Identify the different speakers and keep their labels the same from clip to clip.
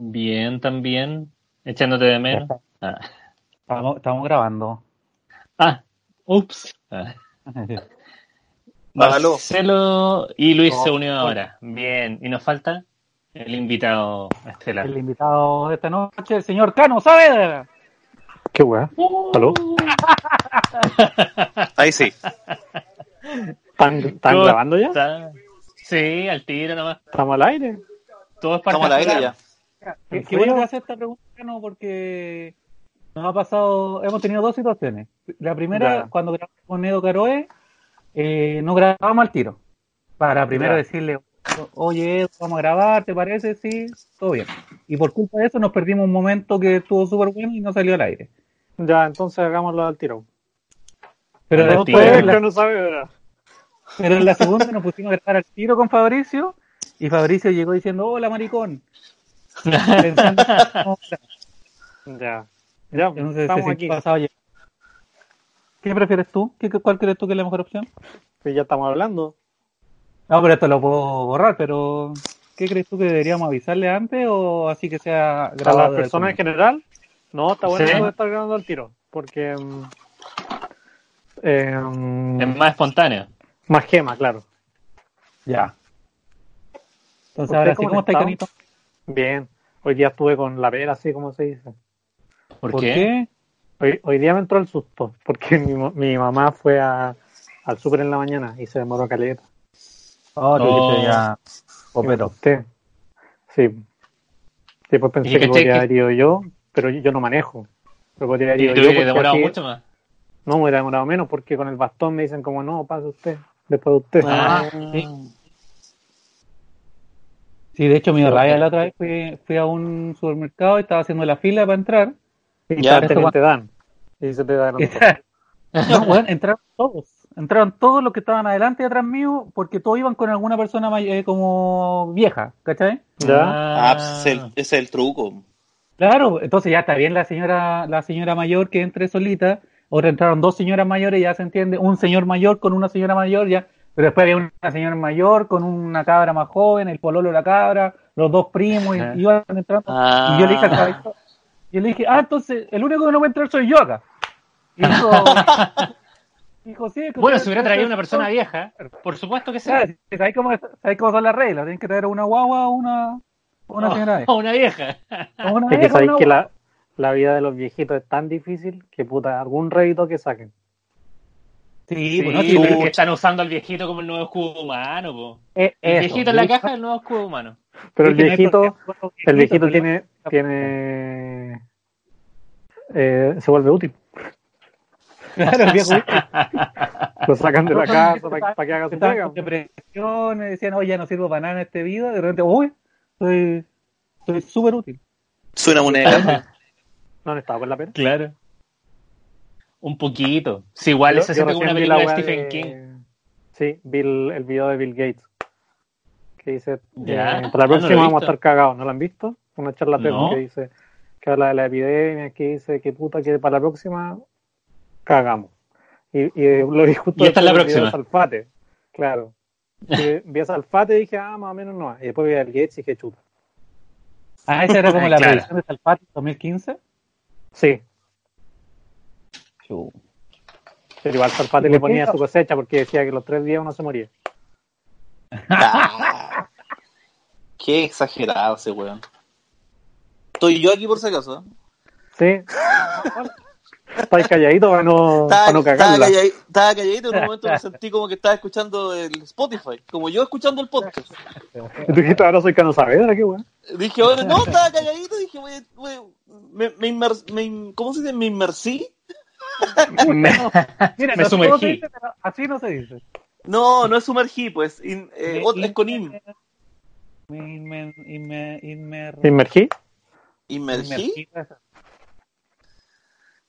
Speaker 1: Bien, también. Echándote de menos. Ah,
Speaker 2: Estamos, estamos grabando.
Speaker 1: ah, ups. Ah.
Speaker 3: Hágalo. Ah,
Speaker 1: Marcelo y Luis
Speaker 3: No.
Speaker 1: se unió ahora. Bien. ¿Y nos falta? El invitado estelar.
Speaker 2: El invitado de esta noche, el señor Cano Saavedra.
Speaker 4: ¿Qué weá? ¿Aló?
Speaker 3: Ahí sí.
Speaker 4: ¿Están, están
Speaker 1: ¿Cómo
Speaker 4: grabando ya?
Speaker 1: está? Sí, al tiro nomás.
Speaker 4: ¿Estamos al aire?
Speaker 1: Todo es parte
Speaker 3: Estamos al aire ya.
Speaker 2: Qué,
Speaker 4: ¿En
Speaker 2: qué bueno
Speaker 4: serio?
Speaker 2: que hace esta pregunta, Cano, porque nos ha pasado, hemos tenido dos situaciones. La primera,
Speaker 4: Ya.
Speaker 2: cuando grabamos con Edo Caroe, eh, no grabamos al tiro. Para primero
Speaker 4: Ya.
Speaker 2: decirle, oye, Edo, vamos a grabar, ¿te parece? Sí, todo bien. Y por culpa de eso nos perdimos un momento que estuvo súper bueno y no salió al aire.
Speaker 4: Ya, entonces hagámoslo al tiro.
Speaker 2: Pero
Speaker 1: Al
Speaker 2: después,
Speaker 1: tiro.
Speaker 2: en la
Speaker 4: Pero Pues, no sabe, ¿verdad?
Speaker 2: Pero en la segunda nos pusimos a grabar al tiro con Fabricio y Fabricio llegó diciendo, hola maricón. Pensando que estábamos grabando.
Speaker 4: Ya. Ya,
Speaker 2: Entonces, este
Speaker 4: estamos
Speaker 2: se
Speaker 4: aquí.
Speaker 2: pasaba a llevar. ¿Qué prefieres tú? ¿Qué, qué- ¿Cuál crees tú que es la mejor opción?
Speaker 4: Pues ya estamos hablando.
Speaker 2: No, pero esto lo puedo borrar, pero ¿qué crees tú que deberíamos avisarle antes o así que sea
Speaker 4: A
Speaker 2: grabado?
Speaker 4: las personas en general, no, está bueno
Speaker 1: Sí.
Speaker 4: eso de estar grabando al tiro. Porque. mm, em,
Speaker 1: Es más espontáneo.
Speaker 4: más gema, claro.
Speaker 2: Ya. Entonces,
Speaker 4: ¿Usted
Speaker 2: ahora sí,
Speaker 4: cómo
Speaker 2: ¿cómo
Speaker 4: está?
Speaker 2: estáis, Canito?
Speaker 4: Bien. Hoy día estuve con la pera, así como se dice.
Speaker 1: ¿Por,
Speaker 2: ¿Por
Speaker 1: qué?
Speaker 2: qué?
Speaker 4: Hoy, hoy día me entró el susto. Porque mi, mo- mi mamá fue a- al súper en la mañana y se demoró caleta.
Speaker 2: Oh, tú
Speaker 1: Oh.
Speaker 2: dijiste ya. Popero.
Speaker 4: Sí. Sí. Después
Speaker 1: Y
Speaker 4: pensé que
Speaker 1: caché
Speaker 4: podría
Speaker 1: que-
Speaker 4: haber ido yo, pero yo no manejo. Pero podría haber
Speaker 1: Y
Speaker 4: ido
Speaker 1: te
Speaker 4: yo.
Speaker 1: hubiera
Speaker 4: porque
Speaker 1: demorado
Speaker 4: así-
Speaker 1: mucho más.
Speaker 4: No, me hubiera demorado menos porque con el bastón me dicen como, no, pasa usted, después de usted.
Speaker 1: Ah,
Speaker 2: Sí, de hecho, me dio
Speaker 1: Pero-
Speaker 2: rabia la otra vez. Fui, fui a un supermercado y estaba haciendo la fila para entrar.
Speaker 4: y
Speaker 3: ya,
Speaker 4: te,
Speaker 2: pero-
Speaker 4: te dan. Y se te dan.
Speaker 2: No, weón, entraron todos. Entraron todos los que estaban adelante y atrás mío, porque todos iban con alguna persona may- eh, como vieja, ¿cachai?
Speaker 4: Ya.
Speaker 3: Ah, pues es el, ese es el truco.
Speaker 2: Claro, entonces ya está bien la señora, la señora mayor que entre solita, ahora entraron dos señoras mayores, ya se entiende, un señor mayor con una señora mayor, ya, pero después había una señora mayor con una cabra más joven, el pololo de la cabra, los dos primos, y,
Speaker 1: Ajá.
Speaker 2: iban entrando, y yo le dije
Speaker 1: Ah.
Speaker 2: al caballero, yo le dije, ah, entonces, el único que no va a entrar soy yo acá. Y dijo, dijo, sí, es que
Speaker 1: Bueno,
Speaker 2: ustedes
Speaker 1: si hubiera
Speaker 2: tres
Speaker 1: traído
Speaker 2: son-
Speaker 1: una persona vieja, por supuesto que sí.
Speaker 2: Claro, si ¿sabes cómo, sabes cómo son las reglas? Tienes que traer una guagua o una, una señora
Speaker 1: O una
Speaker 2: vieja.
Speaker 1: vieja.
Speaker 2: O una
Speaker 4: Es que
Speaker 2: vieja,
Speaker 4: sabéis
Speaker 2: una
Speaker 4: que
Speaker 2: guagua.
Speaker 4: la, la vida de los viejitos es tan difícil que puta, algún rédito que saquen.
Speaker 2: Sí,
Speaker 1: Sí,
Speaker 2: bueno, sí, pues,
Speaker 1: pero
Speaker 2: pero-
Speaker 1: es que están usando al viejito como el nuevo escudo humano, po.
Speaker 2: eh,
Speaker 1: El
Speaker 2: eso,
Speaker 1: viejito en la caja es el nuevo escudo humano.
Speaker 4: Pero
Speaker 2: Sí, que
Speaker 4: el
Speaker 2: no hay
Speaker 4: viejito,
Speaker 2: problema con los
Speaker 4: el
Speaker 2: viejitos,
Speaker 4: viejito
Speaker 2: pero-
Speaker 4: tiene, tiene, eh, se vuelve útil.
Speaker 2: Claro, el viejo
Speaker 4: Lo sacan de la
Speaker 2: Otros
Speaker 4: casa
Speaker 2: viejitos
Speaker 4: para, para que haga su
Speaker 2: estaban
Speaker 4: pega.
Speaker 2: con depresiones, decían, oye, ya no sirvo para nada en este vida, de repente, uy, soy soy súper útil.
Speaker 3: Suena moneda de cambio.
Speaker 4: No, no estaba por la pena.
Speaker 1: Claro. Un poquito. Si igual
Speaker 4: Yo-
Speaker 1: se
Speaker 4: yo
Speaker 1: siente como una
Speaker 4: recién vi la
Speaker 1: película de
Speaker 4: weá
Speaker 1: Stephen
Speaker 4: de-
Speaker 1: King.
Speaker 4: Sí, vi el, el video de Bill Gates. Que dice,
Speaker 1: Ya.
Speaker 4: eh,
Speaker 1: Ah, no lo
Speaker 4: para la
Speaker 1: he
Speaker 4: próxima
Speaker 1: visto.
Speaker 4: vamos a estar cagados. ¿No lo han visto? Una charla TED
Speaker 1: No.
Speaker 4: que dice, que habla de la epidemia, que dice que puta, que para la próxima cagamos. Y, y, eh, lo vi justo
Speaker 1: Y esta es la
Speaker 4: después del video
Speaker 1: próxima.
Speaker 4: de Salfate, claro. Y vi a Salfate y dije, ah, más o menos no. Y después vi a Bill Gates y dije, chuta.
Speaker 2: Ah, esa era como la
Speaker 1: Claro.
Speaker 2: predicción de Salfati 2015.
Speaker 4: Sí,
Speaker 2: Chu.
Speaker 4: pero igual Salfate
Speaker 2: ¿Y
Speaker 4: le
Speaker 2: por qué
Speaker 4: ponía
Speaker 2: no?
Speaker 4: su cosecha porque decía que los tres días uno se moría.
Speaker 3: Ah, Qué exagerado ese weón. Estoy yo aquí por si acaso. ¿eh?
Speaker 4: Sí. Estáis calladito para no,
Speaker 3: Estaba,
Speaker 4: para no
Speaker 3: estaba
Speaker 4: cagarla.
Speaker 3: calladi- estaba calladito en un momento me sentí como que estaba escuchando el Spotify, como yo escuchando el podcast.
Speaker 4: Y tú dijiste, ahora soy Cano Saavedra, qué weón.
Speaker 3: Dije, "Oye, no, estaba calladito, dije, "Oye, oye, me, me inmer- me in- ¿cómo se dice? Me inmersí.
Speaker 2: Mira,
Speaker 1: Me
Speaker 2: eso todo se
Speaker 1: sumergí.
Speaker 2: dice, pero así no se dice.
Speaker 3: Eh, No, no es sumergí, pues, in- eh, ot- es con im.
Speaker 2: Me, inme- inme- inmer-
Speaker 4: ¿Inmergí?
Speaker 3: ¿Inmergí?
Speaker 2: inmergida.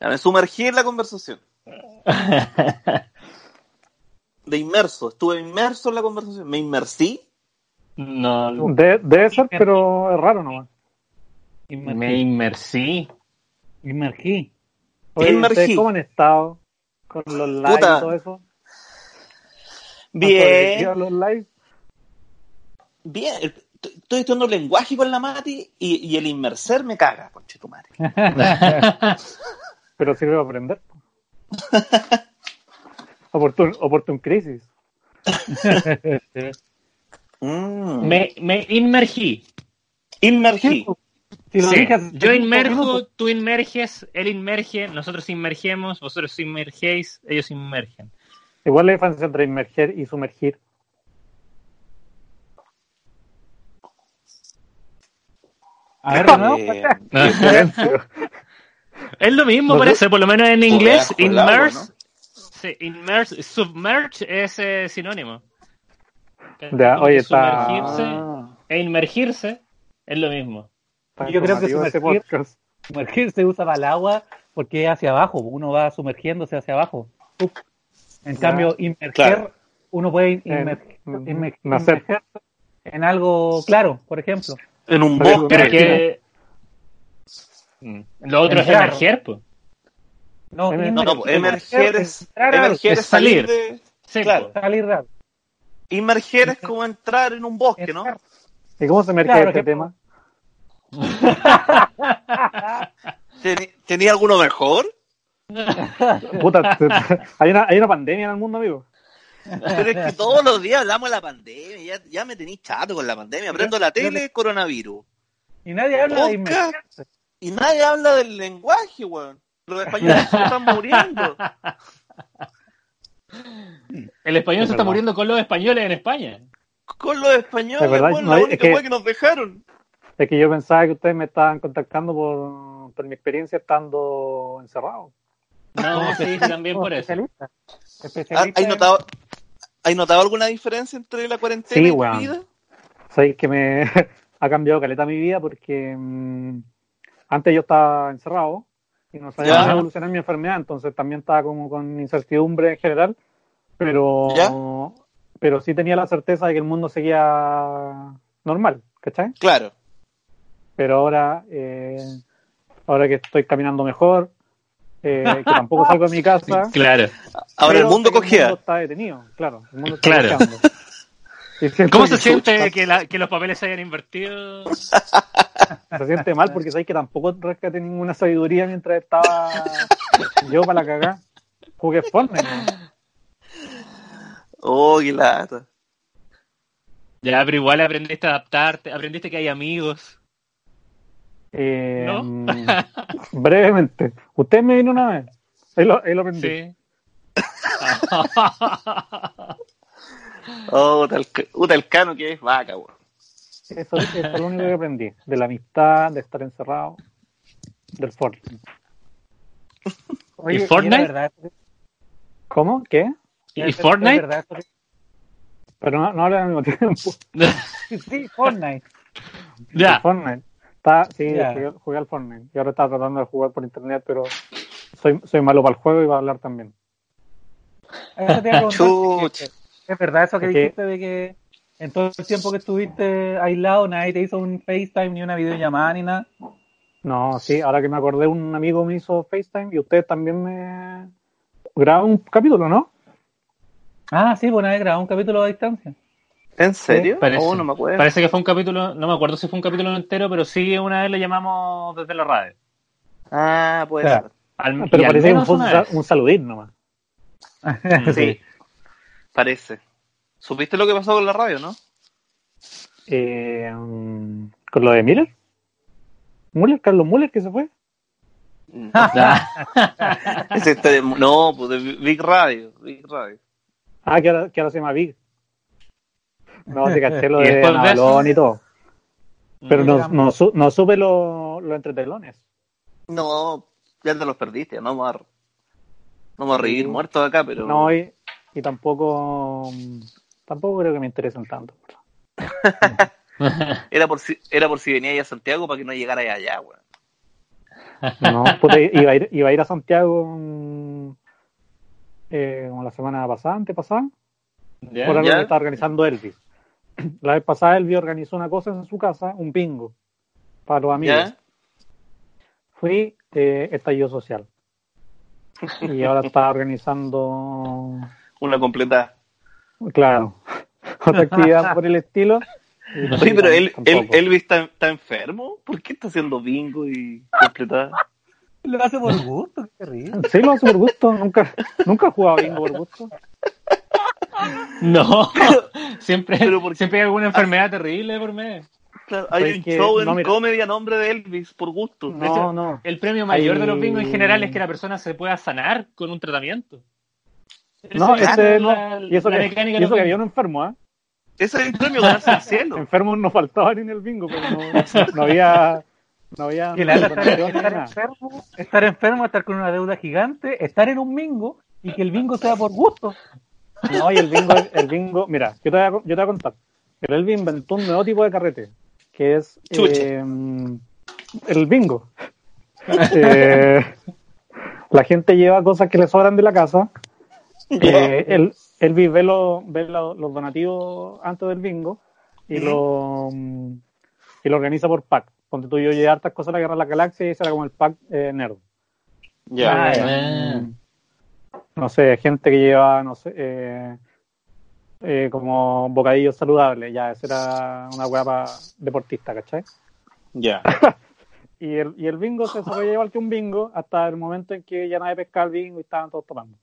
Speaker 3: Ya, Me sumergí en la conversación. De inmerso, estuve inmerso en la conversación. Me inmersí.
Speaker 1: no,
Speaker 4: De- debe ser, pero es raro nomás.
Speaker 1: me
Speaker 2: Inmergí.
Speaker 1: inmersí.
Speaker 2: Inmergí.
Speaker 4: Oye,
Speaker 3: Inmergí.
Speaker 4: ¿ustedes ¿Cómo han estado con los lives
Speaker 3: Puta.
Speaker 4: y todo eso? ¿Han sobrevivido
Speaker 3: Bien,
Speaker 4: a los lives?
Speaker 3: bien. Estoy estoy estudiando lenguaje con la Mati y, y el inmerser me caga, conche tu madre.
Speaker 4: Pero sirve para aprender. Oportun, oportun crisis.
Speaker 3: Mm.
Speaker 1: Me, me inmergí.
Speaker 3: Inmergí.
Speaker 4: Si lo
Speaker 1: Sí.
Speaker 4: dije hace
Speaker 1: Yo
Speaker 4: cinco
Speaker 1: inmerjo,
Speaker 4: minutos.
Speaker 1: tú inmerges, él inmerge, nosotros inmergemos, vosotros inmergéis, ellos inmergen.
Speaker 4: Igual la diferencia entre inmerger y sumergir.
Speaker 2: A ver, ¿no?
Speaker 3: Eh,
Speaker 1: Es lo mismo,
Speaker 4: Los
Speaker 1: parece, por lo menos en inglés,
Speaker 3: Joder, joder,
Speaker 1: immerse,
Speaker 3: agua,
Speaker 1: sí, immerse, submerge es eh, sinónimo. Eh,
Speaker 4: Ya, oye, está-
Speaker 1: Sumergirse
Speaker 3: ah.
Speaker 1: e inmergirse es lo mismo.
Speaker 4: Está
Speaker 2: Yo creo que
Speaker 4: informativo este
Speaker 2: sumergir-
Speaker 4: podcast.
Speaker 2: Sumergir se usa para el agua porque es hacia abajo, uno va sumergiéndose hacia abajo. Uf. En
Speaker 4: Ya,
Speaker 2: cambio, inmerger,
Speaker 3: claro.
Speaker 2: uno puede
Speaker 4: En-
Speaker 2: inmerger,
Speaker 4: mm,
Speaker 2: inmer-
Speaker 4: nacer.
Speaker 2: inmergerse en algo claro, por ejemplo.
Speaker 3: En un
Speaker 4: Pero
Speaker 3: bosque.
Speaker 1: Pero
Speaker 4: Pero
Speaker 1: que... Mm. Lo otro es
Speaker 2: Entrar.
Speaker 1: emerger, pues.
Speaker 2: No,
Speaker 4: Emer-
Speaker 3: No,
Speaker 2: inmer-
Speaker 3: no, pues, emerger es,
Speaker 2: entrar a-
Speaker 3: emerger es
Speaker 1: es salir.
Speaker 3: salir de...
Speaker 1: Sí,
Speaker 3: Claro.
Speaker 1: po.
Speaker 2: salir de algo.
Speaker 3: Inmerger es como entrar en un bosque, ¿no?
Speaker 2: Entrar.
Speaker 4: ¿Y cómo se merge
Speaker 2: Claro,
Speaker 4: este
Speaker 2: que-
Speaker 4: tema?
Speaker 3: ¿Tení- ¿Tenía alguno mejor?
Speaker 4: Puta, te- te- hay, una, hay una pandemia en el mundo, amigo.
Speaker 3: Pero es que todos los días hablamos de la pandemia. Ya, ya me tenéis chato con la pandemia. Prendo la tele, coronavirus.
Speaker 2: Y nadie habla
Speaker 3: Podcast.
Speaker 2: de inmergerse.
Speaker 3: Y nadie habla del lenguaje, weón. Los españoles se están muriendo.
Speaker 1: El español se está
Speaker 4: verdad.
Speaker 1: muriendo con los españoles en España.
Speaker 3: Con los españoles,
Speaker 4: Es verdad,
Speaker 3: weón,
Speaker 4: no
Speaker 3: la
Speaker 4: hay-
Speaker 3: única
Speaker 4: es que-
Speaker 3: weá que nos dejaron.
Speaker 4: Es que yo pensaba que ustedes me estaban contactando por, por mi experiencia estando encerrado.
Speaker 1: No, sí, también por eso.
Speaker 2: Especialista.
Speaker 3: Ah,
Speaker 2: Especialista
Speaker 3: ¿Hay
Speaker 2: en-
Speaker 3: notado, ¿Hay notado alguna diferencia entre la cuarentena
Speaker 4: Sí,
Speaker 3: y tu
Speaker 4: weón.
Speaker 3: vida?
Speaker 4: Sabéis que me ha cambiado caleta mi vida porque mm, antes yo estaba encerrado y no sabía
Speaker 3: Ya.
Speaker 4: cómo evolucionar mi enfermedad, entonces también estaba como con incertidumbre en general, pero,
Speaker 3: Ya.
Speaker 4: pero sí tenía la certeza de que el mundo seguía normal, ¿cachai?
Speaker 3: Claro.
Speaker 4: Pero ahora, eh, ahora que estoy caminando mejor, eh, que tampoco salgo de mi casa,
Speaker 1: Claro.
Speaker 3: Ahora
Speaker 4: pero
Speaker 3: el mundo
Speaker 4: sé que El
Speaker 3: cogía.
Speaker 4: mundo está detenido, claro. El mundo está
Speaker 1: Claro.
Speaker 4: cojeando. Y siento
Speaker 1: ¿Cómo
Speaker 4: que,
Speaker 1: se siente
Speaker 4: chucha,
Speaker 1: que, la- que los papeles se hayan invertido?
Speaker 4: se siente mal porque sabes que tampoco rescaté ninguna sabiduría mientras estaba yo para la cagá. Jugué Fortnite. ¿no?
Speaker 3: Oh, qué lata.
Speaker 1: Ya, pero igual aprendiste a adaptarte, aprendiste que hay amigos.
Speaker 4: Eh,
Speaker 1: ¿No?
Speaker 4: mm, brevemente. Usted me vino una vez. Él lo, ahí lo aprendí.
Speaker 1: Sí.
Speaker 3: Oh, tal, puta, el cano que es vaca, weón.
Speaker 4: Eso, eso es lo único que aprendí. De la amistad, de estar encerrado, del Fortnite.
Speaker 2: Oye,
Speaker 1: ¿Y
Speaker 2: era
Speaker 1: Fortnite?
Speaker 2: verdad esto que-
Speaker 4: ¿Cómo? ¿Qué?
Speaker 1: ¿Y
Speaker 2: era- era
Speaker 1: Fortnite?
Speaker 2: verdad esto que-
Speaker 4: Pero no, no hablan al mismo tiempo.
Speaker 2: Sí, Fortnite.
Speaker 4: El
Speaker 1: ya,
Speaker 4: Fortnite. Está, sí,
Speaker 2: Ya.
Speaker 4: jugué, jugué al Fortnite. Y ahora estaba tratando de jugar por internet, pero soy, soy malo para el juego y para hablar también.
Speaker 2: Eso te iba a preguntar,
Speaker 3: Chuch.
Speaker 2: Jorge. Es verdad eso que
Speaker 4: Ok.
Speaker 2: dijiste de que en todo el tiempo que estuviste aislado nadie te hizo un FaceTime ni una videollamada ni nada.
Speaker 4: No, sí, ahora que me acordé, un amigo me hizo FaceTime y ustedes también me graban un capítulo, ¿no?
Speaker 2: Ah, sí, pues nadie grabó un capítulo a distancia.
Speaker 3: ¿En serio?
Speaker 1: Parece.
Speaker 3: Oh, no me acuerdo.
Speaker 1: parece que fue un capítulo, no me acuerdo si fue un capítulo entero, pero sí una vez le llamamos desde la radio.
Speaker 3: Ah, pues.
Speaker 2: Claro.
Speaker 1: Al, y
Speaker 4: Pero
Speaker 1: al
Speaker 4: parece que
Speaker 1: menos
Speaker 4: fue un,
Speaker 1: una
Speaker 4: sa-
Speaker 1: vez.
Speaker 4: un saludín nomás.
Speaker 3: Sí, parece. ¿Supiste lo que pasó con la radio, no?
Speaker 4: Eh, mm, ¿Con lo de Miller? ¿Muller? ¿Carlos Muller que se fue?
Speaker 3: Ese está de- no, pues de Big Radio. Big Radio.
Speaker 4: Ah, que ahora, que ahora se llama Big. No, te caché lo
Speaker 1: Y
Speaker 4: de
Speaker 1: después de eso-
Speaker 4: Navalón y todo. Pero no,
Speaker 2: Digamos.
Speaker 4: no, su- no supe los lo entretelones.
Speaker 3: No, ya te los perdiste, no vamos a, no vamos a reír muertos acá, pero.
Speaker 4: No, eh. y, y tampoco, mm, tampoco creo que me interesen tanto.
Speaker 3: Era por si, era por si venía ahí a Santiago para que no llegara allá, weón.
Speaker 4: No, puta, iba a ir, iba a, ir a Santiago mm, eh, como la semana pasada, antepasada,
Speaker 1: Ya,
Speaker 4: por algo
Speaker 3: ya.
Speaker 4: que está organizando Elvis. La vez pasada Elvis organizó una cosa en su casa, un bingo, para los amigos.
Speaker 3: ¿Ya?
Speaker 4: Fui eh, estallido social. Y ahora está organizando,
Speaker 3: Una completa.
Speaker 4: claro, otra actividad por el estilo. Y
Speaker 3: Oye, pero el, el-
Speaker 4: tampoco.
Speaker 3: Elvis está, está enfermo. ¿Por qué está haciendo bingo y completada?
Speaker 5: Lo hace por gusto, qué terrible.
Speaker 4: Sí, lo hace por gusto. Nunca, nunca he jugado bingo por gusto.
Speaker 1: No, siempre,
Speaker 3: pero ¿por qué?
Speaker 1: siempre hay alguna enfermedad terrible de por medio.
Speaker 3: Claro, hay
Speaker 4: Oye,
Speaker 3: un
Speaker 4: que-
Speaker 3: show en
Speaker 4: no, mira.
Speaker 3: comedia a nombre de Elvis, por gusto.
Speaker 1: De hecho,
Speaker 4: No, no.
Speaker 1: El premio mayor
Speaker 4: Ay.
Speaker 1: de los bingos en general es que la persona se pueda sanar con un tratamiento.
Speaker 4: No,
Speaker 1: Esa es
Speaker 4: ese
Speaker 1: la-
Speaker 4: no. Y eso,
Speaker 1: la
Speaker 4: que,
Speaker 1: mecánica
Speaker 4: y
Speaker 1: de
Speaker 4: eso que
Speaker 1: los
Speaker 4: había un enfermo, ¿ah?
Speaker 3: Ese es el premio ganarse el cielo.
Speaker 4: Enfermos no faltaban en el bingo, pero no, no había. No había.
Speaker 2: Que la lata
Speaker 4: no
Speaker 2: estar,
Speaker 4: había
Speaker 2: estar
Speaker 4: nada.
Speaker 2: enfermo, estar enfermo, estar con una deuda gigante, estar en un bingo y que el bingo sea por gusto.
Speaker 4: No, y el bingo, el bingo, mira, yo te voy a, yo te voy a contar. El Elvin inventó un nuevo tipo de carrete, que es
Speaker 3: Chucha.
Speaker 4: eh, el bingo. Eh, la gente lleva cosas que le sobran de la casa. Eh, el, Elvin ve, lo- ve lo- los donativos antes del bingo y lo mm, y lo organiza por pack. Ponte tú yo llevé hartas cosas a la guerra de la galaxia y ese era como el pack eh, nerd.
Speaker 3: Ya.
Speaker 2: Ah, ya.
Speaker 1: Ah.
Speaker 4: no sé, gente que lleva, no sé, eh, eh, como bocadillos saludables, ya, esa era una guapa deportista, ¿cachai?
Speaker 3: Ya.
Speaker 4: Y el, y el bingo se desarrolla igual que un bingo hasta el momento en que ya nadie pescaba el bingo y estaban todos tomando.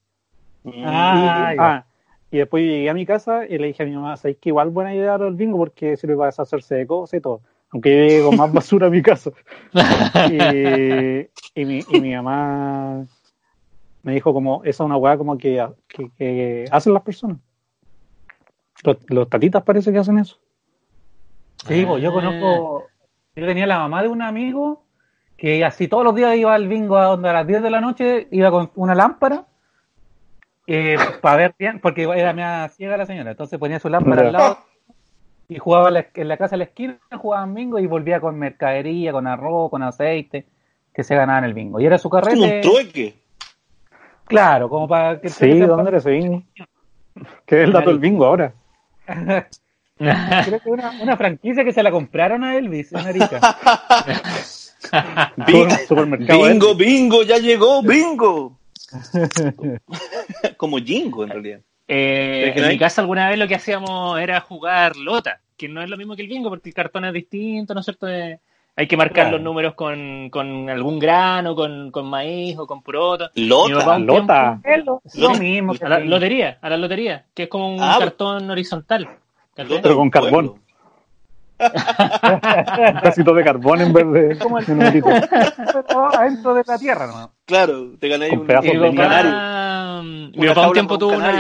Speaker 2: Ah, ya.
Speaker 4: y, ah, y después yo llegué a mi casa y le dije a mi mamá, ¿sabes que igual buena idea ahora el bingo porque sirve para deshacerse de cosas y todo? Aunque yo llegué con más basura a mi casa. Y, y mi, y mi mamá me dijo como, esa es una weá como que, que- que hacen las personas. Los, los tatitas parece que hacen eso.
Speaker 2: Sí, pues, yo conozco, yo tenía la mamá de un amigo que así todos los días iba al bingo a, onda a las 10 de la noche, iba con una lámpara eh, para ver bien, porque era media ciega la señora, entonces ponía su lámpara
Speaker 4: Ya.
Speaker 2: al lado y jugaba en la- en la casa de la esquina, jugaban bingo y volvía con mercadería, con arroz, con aceite, que se ganaba en el bingo. Y era su
Speaker 3: Como
Speaker 2: carrete,
Speaker 3: un trueque.
Speaker 2: claro, como para que
Speaker 4: Sí, ¿dónde era ese bingo? Que es el dato del bingo ahora.
Speaker 2: Creo que una, una franquicia que se la compraron a Elvis en Arica.
Speaker 4: Todo en el supermercado eh.
Speaker 3: Bingo, bingo, ya llegó, bingo. Como jingo, en realidad.
Speaker 1: Eh,
Speaker 3: ¿Es que no
Speaker 1: en mi
Speaker 3: hay?
Speaker 1: casa alguna vez lo que hacíamos era jugar lota, que no es lo mismo que el bingo porque el cartón es distinto, ¿no es cierto? Eh, hay que marcar
Speaker 2: Claro.
Speaker 1: los números con, con algún grano, con, con maíz o con poroto. Mi papá
Speaker 3: Lota.
Speaker 1: un
Speaker 4: Lota.
Speaker 2: Es lo, lo mismo que
Speaker 1: tiempo- a la
Speaker 4: Mm.
Speaker 2: el bingo.
Speaker 1: lotería, a la lotería, que es como un
Speaker 4: pues.
Speaker 3: Ah,
Speaker 1: cartón horizontal. ¿cachai?
Speaker 3: Lota
Speaker 4: Pero con
Speaker 3: del pueblo.
Speaker 4: carbón. Un casito de carbón en vez de.
Speaker 2: como el
Speaker 4: en un litro.
Speaker 2: pero adentro de la tierra nomás.
Speaker 3: Claro, te ganáis
Speaker 4: Con
Speaker 3: un,
Speaker 4: pedazos
Speaker 1: Y
Speaker 4: Con
Speaker 1: mi
Speaker 3: un
Speaker 4: de
Speaker 3: canario.
Speaker 1: papá, mi
Speaker 3: Una
Speaker 1: papá un
Speaker 3: jaula
Speaker 1: tiempo
Speaker 3: con
Speaker 1: tuvo
Speaker 3: un
Speaker 1: una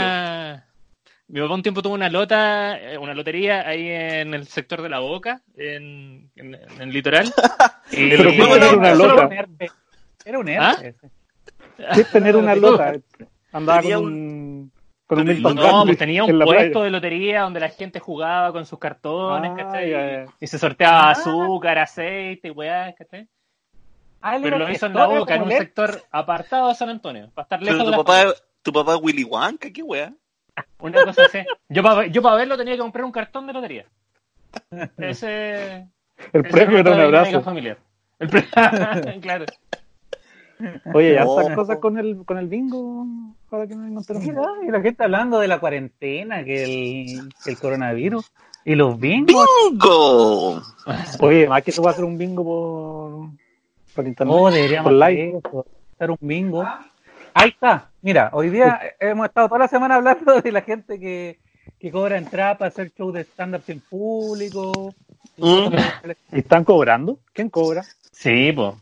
Speaker 1: mi papá un tiempo tuvo una lota, eh, una lotería ahí en el sector de la Boca, en, en- en el litoral. Y-
Speaker 3: Pero
Speaker 4: ¿cómo era una
Speaker 2: Solo
Speaker 4: lota?
Speaker 2: un herpe. Era un
Speaker 1: ¿Ah?
Speaker 2: herpe.
Speaker 4: Es tener una lota. Andaba
Speaker 3: Tenía
Speaker 4: con un. Con
Speaker 3: con
Speaker 4: un
Speaker 3: el-
Speaker 4: Milton
Speaker 1: No,
Speaker 4: Bradley
Speaker 1: pues tenía un
Speaker 4: en la
Speaker 1: puesto
Speaker 4: playa.
Speaker 1: de lotería donde la gente jugaba con sus cartones,
Speaker 4: Ah,
Speaker 1: ¿cachai?
Speaker 4: ya, ya. Ah.
Speaker 1: Y se sorteaba azúcar, aceite, weá, ¿cachai?
Speaker 2: Ah, él
Speaker 1: Pero
Speaker 2: era
Speaker 1: lo hizo en
Speaker 2: gestor,
Speaker 1: la
Speaker 2: era
Speaker 1: boca, en
Speaker 2: como
Speaker 1: un
Speaker 2: el
Speaker 1: sector apartado de San Antonio, para estar lejos de
Speaker 3: Pero tu
Speaker 1: la
Speaker 3: papá,
Speaker 1: familia.
Speaker 3: tu papá es Willy Wonka, qué wea.
Speaker 1: Una cosa así. Yo para yo pa verlo tenía que comprar un cartón de lotería. Ese.
Speaker 4: El
Speaker 1: ese
Speaker 4: premio era un
Speaker 1: la dinámica
Speaker 4: abrazo.
Speaker 1: familiar. El pre- claro.
Speaker 4: Oye, ya
Speaker 3: No.
Speaker 4: estas cosas con el, con el bingo. Para que no encontremos.
Speaker 2: Mira, y la gente hablando de la cuarentena, que el, que el coronavirus y los bingos.
Speaker 3: ¡Bingo!
Speaker 4: Oye, más que se puede hacer un bingo por, por internet.
Speaker 2: Oh, deberíamos
Speaker 4: por live.
Speaker 2: hacer eso, hacer un bingo. Ahí está. Mira, hoy día hemos estado toda la semana hablando de la gente que, que cobra entrada para hacer show de stand-up sin público.
Speaker 3: Mm.
Speaker 4: ¿Y están cobrando? ¿Quién cobra?
Speaker 1: Sí, po.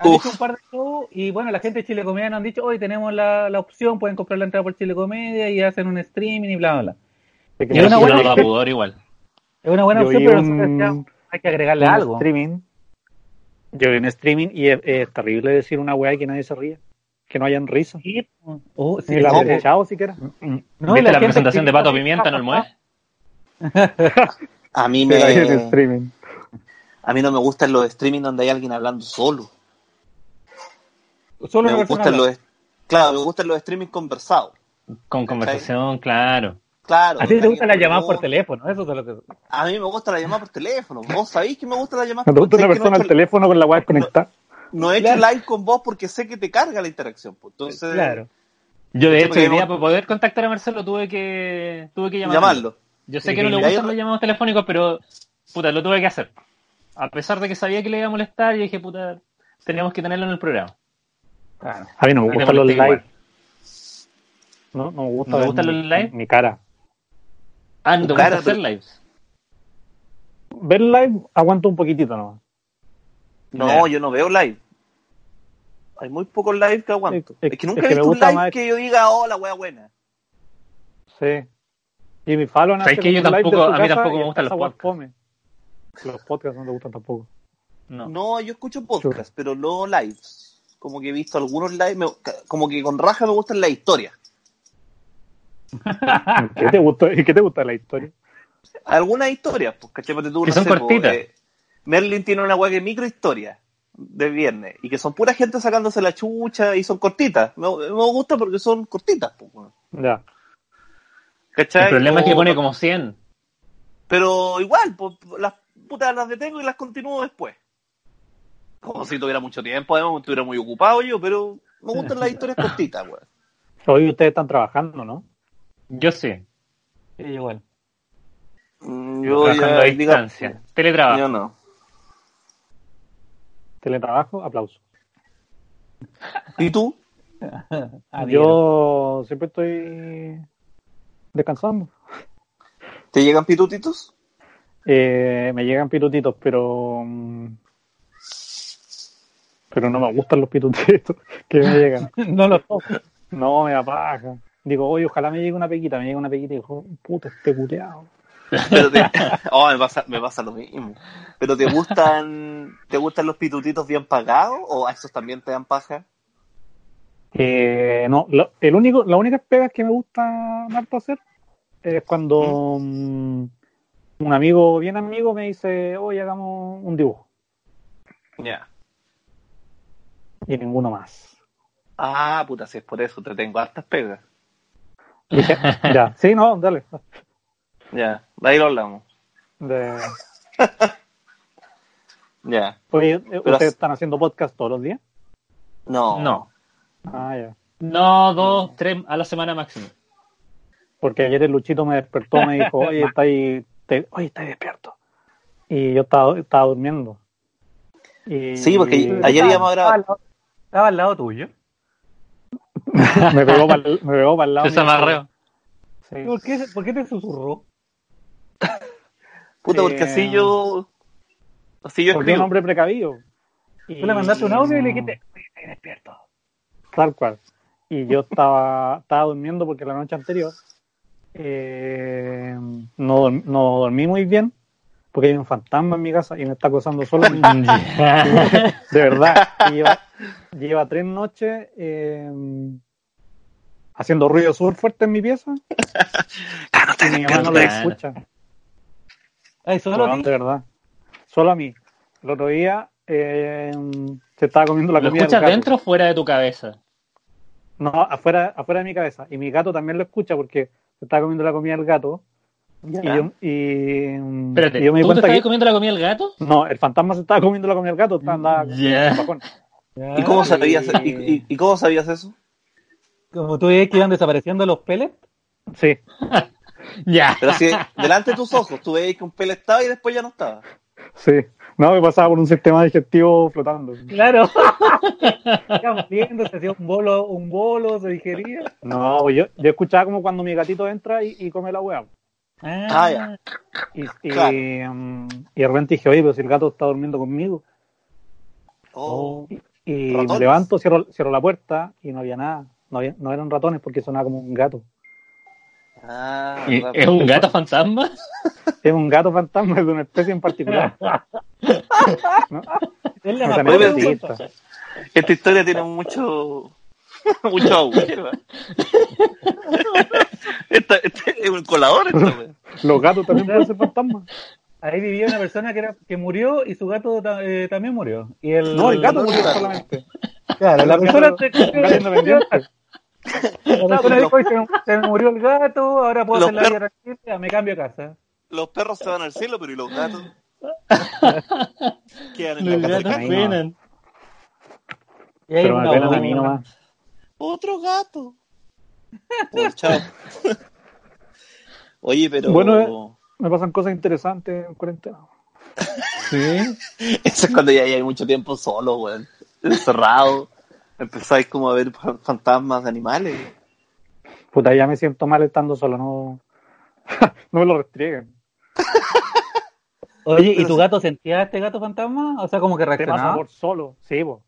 Speaker 2: han
Speaker 3: Uf.
Speaker 2: hecho un par de shows y bueno, la gente de Chile Comedia nos han dicho, hoy tenemos la, la opción, pueden comprar la entrada por Chile Comedia y hacen un streaming y bla, bla, bla.
Speaker 4: Porque
Speaker 2: Y una buena
Speaker 1: No, da
Speaker 4: gente-
Speaker 1: pudor igual.
Speaker 2: Es una buena
Speaker 4: Yo
Speaker 2: opción,
Speaker 4: vi
Speaker 2: pero
Speaker 4: un-
Speaker 2: nosotros decíamos, hay que agregarle
Speaker 4: un
Speaker 2: algo.
Speaker 4: Streaming. Yo vi un streaming y es, es terrible decir una weá y que nadie se ría. Que no hayan risa.
Speaker 2: Sí, oh, sí,
Speaker 4: Ni la
Speaker 2: no,
Speaker 4: aprovechado siquiera.
Speaker 2: no, y
Speaker 1: ¿Viste la,
Speaker 2: gente
Speaker 1: presentación de
Speaker 2: escribió-
Speaker 1: Pato Pimienta en Olmué?
Speaker 3: A mí
Speaker 4: que la vi en
Speaker 3: me,
Speaker 4: streaming.
Speaker 3: a mí no me gustan los streaming donde hay alguien hablando solo.
Speaker 2: Solo
Speaker 3: Me
Speaker 2: una persona
Speaker 3: gustan
Speaker 2: habla.
Speaker 3: los claro, me gustan los streaming conversados.
Speaker 1: Con conversación, claro.
Speaker 3: Claro.
Speaker 2: A ti te
Speaker 3: alguien
Speaker 2: gustan las llamadas por
Speaker 3: pregunta.
Speaker 2: teléfono, eso es lo que...
Speaker 3: A mí me gusta la llamada por teléfono. Vos sabéis que me gusta la llamada
Speaker 4: Me
Speaker 3: por
Speaker 4: gusta una
Speaker 3: teléfono.
Speaker 4: persona al teléfono con la web conectada.
Speaker 3: No he hecho
Speaker 2: Claro.
Speaker 3: live con vos porque sé que te carga la interacción. pues, Entonces,
Speaker 2: Claro.
Speaker 1: Yo de
Speaker 3: Sí,
Speaker 1: hecho
Speaker 3: porque
Speaker 1: hoy
Speaker 3: me
Speaker 1: día
Speaker 3: gusta-
Speaker 1: para poder contactar a Marcelo tuve que tuve que llamarlo.
Speaker 3: llamarlo.
Speaker 1: Yo sé que no le
Speaker 3: Mira,
Speaker 1: gustan
Speaker 3: yo-
Speaker 1: los llamados telefónicos, pero puta, lo tuve que hacer. A pesar de que sabía que le iba a molestar, yo dije, puta, teníamos que tenerlo en el programa.
Speaker 4: A mí no me
Speaker 1: Te
Speaker 4: gustan los
Speaker 1: molesta igual.
Speaker 4: likes. No, no me gusta
Speaker 1: ¿No te
Speaker 4: ver
Speaker 1: gustan
Speaker 4: mi-
Speaker 1: los live?
Speaker 4: Mi cara.
Speaker 1: Ah, no te gusta
Speaker 3: Claro,
Speaker 1: hacer
Speaker 3: pero-
Speaker 1: lives.
Speaker 4: Ver live aguanto un poquitito nomás.
Speaker 3: No,
Speaker 1: Ya.
Speaker 3: yo no veo live. Hay muy pocos live que aguanto.
Speaker 4: Es-
Speaker 3: Es, que nunca
Speaker 4: es que
Speaker 3: he
Speaker 4: me
Speaker 3: visto un
Speaker 4: gusta
Speaker 3: live
Speaker 4: más-
Speaker 3: que yo diga, oh, la wea buena.
Speaker 4: Sí. Y mi Fallon
Speaker 1: ¿Sabes
Speaker 4: hace
Speaker 1: que yo
Speaker 4: un live de
Speaker 1: tampoco-
Speaker 4: su
Speaker 1: a mí
Speaker 4: casa
Speaker 1: tampoco
Speaker 4: y
Speaker 1: me gustan
Speaker 4: esa
Speaker 1: los
Speaker 4: weá
Speaker 1: podcasts.
Speaker 4: fome. Los podcasts no te gustan tampoco.
Speaker 1: No.
Speaker 3: No, yo escucho podcast, pero no lives. Como que he visto algunos live, me- como que con raja me gustan las historias.
Speaker 1: Ah,
Speaker 4: ¿Qué te gustó? ¿Qué te gusta la historia?
Speaker 3: Algunas historias, pues cachapate tú,
Speaker 1: Que
Speaker 3: no
Speaker 1: son
Speaker 3: sé, po,
Speaker 1: cortitas.
Speaker 3: eh, Merlin tiene una wea que micro historia de viernes y que son pura gente sacándose la chucha y son cortitas. Me, me gusta porque son cortitas, pues. weón.
Speaker 4: Ya.
Speaker 3: ¿Cachai?
Speaker 1: El problema es que
Speaker 3: O-
Speaker 1: pone como 100.
Speaker 3: Pero igual, po, las putas las detengo y las continúo después. Como si tuviera mucho tiempo, además estuviera muy ocupado yo, pero me gustan las historias cortitas, weón.
Speaker 4: Hoy ustedes están trabajando, ¿no?
Speaker 1: Yo sí.
Speaker 2: Sí, igual.
Speaker 3: Mm,
Speaker 1: trabajando a
Speaker 3: diga-
Speaker 1: distancia. Ah. Teletrabajo.
Speaker 3: yo no.
Speaker 4: Teletrabajo, aplauso.
Speaker 3: ¿Y tú?
Speaker 2: Ah,
Speaker 4: Yo siempre estoy descansando.
Speaker 3: ¿Te llegan pitutitos?
Speaker 4: Eh, me llegan pitutitos, pero. mm, Pero no me gustan los pitutitos que me llegan.
Speaker 2: bien. no lo toco.
Speaker 4: No, me apaga. Digo, oye, ojalá me llegue una pequita, me llegue una pequita y digo, puta, este culeado.
Speaker 3: Pero te- Oh, me, pasa, me pasa lo mismo. ¿Pero te gustan te gustan los pitutitos bien pagados o a esos también te dan paja?
Speaker 4: Eh, no, lo- el único, la única pega que me gusta harto hacer es cuando mm, un amigo, bien amigo, me dice, oye, hagamos un dibujo.
Speaker 3: Ya.
Speaker 4: Y ninguno más.
Speaker 3: Ah, puta, si es por eso, te tengo hartas pegas.
Speaker 4: Y dije, ya, sí, no, dale.
Speaker 3: Ya, de ahí lo hablamos.
Speaker 4: De-
Speaker 3: Ya.
Speaker 4: oye, eh,
Speaker 3: has-
Speaker 4: ¿ustedes están haciendo podcast todos los días?
Speaker 3: No.
Speaker 1: No.
Speaker 4: Ah, ya.
Speaker 1: No, dos, tres a la semana máximo.
Speaker 4: Porque ayer el Luchito me despertó, me dijo, oye, está ahí, te- oye, está ahí despierto. Y yo estaba, estaba durmiendo. Y-
Speaker 3: Sí, porque ayer íbamos a
Speaker 2: Estaba
Speaker 3: grabar.
Speaker 2: al lado- estaba al lado tuyo.
Speaker 4: me pegó para el, me pegó pa'l lado.
Speaker 1: Se desamarreó.
Speaker 4: Sí.
Speaker 2: ¿Por qué, por qué te susurró?
Speaker 3: Puta, porque
Speaker 1: Eh,
Speaker 3: así yo. Así yo
Speaker 4: Porque un
Speaker 3: escribo.
Speaker 4: hombre precavido. Y...
Speaker 2: Tú le mandaste un audio y le dijiste, "Oye, estoy despierto.
Speaker 4: Tal cual. Y yo estaba, estaba durmiendo porque la noche anterior eh, no, dorm- no dormí muy bien porque hay un fantasma en mi casa y me está acosando solo. De verdad. Y lleva, lleva tres noches eh, haciendo ruido súper fuerte en mi pieza
Speaker 3: Ah, no
Speaker 4: y
Speaker 3: te
Speaker 4: mi mamá
Speaker 3: despierto.
Speaker 4: no lo
Speaker 3: te-
Speaker 1: Claro.
Speaker 4: escucha.
Speaker 2: Ay, solo
Speaker 4: Weón,
Speaker 2: a ti.
Speaker 4: de verdad. Solo a mí. El otro día eh, se estaba comiendo la
Speaker 1: ¿Lo
Speaker 4: comida. del
Speaker 1: escuchas
Speaker 4: gato.
Speaker 1: dentro o fuera de tu cabeza?
Speaker 4: No, afuera, afuera de mi cabeza. Y mi gato también lo escucha porque se estaba comiendo la comida del gato. Y yo, y, mm,
Speaker 1: Espérate,
Speaker 4: y yo me di
Speaker 1: ¿tú te
Speaker 4: cuenta
Speaker 1: estabas
Speaker 4: que.
Speaker 1: comiendo la comida del gato?
Speaker 4: No, el fantasma se estaba comiendo la comida del gato. estaba- andaba con
Speaker 1: Ya.
Speaker 4: el bajón.
Speaker 3: ¿Y cómo
Speaker 2: Ah,
Speaker 3: sabías,
Speaker 4: Ay.
Speaker 3: y,
Speaker 1: eh.
Speaker 3: y- y cómo sabías eso?
Speaker 2: Como tú ves que iban desapareciendo los pellets.
Speaker 4: Sí,
Speaker 1: Ya.
Speaker 3: Pero así, delante de tus ojos, tú veías que un pelo estaba y después ya no estaba.
Speaker 4: sí. No, me pasaba por un sistema digestivo flotando.
Speaker 2: Claro. Estaban viendo, se hacía un bolo, un bolo, se digería.
Speaker 4: No, pues yo, yo escuchaba como cuando mi gatito entra y, y come la hueá.
Speaker 3: Ah, ya.
Speaker 4: Y, y,
Speaker 3: Claro.
Speaker 4: mm, y de repente dije, oye, pero si el gato está durmiendo conmigo.
Speaker 3: Oh.
Speaker 4: Y me
Speaker 3: Ratones.
Speaker 4: levanto, cierro, cierro la puerta y no había nada. No, había, no eran ratones porque sonaba como un gato.
Speaker 3: Ah,
Speaker 1: ¿Y-
Speaker 3: verdad.
Speaker 1: ¿Es un gato fantasma?
Speaker 4: Es un gato fantasma de una especie en particular. No,
Speaker 2: Es la
Speaker 4: no
Speaker 2: más
Speaker 4: sean
Speaker 3: Muy
Speaker 2: pobre de un
Speaker 3: bien.
Speaker 4: egoístas.
Speaker 2: fantasma.
Speaker 3: Esta historia tiene mucho. mucho agujero. Esta- este es un colador, esto, güey.
Speaker 4: Los gatos también pueden ser fantasmas.
Speaker 2: ahí vivía una persona que, era, que murió y su gato ta- eh, también murió. Y el,
Speaker 4: No, el gato
Speaker 3: no,
Speaker 4: murió
Speaker 3: claro.
Speaker 4: solamente.
Speaker 5: Claro, la
Speaker 2: La persona,
Speaker 5: persona.
Speaker 2: se-
Speaker 4: gato independiente.
Speaker 2: la persona dijo, "Ay, se, me- se me murió el gato, ahora puedo
Speaker 3: Los
Speaker 2: hacer la vida tranquila, me cambio de casa.
Speaker 3: Los perros se van al cielo, pero ¿y los gatos? Quedan en la
Speaker 1: Los
Speaker 3: casa del
Speaker 1: gatos
Speaker 3: gato.
Speaker 1: suenan.
Speaker 2: Y hay
Speaker 4: Pero me
Speaker 2: una
Speaker 4: apenas a
Speaker 2: buena-
Speaker 4: mí nomás.
Speaker 3: Otro gato. Oh, chao. Oye, pero.
Speaker 4: Bueno, Me pasan cosas interesantes en cuarentena.
Speaker 1: Sí.
Speaker 3: Eso es cuando ya hay mucho tiempo solo, weón. Encerrado. Empezáis como a ver fa- fantasmas de animales.
Speaker 4: Puta, ya me siento mal estando solo, no. no me lo restrieguen.
Speaker 2: Oye, ¿y
Speaker 3: Pero
Speaker 2: tu
Speaker 3: sí.
Speaker 2: gato sentía a este gato fantasma? O sea, como que
Speaker 4: Te pasa
Speaker 2: reaccionaba.
Speaker 4: por solo, sí, po.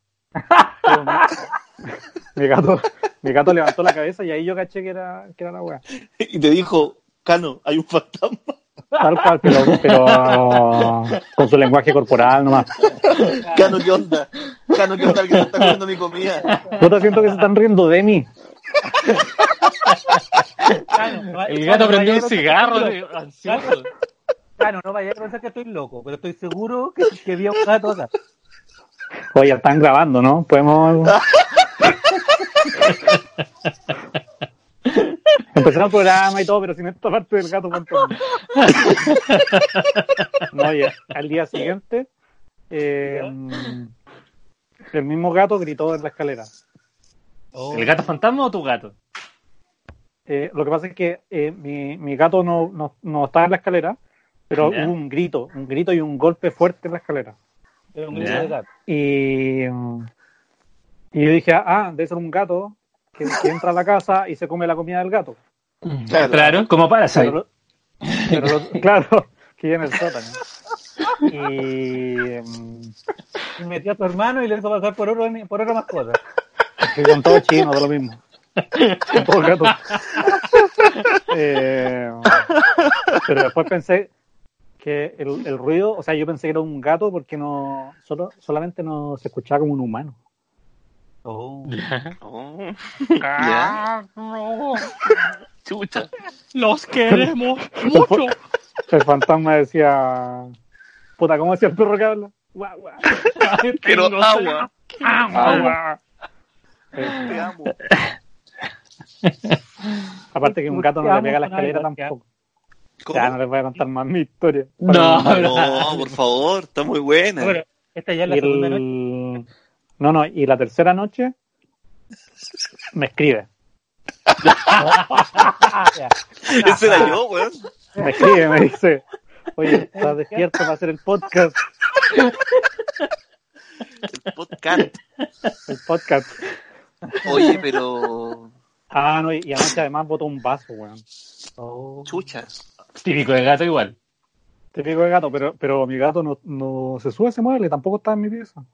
Speaker 4: Pero no. mi, gato, mi gato levantó la cabeza y ahí yo caché que era, que era la weá.
Speaker 3: Y te dijo, Cano, hay un fantasma.
Speaker 4: Tal cual, pero, pero con su lenguaje corporal nomás.
Speaker 3: Cano, ¿qué onda? Cano, ¿qué onda? El que se está comiendo mi comida.
Speaker 4: No te siento que se están riendo de mí.
Speaker 1: El gato prendió un
Speaker 2: Caballero,
Speaker 1: cigarro, pues. tío, ansioso.
Speaker 2: Claro, no vaya a pensar que estoy loco, pero estoy seguro que, que vi a un gato acá.
Speaker 4: Oye, están grabando, ¿no? Podemos. Empezar el programa y todo, pero sin esta parte del gato fantasma. No, oye, al día siguiente, eh, el mismo gato gritó en la escalera. Oh.
Speaker 1: ¿El gato fantasma o tu gato?
Speaker 4: Eh, lo que pasa es que eh, mi, mi gato no, no, no estaba en la escalera, pero
Speaker 1: Ya.
Speaker 4: hubo un grito, un grito y un golpe fuerte en la escalera.
Speaker 2: Era un
Speaker 1: Ya.
Speaker 2: grito de gato.
Speaker 4: Y, mm, y yo dije, ah, debe ser un gato que, que entra a la casa y se come la comida del gato.
Speaker 3: Claro.
Speaker 1: Claro, como Parasite.
Speaker 4: Pero, pero lo- claro, que viene el sótano. Y mm,
Speaker 2: Y metió a su hermano y le hizo pasar por oro, por oro más cosas.
Speaker 4: que con todo chino, da lo mismo. Con todo gato. Eh, pero después pensé que el, el ruido, o sea, yo pensé que era un gato porque no solo, solamente no se escuchaba como un humano.
Speaker 3: Oh. Ya. Chucha.
Speaker 1: Los queremos
Speaker 4: mucho. El fantasma decía, puta, ¿cómo decía el perro que habla? Guau, guau.
Speaker 3: Pero agua.
Speaker 4: Agua. Eh,
Speaker 3: Te amo.
Speaker 4: aparte que un gato no le pega a la escalera
Speaker 2: Escuchamos una
Speaker 4: tampoco.
Speaker 3: ¿Cómo?
Speaker 4: Ya, no les voy a contar más mi historia.
Speaker 1: No,
Speaker 3: No, por favor, está muy buena.
Speaker 2: Bueno, esta ya es la
Speaker 4: Y
Speaker 2: segunda noche.
Speaker 4: el- No, no, y la tercera noche me escribe.
Speaker 3: Ese era yo, weón.
Speaker 4: Me escribe, me dice, oye, ¿estás despierto para hacer el podcast?
Speaker 3: El podcast.
Speaker 4: El podcast.
Speaker 3: Oye, pero.
Speaker 4: Ah, no, y y anoche además botó un vaso, weón.
Speaker 3: Chucha.
Speaker 1: Típico de gato igual.
Speaker 4: Te digo de gato, pero, pero mi gato no, no se sube, se mueve, tampoco está en mi pieza.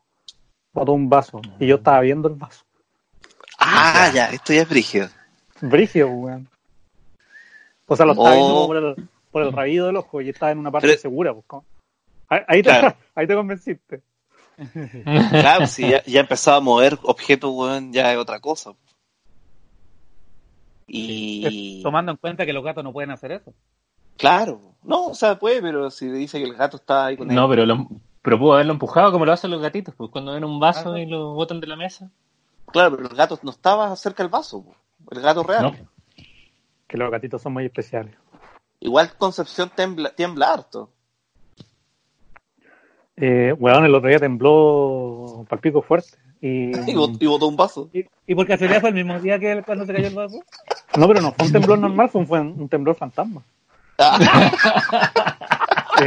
Speaker 4: Botó un vaso y yo estaba viendo el vaso.
Speaker 3: Ah, ya, esto ya es brígido.
Speaker 4: Brigio, weón. O sea, lo estaba
Speaker 3: Oh.
Speaker 4: viendo como por el, por el rabillo del ojo y estaba en una parte
Speaker 3: Pero-
Speaker 4: segura. Pues, ¿cómo? ahí, ahí te,
Speaker 3: Claro.
Speaker 4: ahí te convenciste.
Speaker 3: Claro, si ya, ya empezaba a mover objetos, weón, ya es otra cosa.
Speaker 1: Eh,
Speaker 3: Y.
Speaker 2: Tomando en cuenta que los gatos no pueden hacer eso.
Speaker 3: Claro. No, o sea, puede, pero si dice que el gato está ahí con él.
Speaker 1: No, pero, lo, pero pudo haberlo empujado como lo hacen los gatitos, pues cuando ven un vaso
Speaker 2: Ah,
Speaker 1: y lo botan de la mesa.
Speaker 3: Claro, pero el gato no estaba cerca del vaso. po. El gato real.
Speaker 1: No.
Speaker 4: Que los gatitos son muy especiales.
Speaker 3: Igual Concepción tembla, tiembla harto.
Speaker 4: Eh, weón, el otro día tembló palpico fuerte. Y,
Speaker 3: Y bot- y botó un vaso.
Speaker 2: ¿Y, y por casualidad fue el mismo día que él cuando se cayó el vaso?
Speaker 4: No, pero no fue un temblor normal, fue un, fue un temblor fantasma.
Speaker 3: Ah,
Speaker 4: Sí.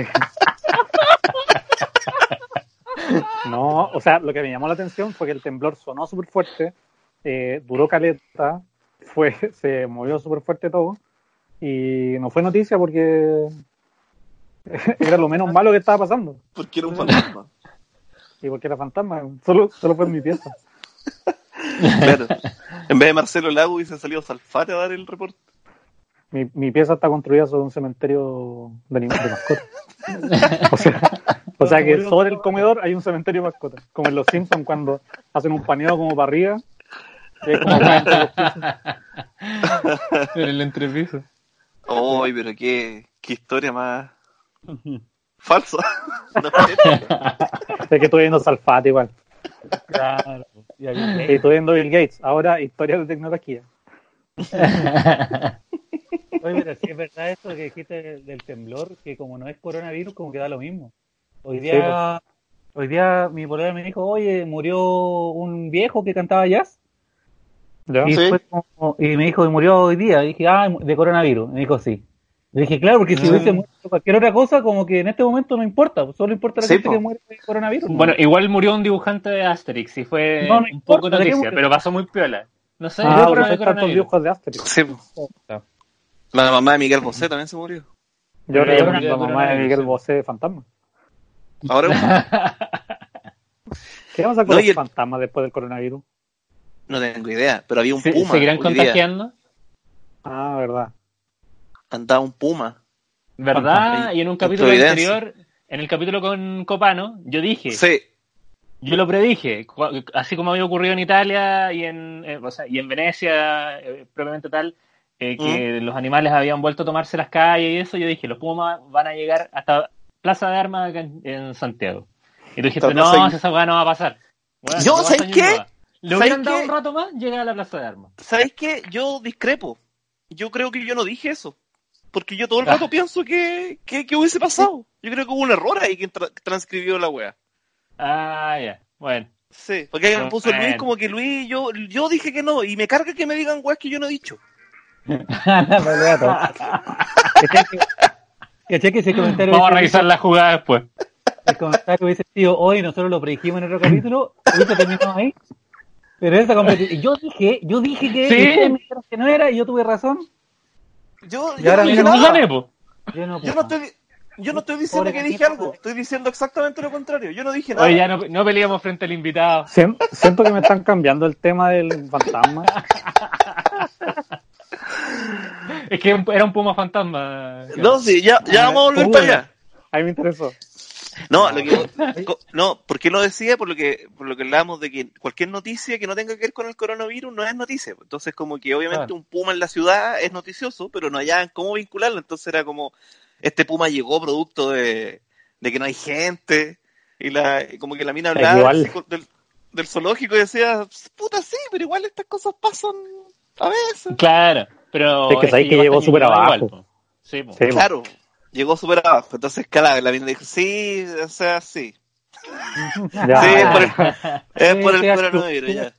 Speaker 4: No, o sea, lo que me llamó la atención fue que el temblor sonó súper fuerte, eh, duró caleta, fue, se movió súper fuerte todo, y no fue noticia porque era lo menos malo que estaba pasando,
Speaker 3: Porque era un fantasma.
Speaker 4: y porque era fantasma, solo, solo fue en mi pieza.
Speaker 3: Claro. En vez de Marcelo Lago hubiese salido Salfate a dar el reporte.
Speaker 4: Mi, mi pieza está construida sobre un cementerio de, anim- de mascotas. O sea, o sea que sobre el comedor hay un cementerio de mascotas. Como en Los Simpsons cuando hacen un paneo como para arriba. y hay como una entre los pisos.
Speaker 1: En el entrepiso.
Speaker 3: Ay, pero qué, qué historia más. Falso. No, mentira.
Speaker 4: Es que estoy viendo Salfate igual.
Speaker 2: Claro. Y había-
Speaker 4: Y estoy viendo Bill Gates. Ahora, historia de tecnología.
Speaker 5: Oye, pero sí es verdad eso que dijiste del, del temblor, que como no es coronavirus, como que da lo mismo. Hoy
Speaker 4: pues.
Speaker 5: día, hoy día mi colega me dijo, oye, murió un viejo que cantaba jazz.
Speaker 4: ¿Ya?
Speaker 5: Y,
Speaker 3: Sí.
Speaker 5: fue como- y me dijo, y murió hoy día. Y dije, ah, de coronavirus. Me dijo, sí. Le dije, claro, porque si
Speaker 3: Ah.
Speaker 5: hubiese muerto cualquier otra cosa, como que en este momento no importa, solo importa la
Speaker 3: Sí,
Speaker 5: gente
Speaker 3: po.
Speaker 5: que muere de coronavirus. ¿no?
Speaker 1: Bueno, igual murió un dibujante de Asterix y fue
Speaker 5: No, no
Speaker 1: un poco
Speaker 5: importa, ¿de qué
Speaker 1: noticia,
Speaker 5: murió?
Speaker 1: pero pasó muy piola. No sé,
Speaker 4: Ah,
Speaker 1: yo por
Speaker 4: porque
Speaker 1: lo de
Speaker 4: son tantos
Speaker 1: coronavirus.
Speaker 4: dibujos de Asterix.
Speaker 3: Sí, po. La mamá de Miguel Bosé también se murió.
Speaker 4: Yo
Speaker 1: Pero yo creo
Speaker 4: creo que la
Speaker 1: que
Speaker 4: mamá de
Speaker 1: coronavirus,
Speaker 4: Miguel
Speaker 1: sí.
Speaker 4: Bosé de Fantasma.
Speaker 3: Ahora
Speaker 4: ¿Qué vamos a hacer
Speaker 3: No,
Speaker 4: con
Speaker 3: y
Speaker 4: los
Speaker 3: el-
Speaker 4: fantasmas después del coronavirus?
Speaker 3: no tengo idea, pero había un
Speaker 1: ¿Se-
Speaker 3: puma.
Speaker 1: ¿Seguirán
Speaker 3: hoy día.
Speaker 1: contagiando?
Speaker 4: Ah, verdad.
Speaker 3: Cantaba un puma.
Speaker 1: ¿Verdad? Y en un capítulo
Speaker 3: Providencia.
Speaker 1: anterior, en el capítulo con Copano, yo dije,
Speaker 3: Sí,
Speaker 1: yo lo predije, cu- así como había ocurrido en Italia y en, eh, o sea, y en Venecia, eh, probablemente tal, eh, que los animales habían vuelto a tomarse las calles y eso, yo dije, los pumas van a llegar hasta Plaza de Armas acá en, en Santiago. Y tú dijiste,
Speaker 3: Pero
Speaker 1: no,
Speaker 3: no sé-
Speaker 1: si esa weá no va a pasar. Weón,
Speaker 3: Yo,
Speaker 1: no va a
Speaker 3: ¿sabes
Speaker 1: salir
Speaker 3: qué?
Speaker 1: nada. Le
Speaker 3: ¿Sabes
Speaker 1: hubieran dado
Speaker 3: qué?
Speaker 1: un rato más, llega a la Plaza de Armas.
Speaker 3: ¿Sabéis qué? Yo discrepo. Yo creo que yo no dije eso. Porque yo todo el rato pienso que, que, que hubiese pasado. Yo creo que hubo un error ahí que tra- transcribió la wea.
Speaker 1: Ah, ya, bueno.
Speaker 3: Sí. Porque ahí me
Speaker 1: Ah,
Speaker 3: puso Luis
Speaker 1: bueno.
Speaker 3: como que Luis, yo, yo dije que no. Y me carga que me digan weas que yo no he dicho.
Speaker 5: Ana, me lo gato. ¿Cachai que- ¿Cachai que ese comentario
Speaker 1: Vamos a
Speaker 5: hubiese-
Speaker 1: revisar la jugada después.
Speaker 5: el comentario hubiese sido hoy, nosotros lo predijimos en otro capítulo, hubiese terminado ahí. Pero esa competición, yo dije, yo dije que,
Speaker 1: Sí.
Speaker 5: y ustedes me dijeron que no era y yo tuve razón.
Speaker 3: Yo,
Speaker 5: Y
Speaker 3: yo,
Speaker 5: ahora
Speaker 3: no,
Speaker 1: Y
Speaker 3: dije
Speaker 5: mira,
Speaker 1: no
Speaker 3: nada.
Speaker 1: gané, po.
Speaker 5: Yo no, pues,
Speaker 3: yo no estoy. Yo no estoy diciendo
Speaker 5: Pobre
Speaker 3: que
Speaker 5: Juanito.
Speaker 3: dije algo, estoy diciendo exactamente lo contrario. Yo no dije nada.
Speaker 1: Oye, ya no, no peleamos frente al invitado.
Speaker 4: Sien- Siento que me están cambiando el tema del fantasma.
Speaker 1: Es que era un puma fantasma.
Speaker 3: No, sí, ya, ya vamos a volver
Speaker 4: Uy.
Speaker 3: para allá.
Speaker 4: Ahí me interesó.
Speaker 3: No, lo que co- no, ¿por qué lo decía? Por lo que, por lo que hablábamos de que cualquier noticia que no tenga que ver con el coronavirus no es noticia. Entonces, como que obviamente
Speaker 1: Claro.
Speaker 3: un puma en la ciudad es noticioso, pero no hallaban cómo vincularlo. Entonces era como, este puma llegó producto de, de que no hay gente. Y la, y como que la mina
Speaker 4: Es
Speaker 3: hablaba
Speaker 4: igual.
Speaker 3: del, psico- del- del zoológico y decía, puta sí, pero igual estas cosas pasan a veces.
Speaker 1: Claro, pero.
Speaker 4: Es que sabéis que llegó
Speaker 1: hasta
Speaker 4: súper
Speaker 1: Ñuñoa
Speaker 4: abajo.
Speaker 1: po. Sí, po.
Speaker 4: Sí,
Speaker 3: Claro, llegó súper abajo. Entonces, claro, la mina dijo, sí, o sea, sí.
Speaker 4: ya.
Speaker 3: Sí, es por el, es por
Speaker 5: Sí, sí,
Speaker 3: el coronavirus, ya.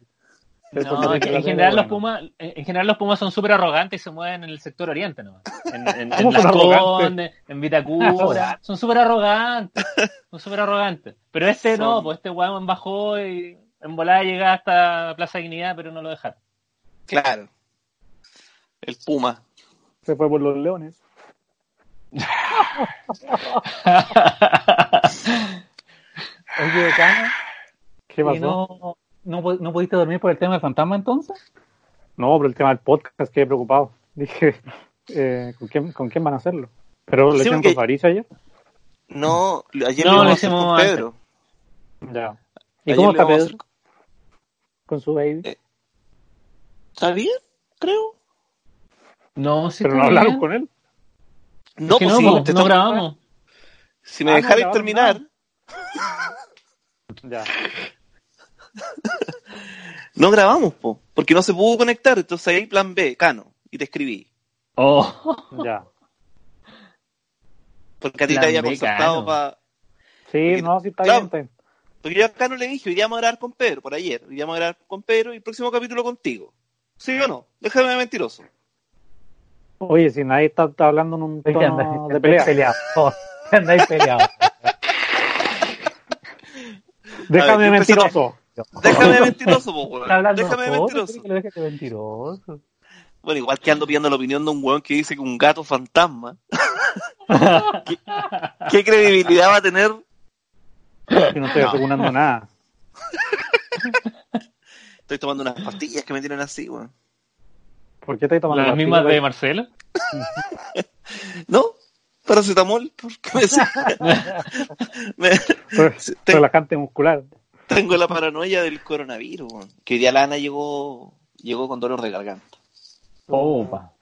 Speaker 4: Es
Speaker 1: No, es
Speaker 4: porque
Speaker 1: que
Speaker 4: la
Speaker 1: en,
Speaker 4: tele,
Speaker 1: general los
Speaker 4: bueno.
Speaker 1: pumas, en en general los pumas son súper arrogantes y se mueven en el sector oriente nomás. En, en, en
Speaker 4: ¿Cómo
Speaker 1: Las
Speaker 4: son arrogantes?
Speaker 1: Condes, en Vitacura. son súper arrogantes. Son súper arrogantes. Pero este no,
Speaker 3: Son-
Speaker 1: pues este guamón bajó y en volada llega hasta Plaza Dignidad, pero no lo dejaron.
Speaker 3: Claro. El Puma.
Speaker 4: Se fue por los leones.
Speaker 5: Oye, Cano,
Speaker 4: ¿Qué
Speaker 5: ¿y
Speaker 4: pasó? No...
Speaker 5: no, no, pu- no pudiste dormir por el tema del fantasma entonces?
Speaker 4: por el tema del podcast quedé preocupado. Dije, eh, ¿con, quién, ¿con quién van a hacerlo? ¿Pero
Speaker 3: Sí,
Speaker 4: le hicieron
Speaker 3: porque-
Speaker 4: con Fabricio ayer?
Speaker 3: No, ayer
Speaker 1: No,
Speaker 3: lo
Speaker 1: lo
Speaker 3: íbamos a hacer
Speaker 1: hicimos
Speaker 3: con
Speaker 1: antes.
Speaker 3: Pedro.
Speaker 4: Ya. ¿Y
Speaker 3: Ayer
Speaker 4: cómo
Speaker 3: lo íbamos
Speaker 4: está
Speaker 3: a
Speaker 4: Pedro?
Speaker 3: hacer con-
Speaker 4: Con su baby.
Speaker 3: Eh, ¿Está bien? Creo.
Speaker 1: No, sí,
Speaker 4: Pero no
Speaker 1: está bien.
Speaker 4: hablaron con él.
Speaker 3: No,
Speaker 1: que
Speaker 3: pues
Speaker 1: no,
Speaker 3: si,
Speaker 1: po, este
Speaker 3: te
Speaker 1: no
Speaker 3: to-
Speaker 1: grabamos.
Speaker 3: si me
Speaker 4: Ah, no
Speaker 3: dejáis
Speaker 4: grabaron
Speaker 3: terminar.
Speaker 4: Ya.
Speaker 3: No grabamos, po, porque no se pudo conectar. Entonces ahí plan B, Cano. Y te escribí.
Speaker 1: Oh.
Speaker 4: Ya.
Speaker 3: Porque a ti te
Speaker 1: Plan
Speaker 3: había
Speaker 1: B,
Speaker 3: concertado
Speaker 1: Cano.
Speaker 3: para.
Speaker 4: Sí,
Speaker 3: Porque-
Speaker 4: no, sí está
Speaker 3: Claro.
Speaker 4: bien. está bien.
Speaker 3: Porque yo a Cano le dije, hoy día vamos a grabar con Pedro, por ayer. Hoy día vamos a grabar con Pedro y el próximo capítulo contigo. ¿Sí o no? Déjame de mentiroso.
Speaker 4: Oye, si nadie está, está hablando en un
Speaker 5: Oye,
Speaker 4: tono
Speaker 5: andáis-
Speaker 4: de pelea,
Speaker 5: andáis peleados. Andáis peleados.
Speaker 3: A ver,
Speaker 4: déjame
Speaker 3: yo empecé-
Speaker 4: mentiroso.
Speaker 3: Déjame de mentiroso, po, weón.
Speaker 5: Está hablando
Speaker 3: Déjame de
Speaker 5: solo,
Speaker 3: mentiroso.
Speaker 5: cree que lo deja que mentiroso.
Speaker 3: Bueno, igual que ando pidiendo la opinión de un weón que dice que un gato fantasma. ¿Qué, qué credibilidad va a tener?
Speaker 4: Y no estoy asegurando nada.
Speaker 3: Estoy tomando unas pastillas que me tienen así, weón.
Speaker 4: ¿Por qué estáis tomando
Speaker 1: Las
Speaker 4: pastillas?
Speaker 1: mismas de Marcelo.
Speaker 3: ¿No? Paracetamol, porque me, me-
Speaker 4: Re-
Speaker 3: Te-
Speaker 4: Relajante pues muscular.
Speaker 3: tengo la paranoia del coronavirus, weón. Que hoy día la Ana llegó, llegó con dolor de garganta.
Speaker 1: Opa.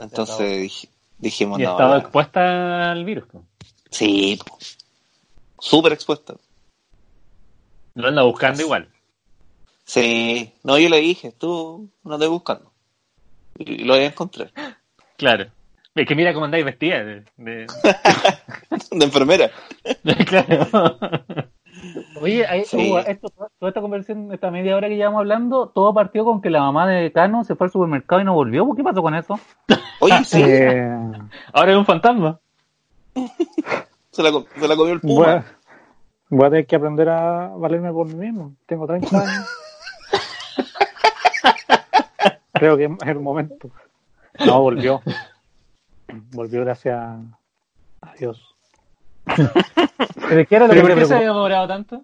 Speaker 3: Entonces dije, dijimos,
Speaker 1: Y
Speaker 3: no,
Speaker 1: estaba
Speaker 3: la-
Speaker 1: expuesta al virus. po.
Speaker 3: Sí, po. súper expuesta.
Speaker 1: Lo anda buscando igual.
Speaker 3: Sí, no, yo le dije, tú no andes buscando. Y lo voy a encontrar.
Speaker 1: Claro. Es que mira cómo andáis vestida. De, de-
Speaker 3: De enfermera.
Speaker 1: de- claro.
Speaker 2: Oye, ahí-
Speaker 3: Sí.
Speaker 2: Hugo, esto- toda esta conversación, esta media hora que llevamos hablando, todo partió con que la mamá de Cano se fue al supermercado y no volvió. ¿Por ¿Qué pasó con eso?
Speaker 3: Oye, sí,
Speaker 4: Eh,
Speaker 1: Ahora es un fantasma.
Speaker 3: se, la, com- se la comió el puma.
Speaker 4: voy, a, voy a tener que aprender a valerme por mí mismo. Tengo 30 años. Creo que es el momento. No, volvió. Volvió gracias a Dios.
Speaker 2: ¿Pero qué era lo que
Speaker 4: Pero ¿por
Speaker 2: te
Speaker 4: qué se
Speaker 2: preocupó?
Speaker 1: había demorado tanto?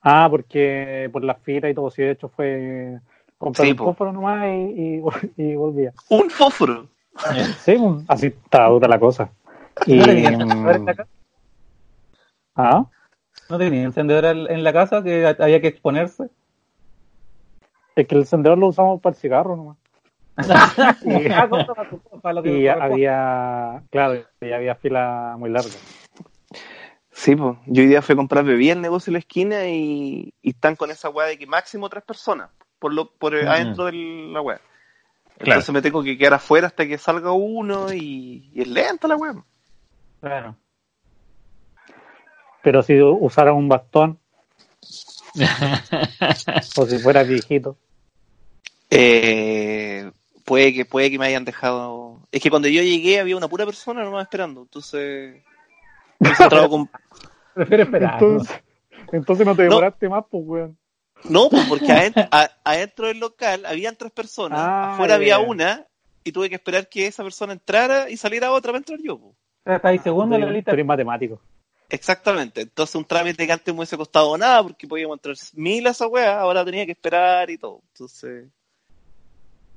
Speaker 4: Ah, porque por la fila y todo, sí, de hecho fue comprar
Speaker 3: Sí,
Speaker 4: un
Speaker 3: po.
Speaker 4: fósforo nomás y, y, y volvía.
Speaker 3: Un fósforo.
Speaker 4: Sí, pues, así está dura la cosa. Y, mm,
Speaker 2: ¿No tenía encendedor en la casa?
Speaker 4: ah,
Speaker 2: ¿No tenía encendedor al- en la casa que a- había que exponerse?
Speaker 4: es que el sendero lo usamos para el cigarro nomás. Y-
Speaker 2: Ah, no, no, no, para lo que
Speaker 4: y
Speaker 2: me corresponde.
Speaker 4: había, claro, y había fila muy larga.
Speaker 3: Sí, pues. Yo hoy día fui a comprar bebida al negocio de la esquina y, y están con esa weá de que máximo tres personas por lo por adentro de la weá. Entonces me tengo que quedar afuera hasta que salga uno y, y es lenta la weá.
Speaker 2: Claro.
Speaker 4: Pero si usara un bastón, o si fuera viejito,
Speaker 3: Eh, puede que puede que me hayan dejado. Es que cuando yo llegué había una pura persona nomás esperando, entonces me he encontrado con-
Speaker 2: Prefiero esperar.
Speaker 4: entonces, entonces no te demoraste más, pues, weón.
Speaker 3: No, pues, porque adent- a- adentro del local habían tres personas,
Speaker 4: Ah,
Speaker 3: afuera
Speaker 4: ya,
Speaker 3: había
Speaker 4: ya.
Speaker 3: una y tuve que esperar que esa persona entrara y saliera otra para entrar yo. pues. po.
Speaker 2: Está ahí segundo en la
Speaker 4: Tú
Speaker 2: lista.
Speaker 4: eres matemático.
Speaker 3: Exactamente. Entonces un trámite que antes me hubiese costado nada porque podíamos entrar mil a esa weá, ahora tenía que esperar y todo. Entonces,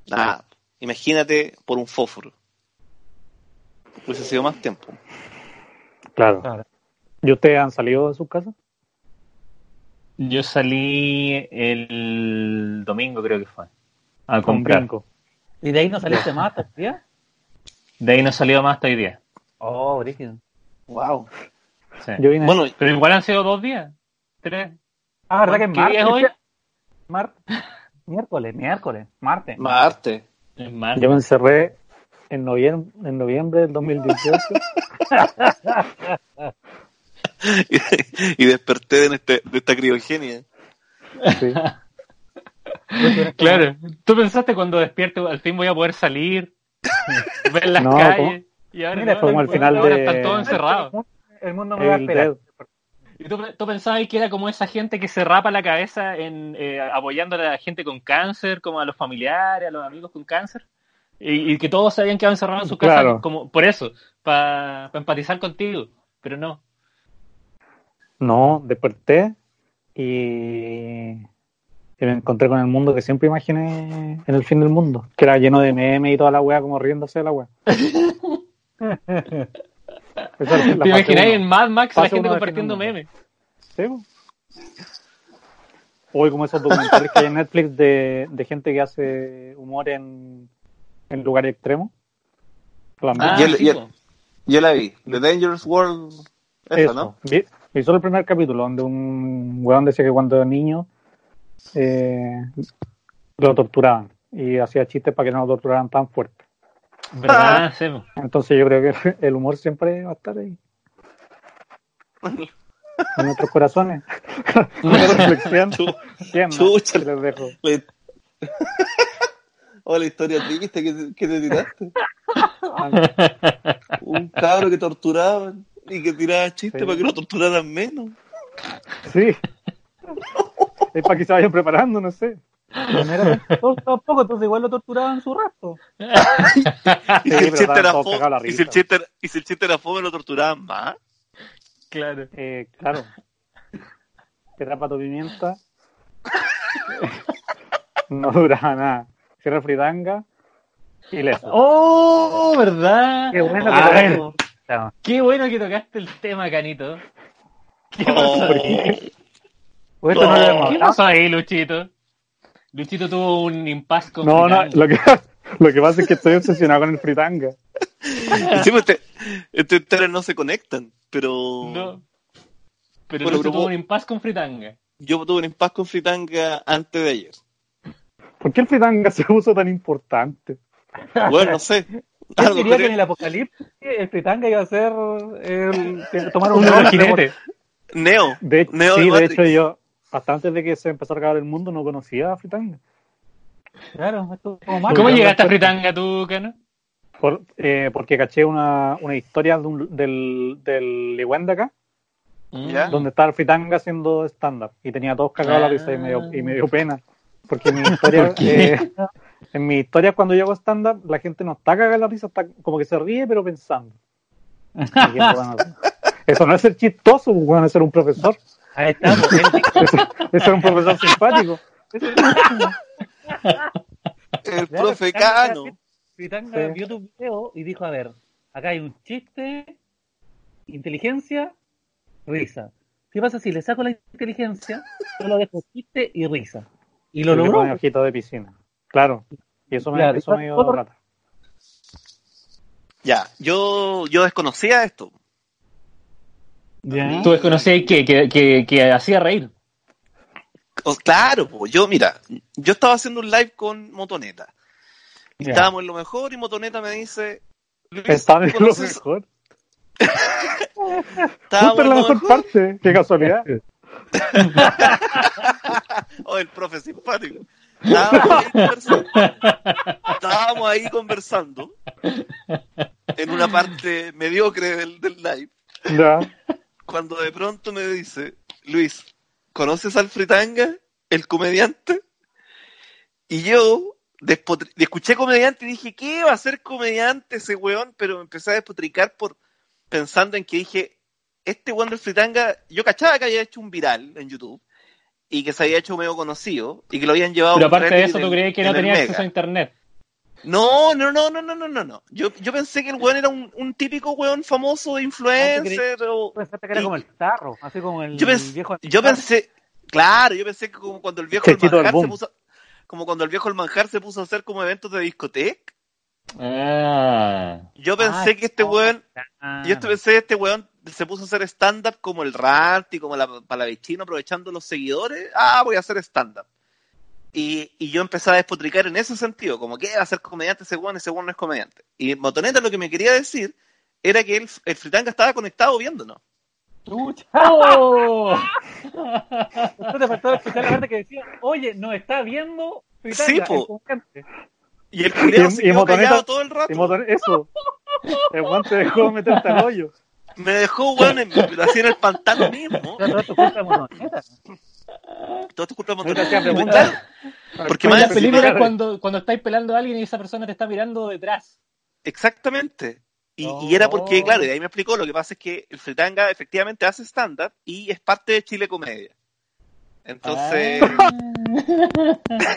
Speaker 3: nada, imagínate por un fósforo. Hubiese sido más tiempo.
Speaker 4: Claro.
Speaker 2: Claro.
Speaker 4: ¿Y ustedes han salido de sus casas?
Speaker 1: Yo salí el domingo, creo que fue. A
Speaker 4: Con
Speaker 1: comprar.
Speaker 4: brinco.
Speaker 2: ¿Y de ahí no saliste más hasta el día?
Speaker 1: De ahí no salió más hasta hoy día.
Speaker 2: Oh, brígido.
Speaker 3: Wow.
Speaker 1: Sí.
Speaker 4: Yo vine
Speaker 3: Bueno,
Speaker 1: Pero igual han sido dos días. Tres.
Speaker 2: Ah, ¿verdad que es
Speaker 1: ¿Qué día
Speaker 2: martes?
Speaker 1: es hoy?
Speaker 2: Mar- Miércoles, miércoles, martes.
Speaker 3: Marte.
Speaker 1: Es martes.
Speaker 4: Yo me encerré en noviembre, en noviembre del 2018.
Speaker 3: y desperté de, este- de esta criogenia.
Speaker 4: sí.
Speaker 1: Claro, tú pensaste cuando despierto, al fin voy a poder salir, ver las
Speaker 4: No,
Speaker 1: calles. Y ahora
Speaker 2: Mira,
Speaker 1: no,
Speaker 4: como al
Speaker 1: ahora
Speaker 4: final de-
Speaker 1: están todos encerrados.
Speaker 2: El mundo me va a
Speaker 4: Evil
Speaker 2: esperar.
Speaker 4: Dead.
Speaker 1: Y tú, tú pensabas que era como esa gente que se rapa la cabeza en eh, apoyando a la gente con cáncer, como a los familiares, a los amigos con cáncer, y, y que todos se habían quedado encerrados en su casa
Speaker 4: Claro.
Speaker 1: como por eso, para empatizar contigo, pero no.
Speaker 4: No, desperté y, y me encontré con el mundo que siempre imaginé en el fin del mundo, que era lleno de memes y toda la wea como riéndose de la wea. Esa es la
Speaker 1: ¿Te
Speaker 4: parte
Speaker 1: imagináis
Speaker 4: uno.
Speaker 1: en Mad Max
Speaker 4: Fase
Speaker 1: la gente
Speaker 4: uno
Speaker 1: compartiendo
Speaker 4: definando.
Speaker 1: memes?
Speaker 4: Sí, po. Hoy como esos documentales que hay en Netflix de, de gente que hace humor en, en lugares extremos. Las
Speaker 1: Ah,
Speaker 3: Yo-
Speaker 1: sí,
Speaker 3: yo-
Speaker 1: po.
Speaker 3: Yo la vi. The Dangerous World. Esa,
Speaker 4: Eso,
Speaker 3: ¿no?
Speaker 4: Vi, vi solo el primer capítulo, donde un weón decía que cuando era niño eh, lo torturaban y hacía chistes para que no lo torturaran tan fuerte. Ah.
Speaker 1: ¿Verdad? Sí, po.
Speaker 4: Entonces yo creo que el humor siempre va a estar ahí. En nuestros corazones. Una reflexión. tierna
Speaker 3: chucha.
Speaker 4: que les dejo.
Speaker 3: Le- o la historia triste que, te- que te tiraste. Un cabro que torturaban y que tiraba chistes
Speaker 4: Sí.
Speaker 3: para que lo torturaran menos.
Speaker 4: Sí. Es para que se vayan preparando, no sé.
Speaker 2: No era tanto- tampoco, entonces igual lo torturaban en su rato.
Speaker 3: Y si el
Speaker 4: Sí, pero
Speaker 3: chiste
Speaker 4: estaban
Speaker 3: era
Speaker 4: todos cagados la
Speaker 3: fome, y si
Speaker 4: risa.
Speaker 3: el chiste era- y si el chiste era fome, lo torturaban más.
Speaker 1: Claro.
Speaker 4: Eh, claro. Que trapa tu pimienta. no duraba nada. Cierra fritanga. Y leso.
Speaker 1: ¡Oh, verdad!
Speaker 4: Qué bueno que
Speaker 1: A
Speaker 4: lo
Speaker 1: ver,
Speaker 4: vemos.
Speaker 1: Qué bueno que tocaste el tema, Canito. ¿Qué pasó?
Speaker 3: Oh,
Speaker 4: Pues esto no, lo hemos
Speaker 1: ¿Qué
Speaker 4: hablado.
Speaker 1: pasó ahí, Luchito? Luchito tuvo un impasse con
Speaker 4: No, no,
Speaker 1: Fernando.
Speaker 4: lo que, lo que pasa es que estoy obsesionado con el fritanga.
Speaker 3: Encima, este- este- ustedes este no se conectan. pero.
Speaker 1: No. Pero no
Speaker 3: Bueno,
Speaker 1: se
Speaker 3: pero
Speaker 1: tuvo
Speaker 3: vos-
Speaker 1: un impasse con Fritanga.
Speaker 3: Yo tuve un impasse con Fritanga antes de ayer.
Speaker 4: ¿Por qué el fritanga se puso tan importante?
Speaker 3: Bueno, no sé. A
Speaker 5: ¿Quién
Speaker 3: lo
Speaker 5: diría
Speaker 3: mejor
Speaker 5: que en
Speaker 3: es
Speaker 5: el apocalipsis el Fritanga iba a ser el, el- tomar un
Speaker 4: Uno de
Speaker 5: rol
Speaker 4: los
Speaker 5: de-
Speaker 4: jinetes.
Speaker 3: Neo.
Speaker 4: De, hecho-
Speaker 3: Neo
Speaker 4: sí, de
Speaker 3: Matrix.
Speaker 4: hecho yo, hasta antes de que se empezara a acabar el mundo, no conocía a fritanga.
Speaker 5: Claro, esto es como
Speaker 4: Ah,
Speaker 5: Marvel.
Speaker 1: ¿Cómo
Speaker 4: no,
Speaker 1: llegaste a
Speaker 4: no,
Speaker 1: Fritanga tú, Cano?
Speaker 4: Por- eh, porque caché una, una historia de un- del, del Lewenda acá,
Speaker 3: ¿Ya?
Speaker 4: donde estaba el fritanga haciendo estándar y tenía todos cagados la risa y me, dio, y me dio pena. Porque en mi historia, eh, en mi historia cuando yo hago estándar, la gente no está cagada la risa, está como que se ríe pero pensando. Y que, bueno, eso no es ser chistoso, pues, bueno, es ser un profesor.
Speaker 5: Ahí pues, estamos. él dijo,
Speaker 4: Eso, eso es un profesor simpático.
Speaker 3: El
Speaker 5: Ya,
Speaker 3: profe
Speaker 5: Fritanga,
Speaker 3: Cano.
Speaker 5: Fritanga
Speaker 4: Sí.
Speaker 5: vio tu video y dijo, a ver, acá hay un chiste, inteligencia, risa. ¿Qué pasa si le saco la inteligencia, solo dejo chiste y risa? Y lo
Speaker 4: Y le
Speaker 5: logró.
Speaker 4: ponen ojito de piscina. Claro. Y eso me,
Speaker 5: Claro,
Speaker 4: eso me dio
Speaker 5: otro-
Speaker 4: lata.
Speaker 3: Ya. Yo, yo desconocía esto.
Speaker 1: Tú desconocías que, que, que, que hacía reír.
Speaker 3: O- claro, po, yo, mira, yo estaba haciendo un live con Motoneta.
Speaker 5: Ya.
Speaker 3: Estábamos en lo mejor y Motoneta me dice. Luis,
Speaker 4: Estaba en
Speaker 3: ¿tú
Speaker 4: lo
Speaker 3: conoces-
Speaker 4: mejor.
Speaker 3: estábamos
Speaker 4: Justo en la
Speaker 3: en lo
Speaker 4: mejor
Speaker 3: mejor?
Speaker 4: parte. Qué casualidad.
Speaker 3: O Oh, el profe simpático. Estábamos ahí conversando. Estábamos ahí conversando en una parte mediocre del, del live.
Speaker 4: Ya.
Speaker 3: Cuando de pronto me dice, Luis, ¿conoces al Fritanga, el comediante? Y yo despotri- escuché comediante y dije, ¿qué va a ser comediante ese weón? Pero me empecé a despotricar por pensando en que dije, este weón del Fritanga, yo cachaba que había hecho un viral en YouTube y que se había hecho medio conocido y que lo habían llevado
Speaker 1: Pero
Speaker 3: a un
Speaker 1: aparte de
Speaker 3: reality
Speaker 1: eso,
Speaker 3: en
Speaker 1: tú
Speaker 3: el-
Speaker 1: creías que
Speaker 3: en
Speaker 1: no
Speaker 3: el
Speaker 1: tenía
Speaker 3: Mega.
Speaker 1: acceso a internet.
Speaker 3: No, no, no, no, no, no, no, no. Yo, yo pensé que el weón era un, un típico weón
Speaker 1: Ah,
Speaker 3: famoso de influencer o...
Speaker 5: Pensaste Pues, que era como el tarro, así como el
Speaker 3: Yo pens-
Speaker 5: viejo.
Speaker 3: Yo pensé, claro, yo pensé que como cuando el viejo el
Speaker 4: Chachito del
Speaker 3: manjar se
Speaker 4: boom.
Speaker 3: puso, como cuando el viejo el manjar se puso a hacer como eventos de discoteca,
Speaker 1: Ah.
Speaker 3: yo pensé que
Speaker 4: oh,
Speaker 3: este weón, yo este- pensé que este weón se puso a hacer stand-up como el Rart y como la Palavicino aprovechando los seguidores, ah, voy a hacer stand-up. Y, y yo empecé a despotricar en ese sentido, como que va a ser comediante ese weón, ese weón no es comediante. Y Motoneta lo que me quería decir era que el, el fritanga estaba conectado viéndonos.
Speaker 1: ¡Oh!
Speaker 5: Tú te faltó escuchar la parte que decía, oye, nos está viendo Fritanga,
Speaker 3: Sí, po.
Speaker 5: el comediante".
Speaker 3: Y el culiao
Speaker 4: Y-
Speaker 3: se
Speaker 4: y
Speaker 3: quedó
Speaker 4: Motoneta-
Speaker 3: callado todo el rato.
Speaker 4: Y motor- eso. El Juan te dejó meterte al hoyo.
Speaker 3: Me dejó, weón, en, pero así en el pantano mismo.
Speaker 5: Pero todo esto es culpa de Motoneta.
Speaker 3: Todo esto es culpa de
Speaker 4: Nunca hacía
Speaker 3: Motorhead.
Speaker 4: preguntas.
Speaker 3: Claro, Porque
Speaker 1: Pues
Speaker 3: más
Speaker 1: la película es
Speaker 3: encima,
Speaker 1: cuando, cuando estáis pelando a alguien y esa persona te está mirando detrás.
Speaker 3: exactamente. Y, y
Speaker 5: Oh.
Speaker 3: era porque, claro, y de ahí me explicó, lo que pasa es que el Fritanga efectivamente hace stand-up y es parte de Chile Comedia. Entonces,
Speaker 5: Ah.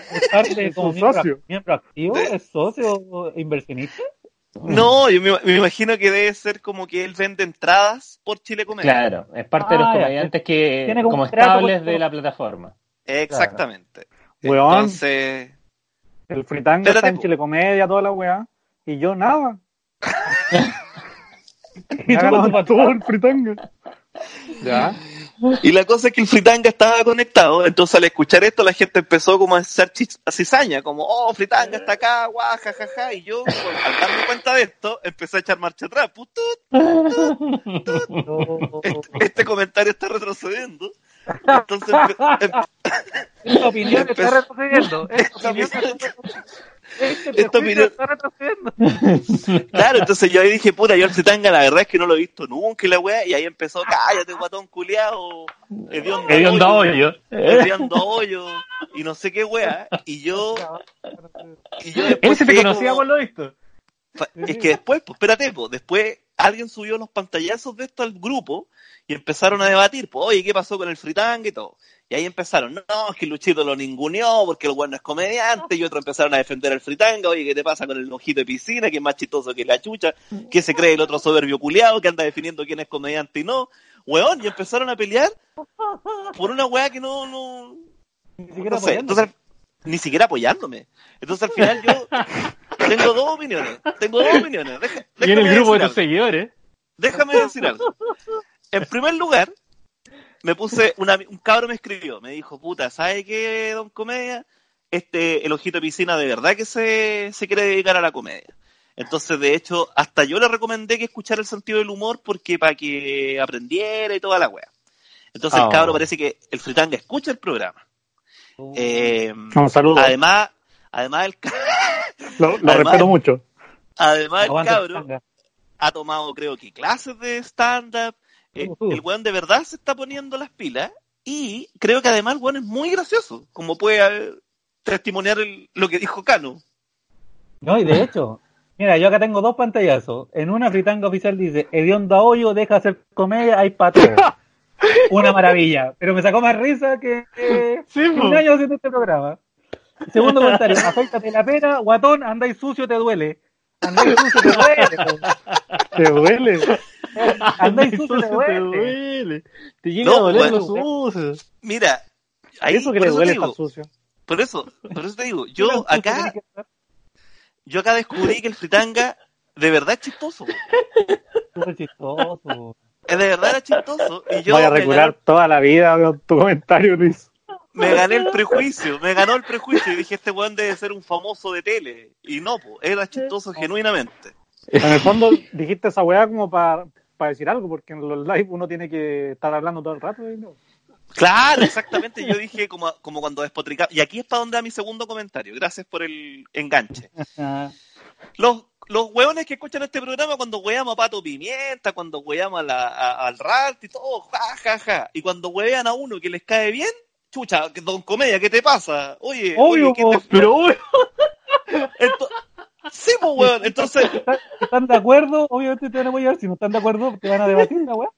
Speaker 5: Es parte
Speaker 4: Es
Speaker 5: como
Speaker 4: un
Speaker 5: miembro,
Speaker 4: socio.
Speaker 5: miembro activo, es socio inversionista.
Speaker 3: no, yo me, me imagino que debe ser como que él vende entradas por Chile Comedia.
Speaker 1: Claro, es parte de los
Speaker 5: Ah, ya.
Speaker 1: comediantes que,
Speaker 5: Tiene como
Speaker 1: como
Speaker 5: un trato
Speaker 1: estables
Speaker 5: con-
Speaker 1: de la plataforma.
Speaker 3: Exactamente.
Speaker 4: Weón.
Speaker 3: Entonces,
Speaker 4: El fritanga
Speaker 3: Espérate,
Speaker 4: está en
Speaker 3: po.
Speaker 4: Chilecomedia, toda la weá. Y yo nada.
Speaker 5: Y
Speaker 4: Me ha
Speaker 5: tú con tu
Speaker 4: ganado
Speaker 5: papá.
Speaker 4: todo el fritanga. Ya.
Speaker 3: y la cosa es que el Fritanga estaba conectado, entonces al escuchar esto la gente empezó como a hacer chis- a cizaña, como, oh, Fritanga está acá, guau, jajaja, y yo, por- al darme cuenta de esto, empecé a echar marcha atrás, puto, este, este comentario está retrocediendo. Entonces, empe- em-
Speaker 5: Esta opinión está
Speaker 3: Empezó-
Speaker 5: retrocediendo. Esta
Speaker 3: esta
Speaker 5: opinión está
Speaker 3: opinión-
Speaker 5: retrocediendo. Este
Speaker 3: Esta
Speaker 5: prejuicio
Speaker 3: opinión-
Speaker 5: está retrocediendo.
Speaker 3: claro, entonces yo ahí dije, puta, yo al Fritanga la verdad es que no lo he visto nunca y la weá, y ahí empezó, cállate, guatón culiao, eh, hediondo
Speaker 1: Hediondo
Speaker 3: hoyo,
Speaker 1: hoyo.
Speaker 3: hediondo hoyo, y no sé qué weá, y yo, y yo después pues.
Speaker 1: Ese te
Speaker 3: quedé
Speaker 1: conocía
Speaker 3: como-
Speaker 1: por lo visto.
Speaker 3: Fa- Es que después, pues, espérate, pues, después alguien subió los pantallazos de esto al grupo y empezaron a debatir, pues, oye, ¿qué pasó con el fritanga y todo? Y ahí empezaron, no, es que Luchito lo ninguneó porque el weón no es comediante, y otros empezaron a defender al fritanga, oye, ¿qué te pasa con el ojito de piscina, que es más chistoso que la chucha, que se cree el otro soberbio culiado, que anda definiendo quién es comediante y no? Weón, y empezaron a pelear por una weá que no, no,
Speaker 5: Ni siquiera
Speaker 3: no sé,
Speaker 5: apoyando.
Speaker 3: entonces, ni siquiera apoyándome. Entonces al final yo tengo dos opiniones. Tengo dos opiniones. Deja-
Speaker 1: Y en el
Speaker 3: déjame
Speaker 1: grupo de
Speaker 3: decir
Speaker 1: tus seguidores.
Speaker 3: déjame decir algo. En primer lugar, me puse, una, un cabro me escribió, me dijo, puta, ¿sabe qué, don Comedia? Este, el ojito de piscina de verdad que se, se quiere dedicar a la comedia. Entonces, de hecho, hasta yo le recomendé que escuchara el sentido del humor porque para que aprendiera y toda la wea. Entonces, el
Speaker 1: Oh.
Speaker 3: cabro parece que el fritanga escucha el programa. Eh,
Speaker 4: Un saludo.
Speaker 3: además, además el, ca-
Speaker 4: Lo, lo
Speaker 3: además-
Speaker 4: respeto mucho.
Speaker 3: además el
Speaker 2: Aguanta,
Speaker 3: cabro
Speaker 2: tanga.
Speaker 3: ha tomado, creo que, clases de stand-up. Eh,
Speaker 4: Uh-huh.
Speaker 2: Uh.
Speaker 3: El weón de verdad se está poniendo las pilas. Y creo que además el weón es muy gracioso, como puede eh, testimoniar el- lo que dijo Cano.
Speaker 2: No, y de hecho, mira, yo acá tengo dos pantallazos. En una fritanga oficial dice, hediondo a hoyo, deja de hacer comedia, hay pato. Una maravilla. Pero me sacó más risa que que un año haciendo este programa. Segundo comentario, afeítate la pera, guatón, andáis sucio, te duele. Andáis sucio, te duele.
Speaker 4: Te duele.
Speaker 2: Andáis sucio, te
Speaker 1: Entonces te
Speaker 2: duele.
Speaker 1: duele. Te
Speaker 3: No, pues,
Speaker 1: llega a doler
Speaker 3: bueno.
Speaker 1: los usos.
Speaker 3: Mira, ahí,
Speaker 4: Eso que
Speaker 3: por
Speaker 4: le
Speaker 3: eso
Speaker 4: duele
Speaker 3: te
Speaker 4: está
Speaker 3: digo,
Speaker 4: sucio.
Speaker 3: por eso, por eso te digo, yo acá, yo acá descubrí que el fritanga de verdad es chistoso.
Speaker 2: Súper chistoso.
Speaker 3: Eh, De verdad era chistoso. Y yo
Speaker 4: Voy a
Speaker 3: me
Speaker 4: regular toda la vida con tu comentario, Luis.
Speaker 3: me gané el prejuicio, me ganó el prejuicio y dije, este weón debe ser un famoso de tele. Y no, po, era chistoso genuinamente.
Speaker 4: En el fondo dijiste esa weá como para decir algo, porque en los live uno tiene que estar hablando todo el rato. y no.
Speaker 3: Claro, exactamente, yo dije como, como cuando despotricaba. Y aquí es para donde va mi segundo comentario, gracias por el enganche.
Speaker 2: Ah,
Speaker 3: Los, los weones que escuchan este programa cuando weamos a Pato Pimienta, cuando weamos a la- a- al Ralt y todo, ja, ja, ja. Y cuando wean a uno que les cae bien, chucha, que- don Comedia, ¿qué te pasa? Oye,
Speaker 4: Obvio,
Speaker 3: oye, ¿qué
Speaker 4: po,
Speaker 3: te-
Speaker 1: Pero uy,
Speaker 3: ento- Sí, pues weón, entonces...
Speaker 2: ¿Están de acuerdo? Obviamente te van a apoyar. Si no están de acuerdo, te van a debatir la weá.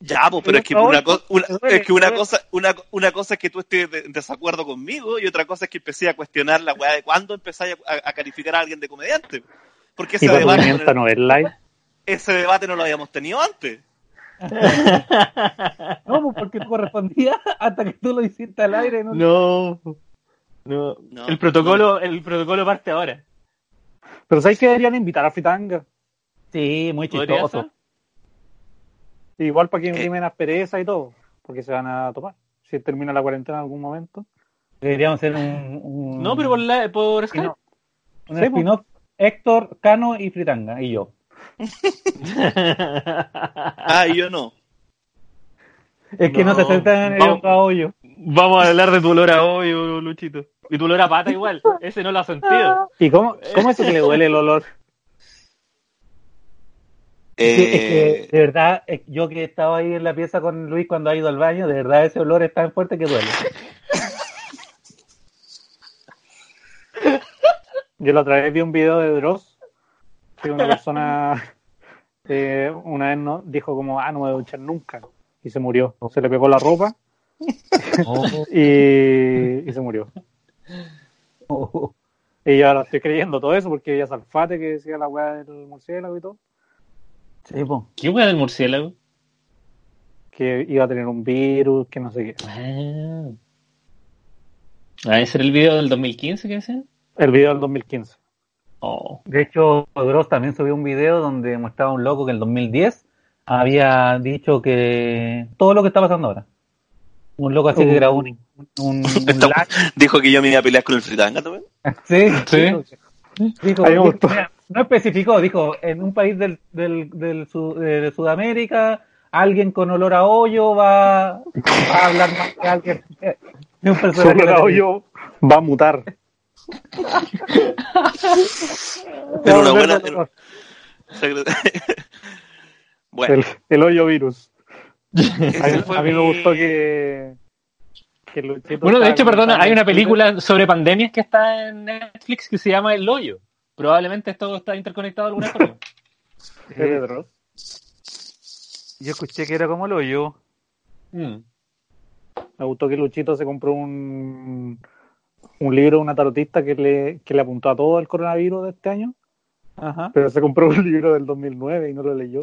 Speaker 3: Ya, pues, pero es que
Speaker 2: Por
Speaker 3: una,
Speaker 2: favor,
Speaker 3: co- una-
Speaker 2: me duele,
Speaker 3: es que una
Speaker 2: me duele.
Speaker 3: cosa, una, una cosa es que tú estés de- en desacuerdo conmigo y otra cosa es que empecé a cuestionar la weá de cuándo empezáis a, a- a calificar a alguien de comediante. Porque
Speaker 4: Y
Speaker 3: ese
Speaker 4: cuando
Speaker 3: debate,
Speaker 4: mienta no es live.
Speaker 3: ese debate no lo habíamos tenido antes.
Speaker 2: No, pues, porque tú correspondía hasta que tú lo hiciste al aire. No,
Speaker 1: no. No.
Speaker 3: No.
Speaker 1: El protocolo, el protocolo parte ahora.
Speaker 4: Pero ¿sabes que deberían invitar a Fritanga?
Speaker 2: Sí, muy
Speaker 1: ¿Podría
Speaker 2: chistoso.
Speaker 1: ser?
Speaker 4: Igual para que
Speaker 3: Eh.
Speaker 4: imprimen las perezas y todo, porque se van a tomar. Si termina la cuarentena en algún momento.
Speaker 2: Deberíamos hacer un, un-
Speaker 1: No, pero por, la, por
Speaker 2: Sí,
Speaker 1: Skype.
Speaker 2: no. un
Speaker 4: Sí, pues.
Speaker 2: spin-off. Héctor, Cano y Fritanga, y yo.
Speaker 3: Ah, y yo no.
Speaker 2: Es que no,
Speaker 1: No,
Speaker 2: te aceptan en el
Speaker 1: vamos.
Speaker 2: otro hoyo.
Speaker 1: Vamos a hablar de tu olor a hoyo, Luchito. Y tu olor a pata igual. Ese no lo has sentido.
Speaker 4: ¿Y cómo, cómo es que le duele el olor?
Speaker 2: Sí, es que, de verdad, eh, yo que he estado ahí en la pieza con Luis cuando ha ido al baño, de verdad ese olor es tan fuerte que duele.
Speaker 4: Yo la otra vez vi un video de Dross, que una persona eh, una vez no, dijo como, ah, no me voy a duchar nunca. Y se murió. Se le pegó la ropa y, y se murió.
Speaker 2: Oh.
Speaker 4: Y yo ahora estoy creyendo todo eso porque ya Salfate que decía la weá del murciélago y todo,
Speaker 2: Sí, po.
Speaker 1: ¿Qué hueá del murciélago?
Speaker 4: que iba a tener un virus, que no sé qué.
Speaker 1: Ah. Ah, ese era el video del 2015 que decían.
Speaker 4: El video del 2015.
Speaker 1: Oh.
Speaker 2: De hecho, Dross también subió un video donde mostraba a un loco que en el 2010 había dicho que todo lo que está pasando ahora. Un loco así que
Speaker 4: Uh.
Speaker 2: grabó un, un, un
Speaker 3: Está-
Speaker 2: live.
Speaker 3: Dijo que yo me iba a pelear con el fritanga también.
Speaker 2: Sí,
Speaker 1: Sí.
Speaker 2: Dijo,
Speaker 4: A mí me
Speaker 2: dijo-
Speaker 4: gustó.
Speaker 2: mira, no especificó, dijo, en un país del, del, del su- de Sudamérica, alguien con olor a hoyo va, va a hablar más que alguien. de un
Speaker 4: Su
Speaker 2: personaje de la
Speaker 4: olor a hoyo va a mutar.
Speaker 3: Era una
Speaker 4: Va a
Speaker 3: buena-
Speaker 4: volver dolor.
Speaker 3: bueno,
Speaker 4: El, el hoyo virus. A
Speaker 3: ese
Speaker 4: mí,
Speaker 3: fue
Speaker 4: a mí me
Speaker 3: mi-
Speaker 4: gustó que. que Luchito
Speaker 1: Bueno, de
Speaker 4: estaba
Speaker 1: hecho, perdona,
Speaker 4: comentando
Speaker 1: hay
Speaker 4: en
Speaker 1: una
Speaker 4: Twitter.
Speaker 1: película sobre pandemias que está en Netflix que se llama El Hoyo. Probablemente esto está interconectado de alguna forma.
Speaker 4: ¿Es de Dross?
Speaker 2: Yo escuché que era como el hoyo.
Speaker 1: Mm.
Speaker 4: Me gustó que Luchito se compró un, un libro de una tarotista que le, que le apuntó a todo el coronavirus de este año,
Speaker 2: Ajá.
Speaker 4: pero se compró un libro del 2009 y no lo leyó.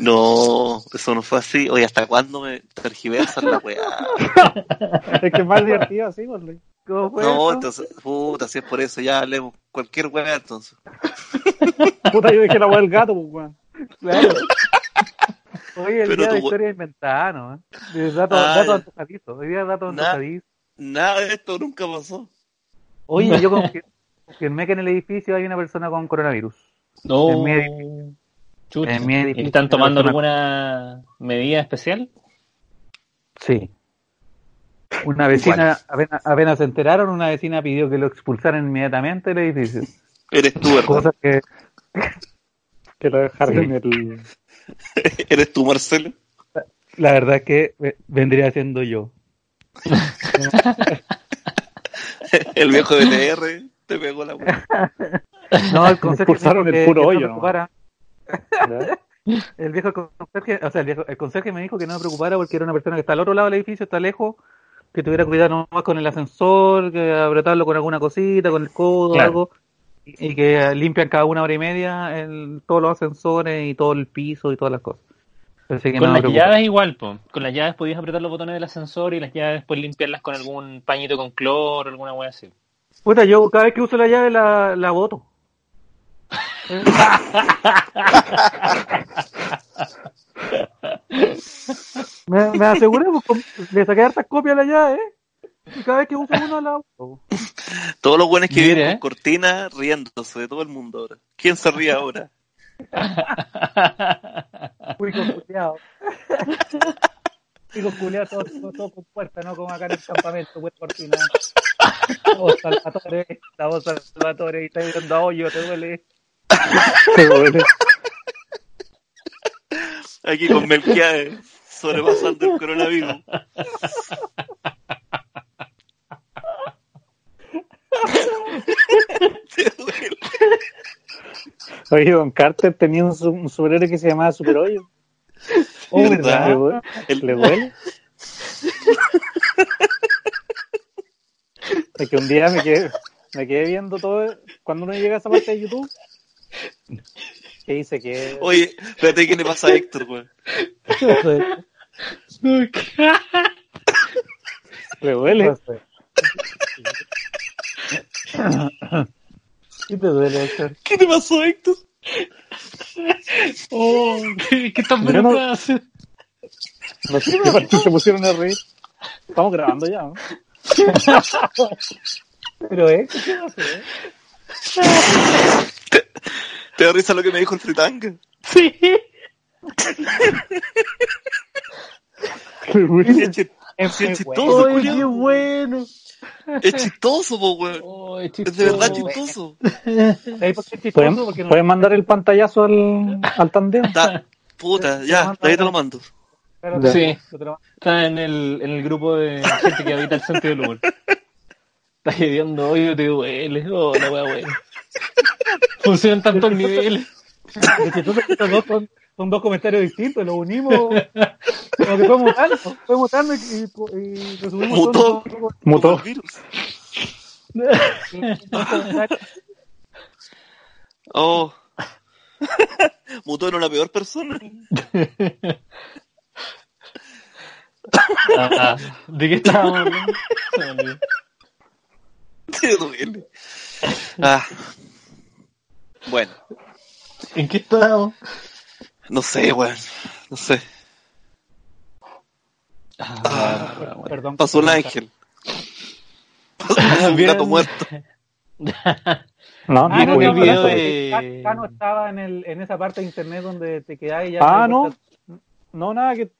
Speaker 3: No, eso no fue así. Oye, ¿hasta cuándo me tergiversan la weá?
Speaker 4: es que es más divertido así, pues, Luis.
Speaker 3: ¿Cómo fue no, eso? entonces, puta, si es por eso, ya hablemos cualquier weá entonces.
Speaker 4: puta, yo dejé la weá del gato, pues, weón.
Speaker 5: Claro. Hoy el Pero día de tu... historia inventada, ¿no? De dato, ah, dato antojadizo. Hoy día dato
Speaker 3: na, antojadizo. Nada de esto nunca pasó.
Speaker 5: Oye, yo confirmé que en el edificio hay una persona con coronavirus.
Speaker 1: No. En mi edificio. Oh. Chucha. En mi edificio. ¿Están tomando alguna medida especial?
Speaker 5: Sí. Una vecina, apenas, apenas, se enteraron, una vecina pidió que lo expulsaran inmediatamente del edificio.
Speaker 3: Eres tú, ¿verdad?
Speaker 5: Cosa que...
Speaker 4: que lo dejaron sí. en el...
Speaker 3: ¿Eres tú, Marcelo?
Speaker 5: La verdad es que vendría siendo yo.
Speaker 3: el viejo de TR te pegó la
Speaker 5: boca. No, el conserje.
Speaker 4: Expulsaron el puro hoyo. No
Speaker 5: ¿no? El viejo conserje, o sea, el, viejo, el conserje me dijo que no me preocupara porque era una persona que está al otro lado del edificio, está lejos, que tuviera cuidado nomás con el ascensor, que apretarlo con alguna cosita, con el codo, claro. algo y que limpian cada una hora y media el, todos los ascensores y todo el piso y todas las cosas.
Speaker 1: Que con no las llaves igual, po. con las llaves podías apretar los botones del ascensor y las llaves después limpiarlas con algún pañito con cloro, alguna wea así.
Speaker 5: Puta, yo cada vez que uso la llave la, la boto. me, me aseguré, pues, le saqué hartas copias a la llave, ¿eh? Y cada vez que uso uno la
Speaker 3: Todos los buenos que Mira, viven con eh. cortina riéndose de todo el mundo ahora. ¿Quién se ríe ahora?
Speaker 4: Muy confuleado. Muy confuleado todo, todo, todo, con puerta, ¿no? Como acá en el campamento, pues cortina. Oh, Salvatore, la voz Salvatore, y está viendo a hoyo, te duele.
Speaker 5: Te duele.
Speaker 3: Aquí con Melquiades, sobrepasando el coronavirus.
Speaker 4: Oye, Don Carter tenía un, un superhéroe que se llamaba Super Hoyo.
Speaker 5: Oh, ¿verdad?
Speaker 4: ¿Le, duele? ¿Le duele? Es que un día me quedé, me quedé viendo todo. Cuando uno llega a esa parte de YouTube, que dice que.
Speaker 3: Oye, espérate, ¿qué le pasa a Héctor, güey?
Speaker 4: ¿Le duele?
Speaker 5: ¿Qué te duele, Héctor?
Speaker 3: ¿Qué te pasó, Héctor?
Speaker 1: Oh, ¿qué tan bueno no, hacer?
Speaker 4: No sé qué parte se pusieron a reír. Estamos grabando ya, ¿no? Pero, ¿eh? ¿Qué va a hacer?
Speaker 3: ¿Te, ¿Te da risa lo que me dijo el fritanga?
Speaker 4: Sí.
Speaker 3: Es chistoso,
Speaker 5: Ay, qué bueno.
Speaker 3: Es chistoso, po, weón. Oh, es, es, de verdad chistoso.
Speaker 4: ¿Pueden, porque no? ¿Pueden mandar el pantallazo al, al tandeo?
Speaker 3: Da, puta, ya, de ahí te lo mando.
Speaker 1: Sí, está en el, en el grupo de gente que habita el centro del humor. Estás viviendo hoy, te duele, oh, la wea, weón. Funcionan tantos niveles.
Speaker 4: son, son dos comentarios distintos, los unimos. Como que fue mutando, fue mutando y, y, y resumimos
Speaker 3: Mutó.
Speaker 4: todo.
Speaker 3: Mutó.
Speaker 4: virus.
Speaker 3: oh. Mutó en una peor persona.
Speaker 1: Ah, ah. ¿De qué estábamos hablando?
Speaker 3: Te duele. Ah. Bueno.
Speaker 1: ¿En qué estábamos?
Speaker 3: No sé, weón. No sé.
Speaker 4: Ah, perdón, perdón,
Speaker 3: pasó un ángel. Pasó un gato muerto.
Speaker 4: No,
Speaker 1: ah, no, el video
Speaker 4: de...
Speaker 5: Eh,
Speaker 4: Cano estaba en, el, en esa parte de internet donde te quedás y ya...
Speaker 5: Ah, no. Importa...
Speaker 4: No, nada, que...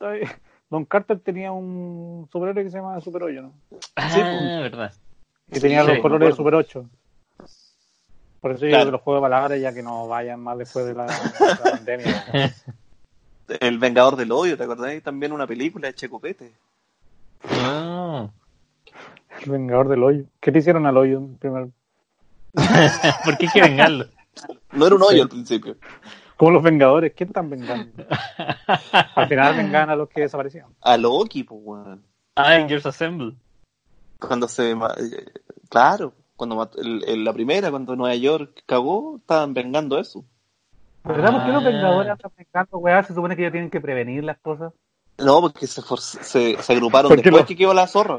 Speaker 4: Don Carter tenía un superhéroe que se llamaba Super 8, ¿no?
Speaker 1: Ah, sí, verdad.
Speaker 4: Que tenía sí, los colores de Super 8. Por eso claro. yo creo que los juegos de palabras ya que no vayan más después de la, de la pandemia. ¿no?
Speaker 3: El Vengador del Odio, ¿te acordás? También una película de Checopete.
Speaker 1: Ah.
Speaker 4: El Vengador del Hoyo. ¿Qué te hicieron al hoyo primero?
Speaker 1: ¿Por qué hay que vengarlo?
Speaker 3: No era un hoyo sí. al principio.
Speaker 4: Como los Vengadores, ¿quién están vengando? al final vengan a los que desaparecieron.
Speaker 3: A Loki, pues, weón.
Speaker 1: Avengers Assemble.
Speaker 3: Cuando se. Claro, cuando en la primera, cuando Nueva York cagó, estaban vengando eso.
Speaker 5: ¿Verdad? ¿Por qué
Speaker 3: Ah.
Speaker 5: los Vengadores están vengando, weá? Se supone que ya tienen que prevenir las cosas.
Speaker 3: No, porque se, for se, se agruparon después los... que quedó la zorra.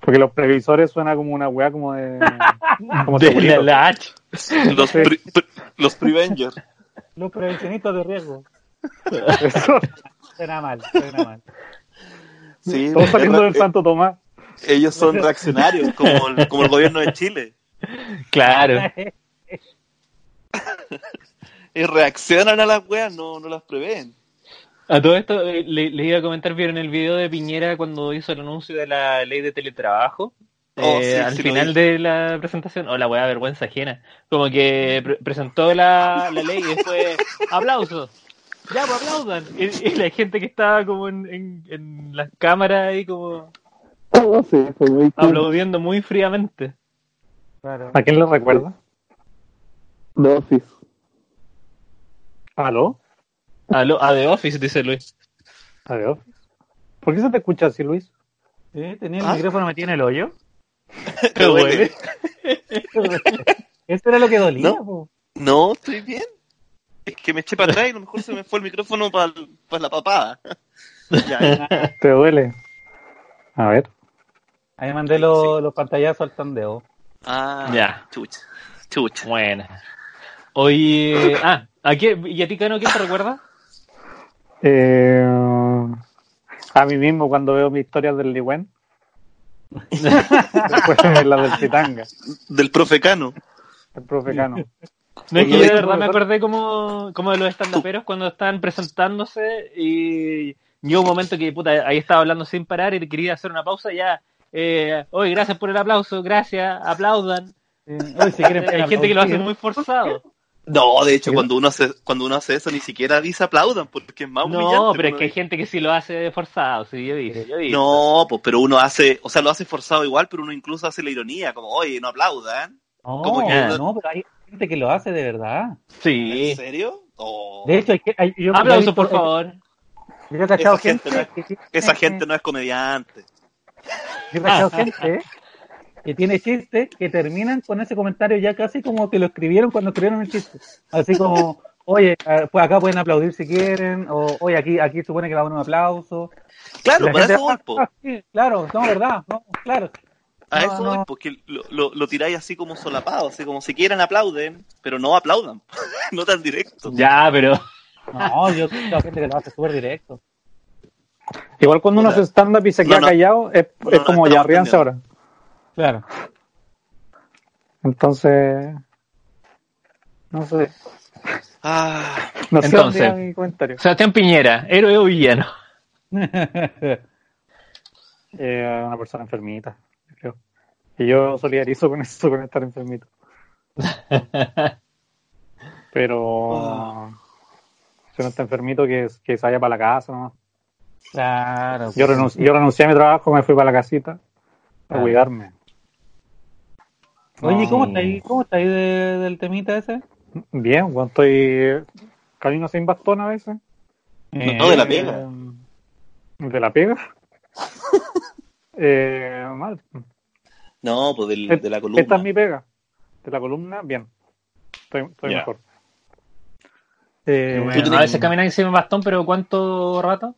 Speaker 4: Porque los previsores suena como una weá como de. Como
Speaker 3: De-
Speaker 4: segurito.
Speaker 3: Los, pre- pre- los Prevengers.
Speaker 5: Los prevencionistas de riesgo.
Speaker 4: Eso,
Speaker 5: Suena mal, suena mal.
Speaker 3: Sí,
Speaker 4: Todos saliendo
Speaker 3: ellos-
Speaker 4: del Santo Tomás.
Speaker 3: ellos son reaccionarios, como el, como el gobierno de Chile.
Speaker 1: Claro.
Speaker 3: Y reaccionan a las weas, no, no las prevén.
Speaker 1: A todo esto, eh, le- les iba a comentar, vieron el video de Piñera cuando hizo el anuncio de la ley de teletrabajo.
Speaker 3: Oh,
Speaker 1: Eh,
Speaker 3: sí,
Speaker 1: al
Speaker 3: sí lo
Speaker 1: final
Speaker 3: vi.
Speaker 1: de la presentación, oh, la weá vergüenza ajena. Como que pre- presentó la, la ley y después aplausos. Ya, pues aplaudan. Y, y la gente que estaba como en, en, en las cámaras ahí como
Speaker 4: Sí, fue muy cool.
Speaker 1: aplaudiendo muy fríamente.
Speaker 5: Claro.
Speaker 4: ¿A quién lo recuerda?
Speaker 6: The Office.
Speaker 4: ¿Aló?
Speaker 1: A, lo- a The Office, dice Luis.
Speaker 4: Adiós. ¿Por qué se te escucha así, Luis?
Speaker 5: ¿Sí? ¿Tenía el micrófono metido en el hoyo?
Speaker 3: ¿Te duele?
Speaker 5: Eso era lo que dolía,
Speaker 3: No.
Speaker 5: po.
Speaker 3: No, estoy bien. Es que me eché para atrás y a lo mejor se me fue el micrófono para la papada. Ya,
Speaker 4: ¿Te duele? A ver.
Speaker 5: Ahí mandé los- los pantallazos al tandeo.
Speaker 3: Ah,
Speaker 1: Ya.
Speaker 3: chucha. Chucha.
Speaker 1: Bueno. Oye, ah, ¿a qué, ¿y a ti, Cano, quién te recuerda?
Speaker 4: Eh, a mí mismo cuando veo mis historias del Ligüen. Después de ver las del Pitanga,
Speaker 3: Del profe Cano.
Speaker 4: el profe Cano.
Speaker 1: No, es que yo
Speaker 3: Oye,
Speaker 1: de verdad me
Speaker 4: profesor.
Speaker 1: acordé como, como de los estandaperos cuando estaban presentándose y llegó un momento que puta, ahí estaba hablando sin parar y quería hacer una pausa y ya. Eh, Oye, gracias por el aplauso, gracias, aplaudan.
Speaker 5: Eh, uy, si quieren,
Speaker 1: Hay gente que lo hace muy forzado.
Speaker 3: No, de hecho, cuando uno hace, cuando uno hace eso, ni siquiera dice aplaudan, porque es más humillante.
Speaker 1: No, pero es
Speaker 3: uno
Speaker 1: que hay
Speaker 3: dice-
Speaker 1: gente que sí lo hace forzado, sí, yo dije, yo dije.
Speaker 3: No, pues, pero uno hace, o sea, lo hace forzado igual, pero uno incluso hace la ironía, como, oye, no aplaudan.
Speaker 5: No,
Speaker 3: como que-
Speaker 5: no, pero hay gente que lo hace de verdad.
Speaker 3: ¿En
Speaker 1: Sí.
Speaker 3: serio? Oh,
Speaker 5: De hecho, hay que, hay- yo, yo he
Speaker 1: Aplauso,
Speaker 5: visto-
Speaker 1: por favor.
Speaker 5: Yo he cachado
Speaker 3: Esa gente,
Speaker 5: gente,
Speaker 3: ¿no?
Speaker 5: que tiene-
Speaker 3: esa gente no es comediante.
Speaker 5: Yo he cachado
Speaker 2: ¿eh?
Speaker 5: gente que tiene chistes que terminan con ese comentario ya casi como que lo escribieron cuando escribieron el chiste. Así como, oye, ah, pues acá pueden aplaudir si quieren, o oye, aquí aquí supone que va a haber un aplauso.
Speaker 3: Claro,
Speaker 5: La
Speaker 3: para
Speaker 5: gente-
Speaker 3: eso voy, po.
Speaker 5: Ah, sí, claro, no, verdad, no, claro.
Speaker 3: A
Speaker 5: No,
Speaker 3: eso
Speaker 5: no.
Speaker 3: voy, porque lo, lo, lo tiráis así como solapado, así como si quieren aplauden, pero no aplaudan, no tan directo.
Speaker 1: Ya, pero.
Speaker 5: No, yo he cachado gente que lo hace súper directo.
Speaker 4: Igual cuando uno hace stand-up y se
Speaker 3: No,
Speaker 4: queda
Speaker 3: no.
Speaker 4: callado, es,
Speaker 3: No,
Speaker 4: es
Speaker 3: no,
Speaker 4: como
Speaker 3: estamos
Speaker 4: ya ríanse ahora.
Speaker 3: entendiendo.
Speaker 5: Claro.
Speaker 4: Entonces, no sé.
Speaker 3: Ah,
Speaker 4: No sé
Speaker 1: Entonces.
Speaker 4: dónde iba mi comentario.
Speaker 1: Sebastián Piñera, héroe o villano.
Speaker 4: Eh, una persona enfermita, yo creo. Y yo solidarizo con eso, con estar enfermito.
Speaker 5: Ah.
Speaker 4: Pero si uno está enfermito, que, que se vaya para la casa nomás.
Speaker 5: Claro.
Speaker 4: Yo, renunci- yo renuncié a mi trabajo, me fui para la casita a
Speaker 5: Claro.
Speaker 4: cuidarme.
Speaker 5: Oye, ¿cómo
Speaker 4: No.
Speaker 5: está ahí, cómo está ahí de- del temita ese?
Speaker 4: Bien, cuando estoy camino sin bastón a veces.
Speaker 3: no, de la pega.
Speaker 4: Eh, ¿De la pega? eh, mal.
Speaker 3: No, pues del- de la columna.
Speaker 4: Esta es mi pega. De la columna, bien. Estoy, estoy
Speaker 3: Ya.
Speaker 4: mejor. Eh,
Speaker 3: Tú tenés-
Speaker 1: a veces camináis sin bastón, pero ¿cuánto rato?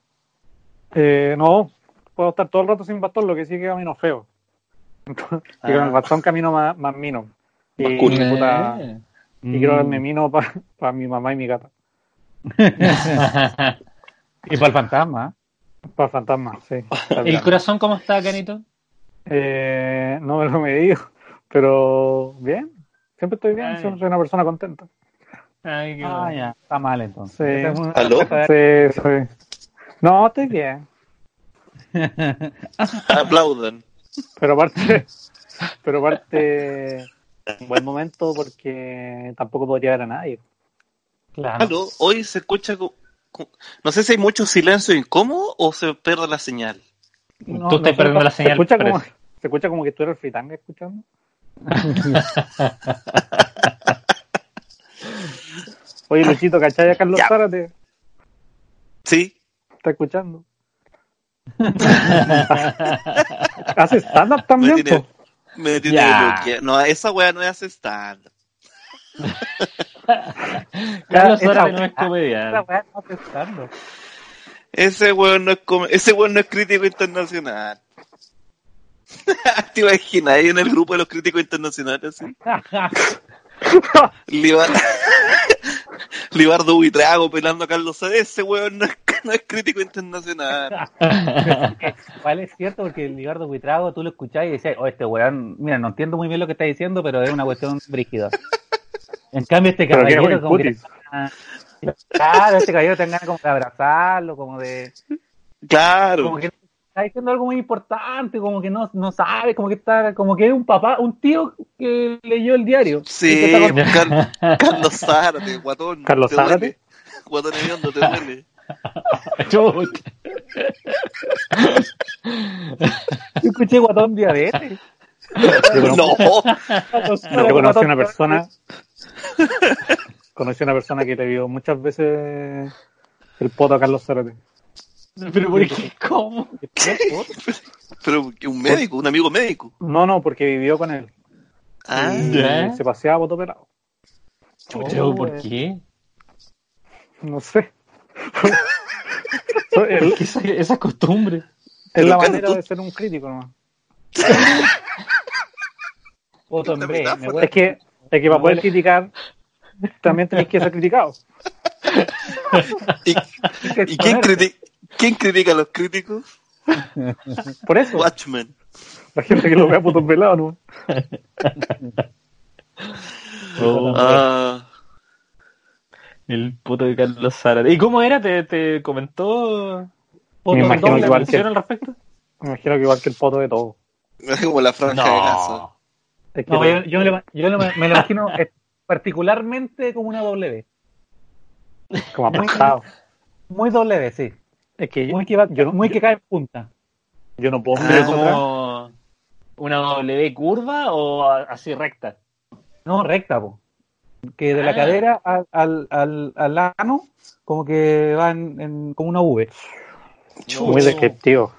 Speaker 4: eh, no, puedo estar todo el rato sin bastón, lo que sí que camino feo. y
Speaker 3: Ah.
Speaker 4: con el bastón camino más, más mino. Y,
Speaker 3: cool.
Speaker 4: puta,
Speaker 1: Eh.
Speaker 4: y
Speaker 5: Mm.
Speaker 4: quiero darme mino para mi mamá y mi gata.
Speaker 5: Y para el fantasma.
Speaker 4: Para fantasmas, sí. Está bien.
Speaker 1: ¿El corazón cómo está, Canito?
Speaker 4: Eh, no me lo me digo, pero bien. Siempre estoy bien,
Speaker 1: Ay.
Speaker 4: soy soy una persona contenta.
Speaker 1: Ay, qué
Speaker 5: Ah,
Speaker 1: bueno.
Speaker 5: ya, está mal entonces.
Speaker 4: Sí.
Speaker 5: Esa es una
Speaker 3: ¿Aló?
Speaker 5: respuesta
Speaker 4: Sí, sí. No, estoy bien.
Speaker 5: de-
Speaker 3: Aplaudan.
Speaker 4: Pero aparte, pero aparte, un buen momento porque tampoco podría ver a nadie.
Speaker 1: Ah,
Speaker 5: claro.
Speaker 3: Aló, hoy se escucha. co- co- No sé si hay mucho silencio incómodo o se pierde la señal.
Speaker 4: No,
Speaker 1: Tú
Speaker 4: no
Speaker 1: estás
Speaker 4: sé,
Speaker 1: perdiendo la
Speaker 4: se
Speaker 1: señal.
Speaker 4: Escucha como,
Speaker 1: parece.
Speaker 4: se escucha como que tú eres el fritanga escuchando. Oye, Luchito, ¿cachai a Carlos
Speaker 3: Ya.
Speaker 4: Zárate?
Speaker 3: Sí,
Speaker 4: Está escuchando. Hace stand-up
Speaker 3: me
Speaker 4: también,
Speaker 3: tiene,
Speaker 4: po.
Speaker 3: me tiene
Speaker 1: Ya.
Speaker 3: bloqueado. No, esa weá no hace stand.
Speaker 1: Carlos
Speaker 4: Esa-
Speaker 1: Zárate no es
Speaker 5: Esa
Speaker 1: comediante.
Speaker 5: weá está prestando.
Speaker 3: Ese weón no es, come- ese weón no es crítico internacional. ¿Te imaginas ahí en el grupo de los críticos internacionales? ¿sí? Libar... Libardo Buitrago pelando a Carlos Sade, ese weón no es, no es crítico internacional.
Speaker 2: Vale, es cierto, porque el Libardo Buitrago tú lo escuchás y decías, oh, este weón, mira, no entiendo muy bien lo que está diciendo, pero es una cuestión brígida. En cambio, este caballero como que... Claro, este caballero tenga como de abrazarlo, como de...
Speaker 3: Claro.
Speaker 2: Como que está diciendo algo muy importante, como que no, no sabe, como que está, como que es un papá, un tío que leyó el diario.
Speaker 3: Sí,
Speaker 2: Y que está
Speaker 3: Car- Carlos Zárate, guatón.
Speaker 4: Carlos
Speaker 3: te duele.
Speaker 4: Zárate.
Speaker 3: Guatón hediondo, te duele.
Speaker 1: Chuta.
Speaker 2: con- Yo escuché guatón este, diabetes.
Speaker 3: No,
Speaker 4: Yo conocí a una persona. conocí a una persona que le vio muchas veces el poto a Carlos Zárate.
Speaker 1: Pero ¿por qué? ¿Cómo?
Speaker 3: pero un médico, un amigo médico.
Speaker 4: No, no, porque vivió con él.
Speaker 3: Ah,
Speaker 1: ¿Ya?
Speaker 4: Y se paseaba poto pelado.
Speaker 1: Pero ¿por qué?
Speaker 4: No sé. El-
Speaker 1: ¿Qué esa, esa costumbre?
Speaker 4: es
Speaker 3: Pero,
Speaker 4: la
Speaker 3: Carlos,
Speaker 4: manera
Speaker 3: tú-
Speaker 4: de ser un crítico nomás.
Speaker 2: Otro hombre, me voy
Speaker 4: Es que, es que para poder criticar, también tenés que ser criticado.
Speaker 3: ¿Y,
Speaker 2: a
Speaker 3: y quién, criti- quién critica a los críticos?
Speaker 4: Por eso,
Speaker 3: Watchmen.
Speaker 4: la gente que lo vea puto pelado, ¿no? Oh,
Speaker 3: Ah,
Speaker 1: El puto de Carlos Zárate. ¿Y cómo era? ¿Te, te comentó?
Speaker 4: Me imagino
Speaker 1: doble
Speaker 4: que igual que-
Speaker 1: mención al respecto?
Speaker 4: Me imagino que igual que el poto de todo.
Speaker 3: es como la franja de Gaza.
Speaker 4: Es que
Speaker 2: No, yo, yo me lo, yo lo- me lo imagino eh, particularmente como una W.
Speaker 4: como aplastado.
Speaker 2: Muy W, sí.
Speaker 4: Es que yo,
Speaker 2: Muy que, va-
Speaker 4: yo no-
Speaker 2: muy que cae en punta.
Speaker 4: yo Ah, no puedo mirar
Speaker 1: ¿Pero
Speaker 4: eso atrás.
Speaker 1: como una W curva o a- así recta?
Speaker 2: No, recta, po. Que de la
Speaker 1: Ah.
Speaker 2: cadera al, al, al, al ano, como que va en, en- como una V.
Speaker 4: Muy descriptivo.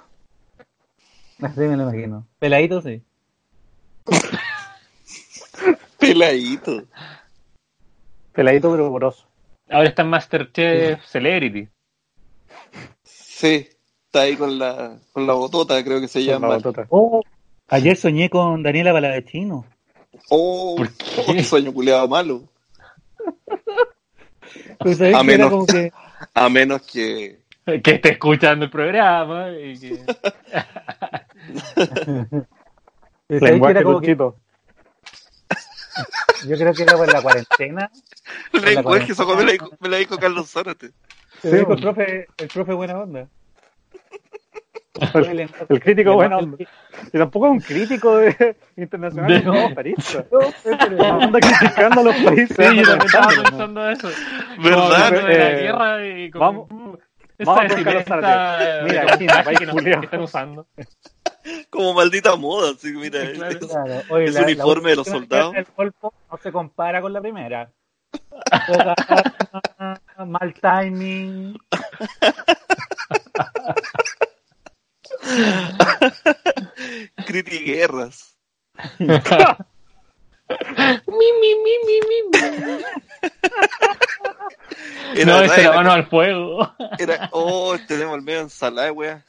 Speaker 2: Así me lo imagino. Peladito, sí.
Speaker 3: Peladito.
Speaker 4: Peladito pero poroso.
Speaker 1: Ahora está en Masterchef Celebrity.
Speaker 3: Sí, está ahí con la, con la botota, creo que se
Speaker 4: con la
Speaker 3: llama.
Speaker 4: botota.
Speaker 2: Oh, ayer soñé con Daniela Palavecino.
Speaker 3: Oh,
Speaker 1: ¿Por qué?
Speaker 3: oh, qué sueño culeado malo.
Speaker 2: Pero sabés que
Speaker 3: A
Speaker 2: Pues, era
Speaker 3: menos.
Speaker 2: como que-
Speaker 3: A menos que.
Speaker 1: Que esté escuchando el programa. Y que...
Speaker 2: pero sabés que
Speaker 4: Lenguaje
Speaker 2: era como que-
Speaker 4: cortito.
Speaker 2: yo creo que era por la cuarentena.
Speaker 3: Lenguaje, eso me la dijo- me la dijo Carlos Zárate.
Speaker 2: Te digo, el profe, el profe buena onda.
Speaker 4: El, el crítico bueno. Y tampoco es un crítico de, internacional,
Speaker 1: De-
Speaker 4: es un comentarista. Anda criticando a los países.
Speaker 1: Sí, yo también estaba
Speaker 4: comentando.
Speaker 1: pensando eso.
Speaker 3: ¿Verdad?
Speaker 1: Como que de la
Speaker 4: Eh,
Speaker 1: guerra y como...
Speaker 4: vamos-
Speaker 1: esa
Speaker 4: vamos a buscar los
Speaker 1: vestimenta
Speaker 4: Zárate.
Speaker 1: de
Speaker 4: Mira, China,
Speaker 1: camuflaje que,
Speaker 4: país
Speaker 1: no-
Speaker 4: culiao.
Speaker 1: que están usando.
Speaker 3: Como maldita moda, sí, mira.
Speaker 1: Sí, claro.
Speaker 3: es-
Speaker 2: Claro, oye,
Speaker 3: Ese uniforme de los
Speaker 2: última
Speaker 3: soldados.
Speaker 2: guerra del Golfo no se compara con la primera. Poca arma, mal timing.
Speaker 3: Critiguerras. mi, mi, mi, mi, mi.
Speaker 1: no, esa era
Speaker 3: era,
Speaker 1: mano al fuego.
Speaker 3: era- oh, tenemos el medio ensalada, weá.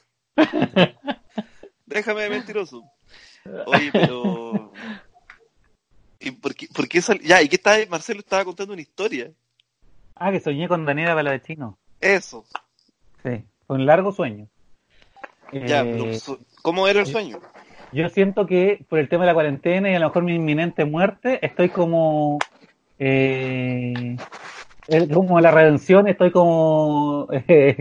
Speaker 3: Déjame de mentiroso. Oye, pero. ¿Y por qué, por qué sal- Ya, ¿y qué estaba? Marcelo estaba contando una historia.
Speaker 2: Ah, que soñé con Daniela Valadechino.
Speaker 3: Eso.
Speaker 2: Sí, fue un largo sueño.
Speaker 3: Ya,
Speaker 2: Eh,
Speaker 3: pero so- ¿cómo era el sueño?
Speaker 2: Yo siento que por el tema de la cuarentena y a lo mejor mi inminente muerte, estoy como. Eh, el- como la redención, estoy como. eh,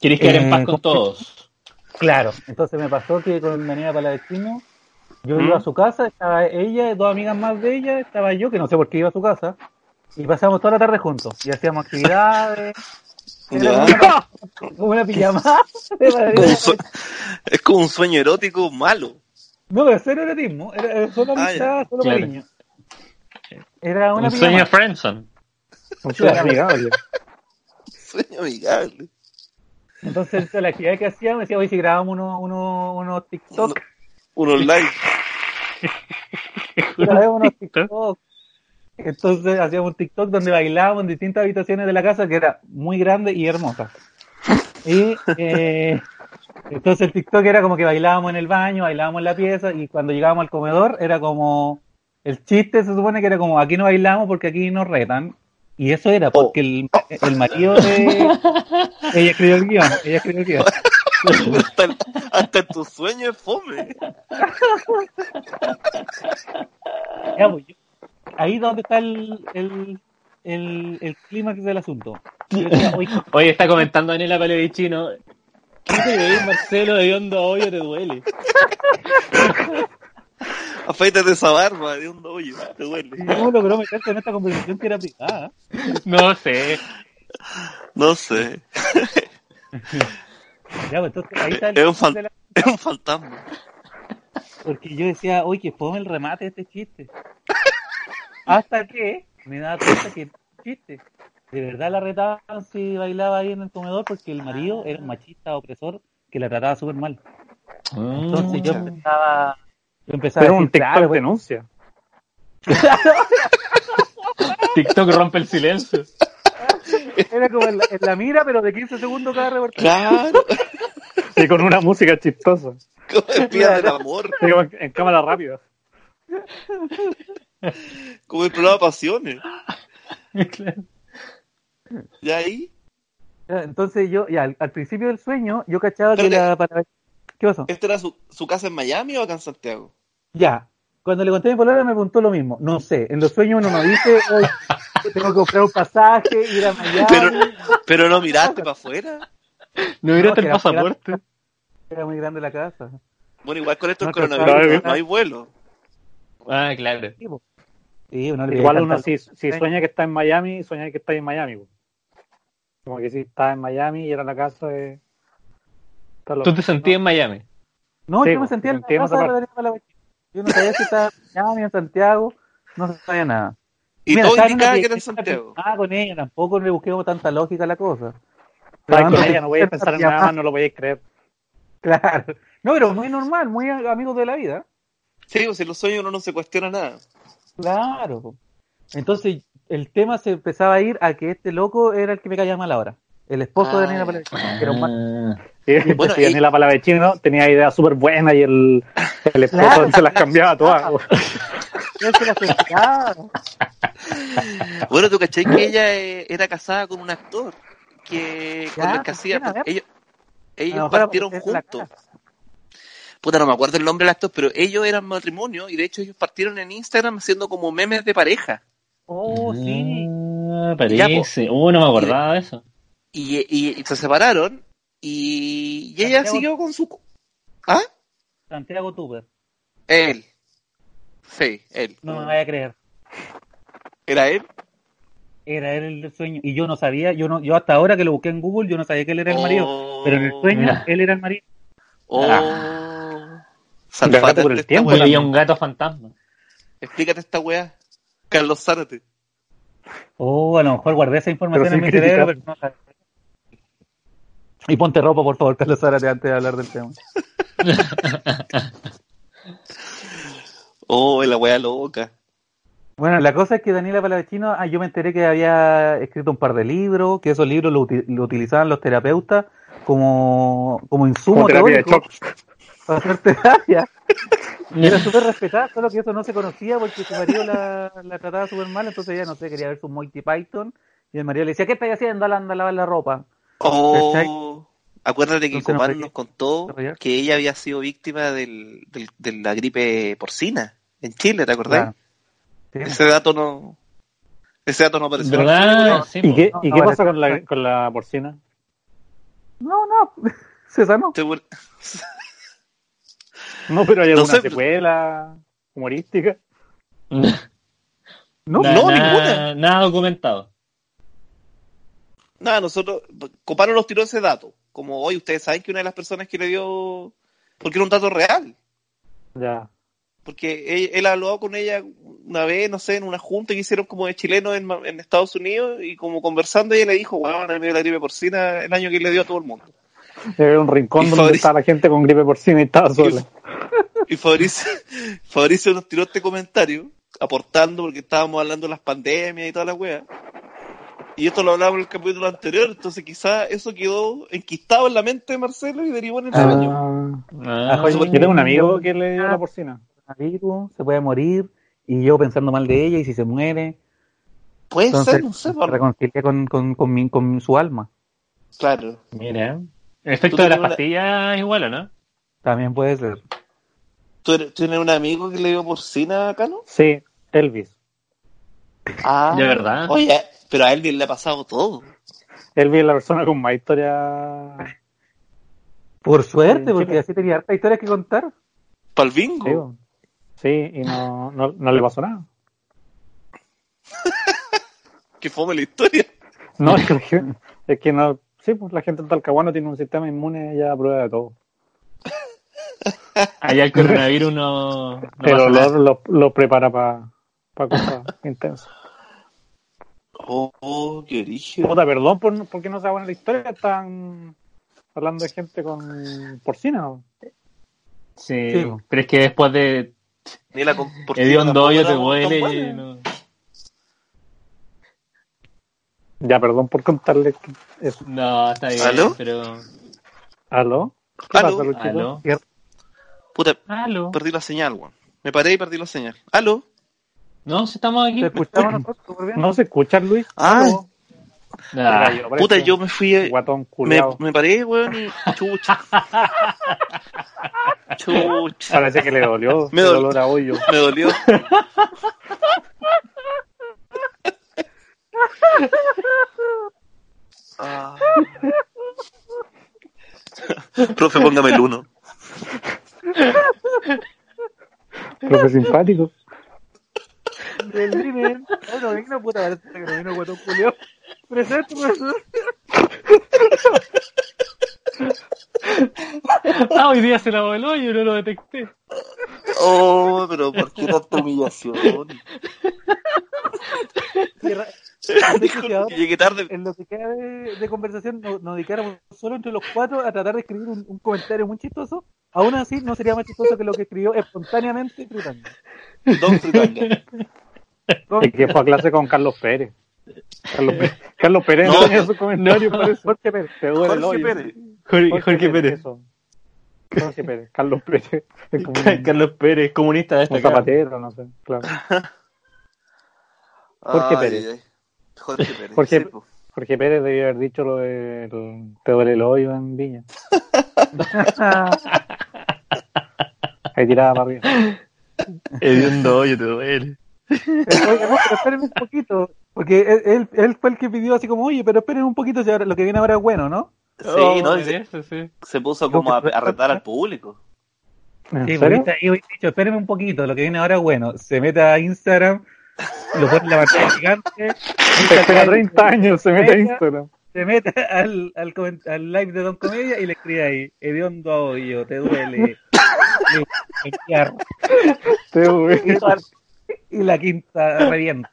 Speaker 1: ¿Querés quedar en paz
Speaker 2: Eh,
Speaker 1: con todos?
Speaker 2: claro, entonces me pasó que con Daniela Palavecino yo iba a su casa, estaba ella, dos amigas más de ella, estaba yo, que no sé por qué iba a su casa, y pasamos toda la tarde juntos, y hacíamos actividades,
Speaker 3: Ya.
Speaker 2: eh, era como una, como una pijamada. de
Speaker 3: Como un
Speaker 2: Daniela
Speaker 3: sue- Es como un sueño erótico malo.
Speaker 2: No, pero cero erotismo, era, era solo
Speaker 3: Ah,
Speaker 2: amistad, solo
Speaker 1: Claro.
Speaker 2: cariño. Era una
Speaker 1: Un sueño de
Speaker 2: pijama.
Speaker 1: Friendson.
Speaker 4: Un sueño amigable.
Speaker 3: Sueño amigable.
Speaker 2: Entonces, toda la actividad que hacíamos, decía, oye, si grabamos unos uno, uno TikTok,
Speaker 3: Uno online.
Speaker 2: grabemos unos TikTok. Entonces, hacíamos un TikTok donde bailábamos en distintas habitaciones de la casa, que era muy grande y hermosa. Y eh,
Speaker 5: Entonces el TikTok era como que bailábamos en el baño, bailábamos en la pieza y cuando llegábamos al comedor era como el chiste se supone que era como aquí no bailamos porque aquí nos retan. Y eso era porque oh. el, el, marido de ella escribió el guión, ella escribió el guión.
Speaker 3: hasta, el, hasta, tu sueño es fome.
Speaker 5: Ya, pues, yo, ahí donde está el, el, el, el clímax del asunto.
Speaker 1: Decía, hoy, hoy está comentando Anela Palevicino. ¿Qué te veis, Marcelo, de onda hoyo te duele?
Speaker 3: Afeítate esa barba de un hoyo, te duele.
Speaker 5: ¿Cómo logró meterse en esta conversación que era picada?
Speaker 1: No sé.
Speaker 3: No sé.
Speaker 5: ya, pues, entonces, ahí está el
Speaker 3: es, un la... es, un fantasma.
Speaker 5: Porque yo decía, oye, que fue el remate de este chiste. Hasta que me daba cuenta que chiste. De verdad la retaban si bailaba ahí en el comedor porque el marido era un machista opresor que la trataba súper mal. Entonces oh. yo
Speaker 1: Mm.
Speaker 5: empezaba yo empezaba
Speaker 4: Pero a decir, un TikTok claro, denuncia.
Speaker 1: TikTok rompe el silencio.
Speaker 5: Era como en la, en la mira, pero de 15 segundos cada reportaje.
Speaker 3: Claro.
Speaker 4: Y con una música chistosa.
Speaker 3: Como espía del amor.
Speaker 4: En, en cámara rápida.
Speaker 3: Como el programa Pasiones. Claro. ¿Y ahí?
Speaker 5: Entonces yo, ya, al, al, principio del sueño, yo cachaba pero que la... Para... ¿Qué pasó?
Speaker 3: ¿Esta era su, su, casa en Miami o acá en Santiago?
Speaker 5: Ya. Cuando le conté a mi polera me preguntó lo mismo. No sé. En los sueños uno no dice, hoy tengo que comprar un pasaje, ir a Miami.
Speaker 3: Pero, pero no miraste para afuera.
Speaker 1: No miraste no, el pasaporte.
Speaker 5: Era, era, muy grande la casa.
Speaker 3: Bueno, igual con esto no, el coronavirus no hay vuelo.
Speaker 1: Ah, claro.
Speaker 4: Sí, uno le igual uno, si, si, sueña que está en Miami, sueña que está en Miami. Pues. Como que si está en Miami y era la casa de...
Speaker 1: ¿Tú te sentías en Miami?
Speaker 5: No, sí, yo me sentía en la casa de Rodríguez Palavecino. Yo no sabía si estaba en Miami, en Santiago, no sabía nada.
Speaker 3: Y Mira, todo indicaba que era en Santiago.
Speaker 5: Ah, con ella, tampoco le busquemos tanta lógica a la cosa.
Speaker 4: Pero con ella no voy a pensar en nada, no lo voy a creer.
Speaker 5: Claro. No, pero muy normal, muy amigos de la vida.
Speaker 3: Sí, o sea, los sueños uno no se cuestiona nada.
Speaker 5: Claro. Entonces, el tema se empezaba a ir a que este loco era el que me caía mal ahora. El esposo de
Speaker 3: Ah.
Speaker 5: Nena Palavecino, que era un mal...
Speaker 4: Y, bueno, y... la palabra de chino tenía ideas súper buenas y el, el esposo claro, se las cambiaba todas.
Speaker 3: bueno, tú caché que ella eh, era casada con un actor que con el que hacía. Ellos, ellos partieron juntos. Puta, no me acuerdo el nombre del actor, pero ellos eran matrimonio y de hecho ellos partieron en Instagram haciendo como memes de pareja.
Speaker 5: Oh, sí.
Speaker 3: Mm.
Speaker 1: Ah, parece. Ya, oh, no me acordaba de eso.
Speaker 3: y, y, y se separaron y, ella Santiago... siguió con su. ¿Ah?
Speaker 5: Santiago Tuber.
Speaker 3: Él. Sí, él.
Speaker 5: No me vaya a creer.
Speaker 3: ¿Era él?
Speaker 5: Era él el sueño. Y yo no sabía, yo no, yo hasta ahora que lo busqué en Google, yo no sabía que él era el marido. Oh, pero en el sueño, mira. él era el marido.
Speaker 3: Oh. Ah.
Speaker 1: Salfate por el tiempo. Había un gato fantasma.
Speaker 3: Explícate esta weá. Carlos Zárate.
Speaker 5: Oh, a lo mejor guardé esa información pero en mi cerebro, pero no sabía. Y ponte ropa, por favor, Carlos Zárate, antes de hablar del tema.
Speaker 3: oh, la wea loca.
Speaker 5: Bueno, la cosa es que Daniela Palavecino, ah, yo me enteré que había escrito un par de libros, que esos libros lo, util lo utilizaban los terapeutas como, como insumo
Speaker 4: teórico
Speaker 5: para hacer terapia. Y era súper respetada, solo que eso no se conocía porque su marido la, la trataba súper mal, entonces ella, no sé, quería ver su Monty Python, y el marido le decía, ¿qué estáis haciendo? Anda a lavar la ropa.
Speaker 3: Oh, acuérdate que Entonces Copán nos contó que ella había sido víctima del, del, de la gripe porcina en Chile, ¿te acordás? Claro. Ese dato no. Ese dato no apareció.
Speaker 1: ¿Verdad?
Speaker 4: ¿Y, ¿Y qué, pues, no, ¿y no, qué pasa con la, con la porcina?
Speaker 5: No, no. Se sanó.
Speaker 4: no, pero hay alguna no sé, pues. secuela humorística.
Speaker 3: No, no,
Speaker 1: nada,
Speaker 3: ninguna.
Speaker 1: Nada documentado.
Speaker 3: Nada, nosotros, Copano nos tiró ese dato. Como hoy ustedes saben que una de las personas que le dio, porque era un dato real.
Speaker 4: Ya.
Speaker 3: Porque él, él habló con ella una vez, no sé, en una junta que hicieron como de chilenos en, en Estados Unidos y como conversando ella le dijo, wow, me dio la gripe porcina el año que le dio a todo el mundo.
Speaker 4: Era un rincón y donde Fabricio, estaba la gente con gripe porcina y estaba sola.
Speaker 3: Y, y Fabricio, Fabricio nos tiró este comentario, aportando porque estábamos hablando de las pandemias y toda la wea Y esto lo hablaba en el capítulo anterior, entonces quizás eso quedó enquistado en la mente de Marcelo y derivó en el sueño.
Speaker 4: Ah, ah, yo tengo un amigo que le
Speaker 1: Ah,
Speaker 4: dio la porcina.
Speaker 5: pues,
Speaker 4: Amigo, se puede morir y yo pensando mal de ella y si se muere.
Speaker 3: Puede entonces, ser, no sé.
Speaker 4: Se reconcilia con, con, con, mi, con su alma.
Speaker 3: Claro.
Speaker 1: Mira. El efecto de las pastillas una... igual, ¿no?
Speaker 4: También puede ser.
Speaker 3: ¿Tú, eres, ¿tú tienes un amigo que le dio porcina acá, no?
Speaker 4: Sí, Elvis.
Speaker 3: Ah,
Speaker 1: de verdad.
Speaker 3: Oye, pero a Elvis le ha pasado todo.
Speaker 4: Elvis es la persona con más historia. Por suerte, porque así tenía harta historia que contar.
Speaker 3: Para el
Speaker 4: Oh.
Speaker 3: bingo.
Speaker 4: pues. Sí, y no, no, no le pasó nada.
Speaker 3: que fome la historia.
Speaker 4: No, es que, es que no. Sí, pues la gente en Talcahuano tiene un sistema inmune ya a prueba de todo.
Speaker 1: Allá el coronavirus no. no
Speaker 4: Pero lo, lo, lo, prepara para pa cosas intensas.
Speaker 3: Oh, oh, qué origen.
Speaker 4: Puta, perdón por, porque no se buena la historia. Están hablando de gente con porcina. ¿no?
Speaker 1: Sí, sí, pero es que después de.
Speaker 3: Ni la
Speaker 1: porcina. Hediondo hoyo te huele. No.
Speaker 4: Ya, perdón por contarle eso.
Speaker 1: No, está bien,
Speaker 3: ¿Aló?
Speaker 1: pero.
Speaker 4: ¿Aló?
Speaker 3: ¿Qué ¿Aló? Pasa,
Speaker 1: ¿Aló?
Speaker 3: Puta,
Speaker 1: ¿Aló?
Speaker 3: perdí la señal, weón. Me paré y perdí la señal. ¿Aló?
Speaker 1: No, si estamos aquí.
Speaker 4: nosotros, No se escucha, Luis.
Speaker 3: Ah.
Speaker 4: ¿Aló?
Speaker 1: Ah,
Speaker 3: Mira, yo puta, yo me fui. eh,
Speaker 4: Guatón
Speaker 3: me,
Speaker 4: culiao.
Speaker 3: me paré, weón, y. Chucha. Chucha.
Speaker 4: Parece que le dolió.
Speaker 3: Me
Speaker 4: el
Speaker 3: dolió.
Speaker 4: dolor a hoyo.
Speaker 3: Me dolió. Ah. Profe, póngame el uno.
Speaker 4: Profe simpático.
Speaker 5: Del líder. Bueno, venga, puta, parece que no vino guatón culiao. Presente, profesor.
Speaker 1: Ah, hoy día se la voló y yo no lo detecté.
Speaker 3: Oh, pero ¿por qué tanta humillación?
Speaker 5: Y ra-
Speaker 3: Disculpe, que llegué tarde.
Speaker 5: en lo que queda de, de conversación no- nos dedicáramos solo entre los cuatro a tratar de escribir un, un comentario muy chistoso, aún así no sería más chistoso que lo que escribió espontáneamente Tritanga.
Speaker 3: Don Fritanga.
Speaker 4: Es que fue a clase con Carlos Pérez. Carlos Pérez, Carlos Pérez
Speaker 3: No.
Speaker 4: no, tenía su comentario,
Speaker 1: No.
Speaker 4: parece. Jorge Pérez. Te duele el
Speaker 3: Jorge
Speaker 4: hoyo.
Speaker 3: Pérez.
Speaker 1: Jorge,
Speaker 4: eso. Jorge Pérez. Carlos Pérez. Es como
Speaker 1: Ca-
Speaker 4: un,
Speaker 1: Carlos Pérez, comunista de
Speaker 4: un
Speaker 1: esta
Speaker 4: zapatero, no sé. Claro. Jorge Pérez.
Speaker 3: ay. Jorge Pérez.
Speaker 4: Jorge-
Speaker 3: sí, po.
Speaker 4: Jorge Pérez debió haber dicho lo del te duele el hoyo en Viña. Ahí tiraba para arriba.
Speaker 1: Hediondo hoyo te duele.
Speaker 5: Oiga, eh, no, pero espérenme un poquito, porque él, él, él fue el que pidió así como, oye, pero espérenme un poquito, si ahora- lo que viene ahora es bueno, ¿no?
Speaker 3: Sí,
Speaker 4: Oh,
Speaker 1: Oh,
Speaker 3: no, y se, se puso como a, a retar al público.
Speaker 4: ¿En
Speaker 5: Sí,
Speaker 4: serio?
Speaker 5: ahorita, y hoy dicho, espérenme un poquito, lo que viene ahora es bueno. Se mete a Instagram, lo pone en la pantalla gigante,
Speaker 4: Se espera 30 años, se mete a Instagram.
Speaker 5: se mete al, al, coment- al live de Don Comedia y le escribe ahí, hediondo a hoyo, te duele. Le- le piar.
Speaker 4: Te duele.
Speaker 5: y la quinta revienta.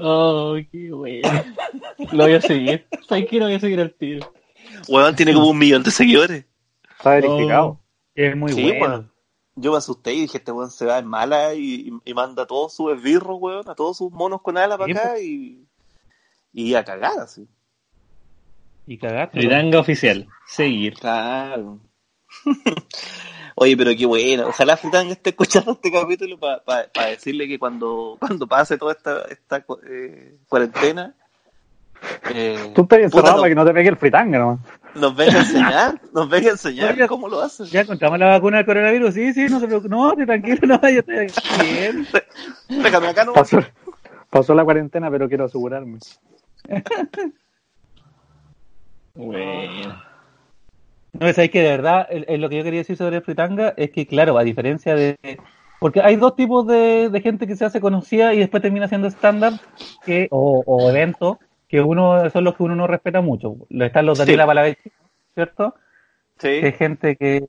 Speaker 1: Oh, qué bueno. Lo voy a seguir. ¿Sabes qué? Lo voy a seguir al tiro.
Speaker 3: Weón tiene como un millón de seguidores.
Speaker 4: Está verificado.
Speaker 5: Es muy
Speaker 3: Sí, pues.
Speaker 5: bueno.
Speaker 3: weón. Yo me asusté y dije, este weón se va en mala y, y manda a todos sus esbirros, weón, a todos sus monos con ala para
Speaker 5: Sí, pues.
Speaker 3: acá y, y a cagar así.
Speaker 5: Y cagaste.
Speaker 1: Fritanga oficial. Seguir.
Speaker 3: Claro. Oye, pero qué bueno. Ojalá Fritanga esté escuchando este capítulo para decirle que cuando, cuando pase toda esta, esta cu- eh, cuarentena, eh,
Speaker 4: Tú estás
Speaker 3: puta,
Speaker 4: encerrado
Speaker 3: nos-
Speaker 4: para que no te pegue el fritanga, nomás.
Speaker 3: nos venga a enseñar, nos venga a enseñar
Speaker 5: Oye,
Speaker 3: cómo lo hacen.
Speaker 5: Ya contamos la vacuna del coronavirus, sí, sí, no se preocupe. No, sí, tranquilo, no, yo estoy aquí bien.
Speaker 3: Déjame acá, no.
Speaker 4: Pasó, pasó la cuarentena, pero quiero asegurarme.
Speaker 1: Bueno.
Speaker 5: No, es ahí que de verdad, el- el- lo que yo quería decir sobre el fritanga es que, claro, a diferencia de... Porque hay dos tipos de, de gente que se hace conocida y después termina siendo estándar que- o, o eventos, que uno son los que uno no respeta mucho. Lo- Están los
Speaker 3: Sí.
Speaker 5: Daniela Palavés, ¿cierto?
Speaker 3: Sí,
Speaker 5: Que es gente que,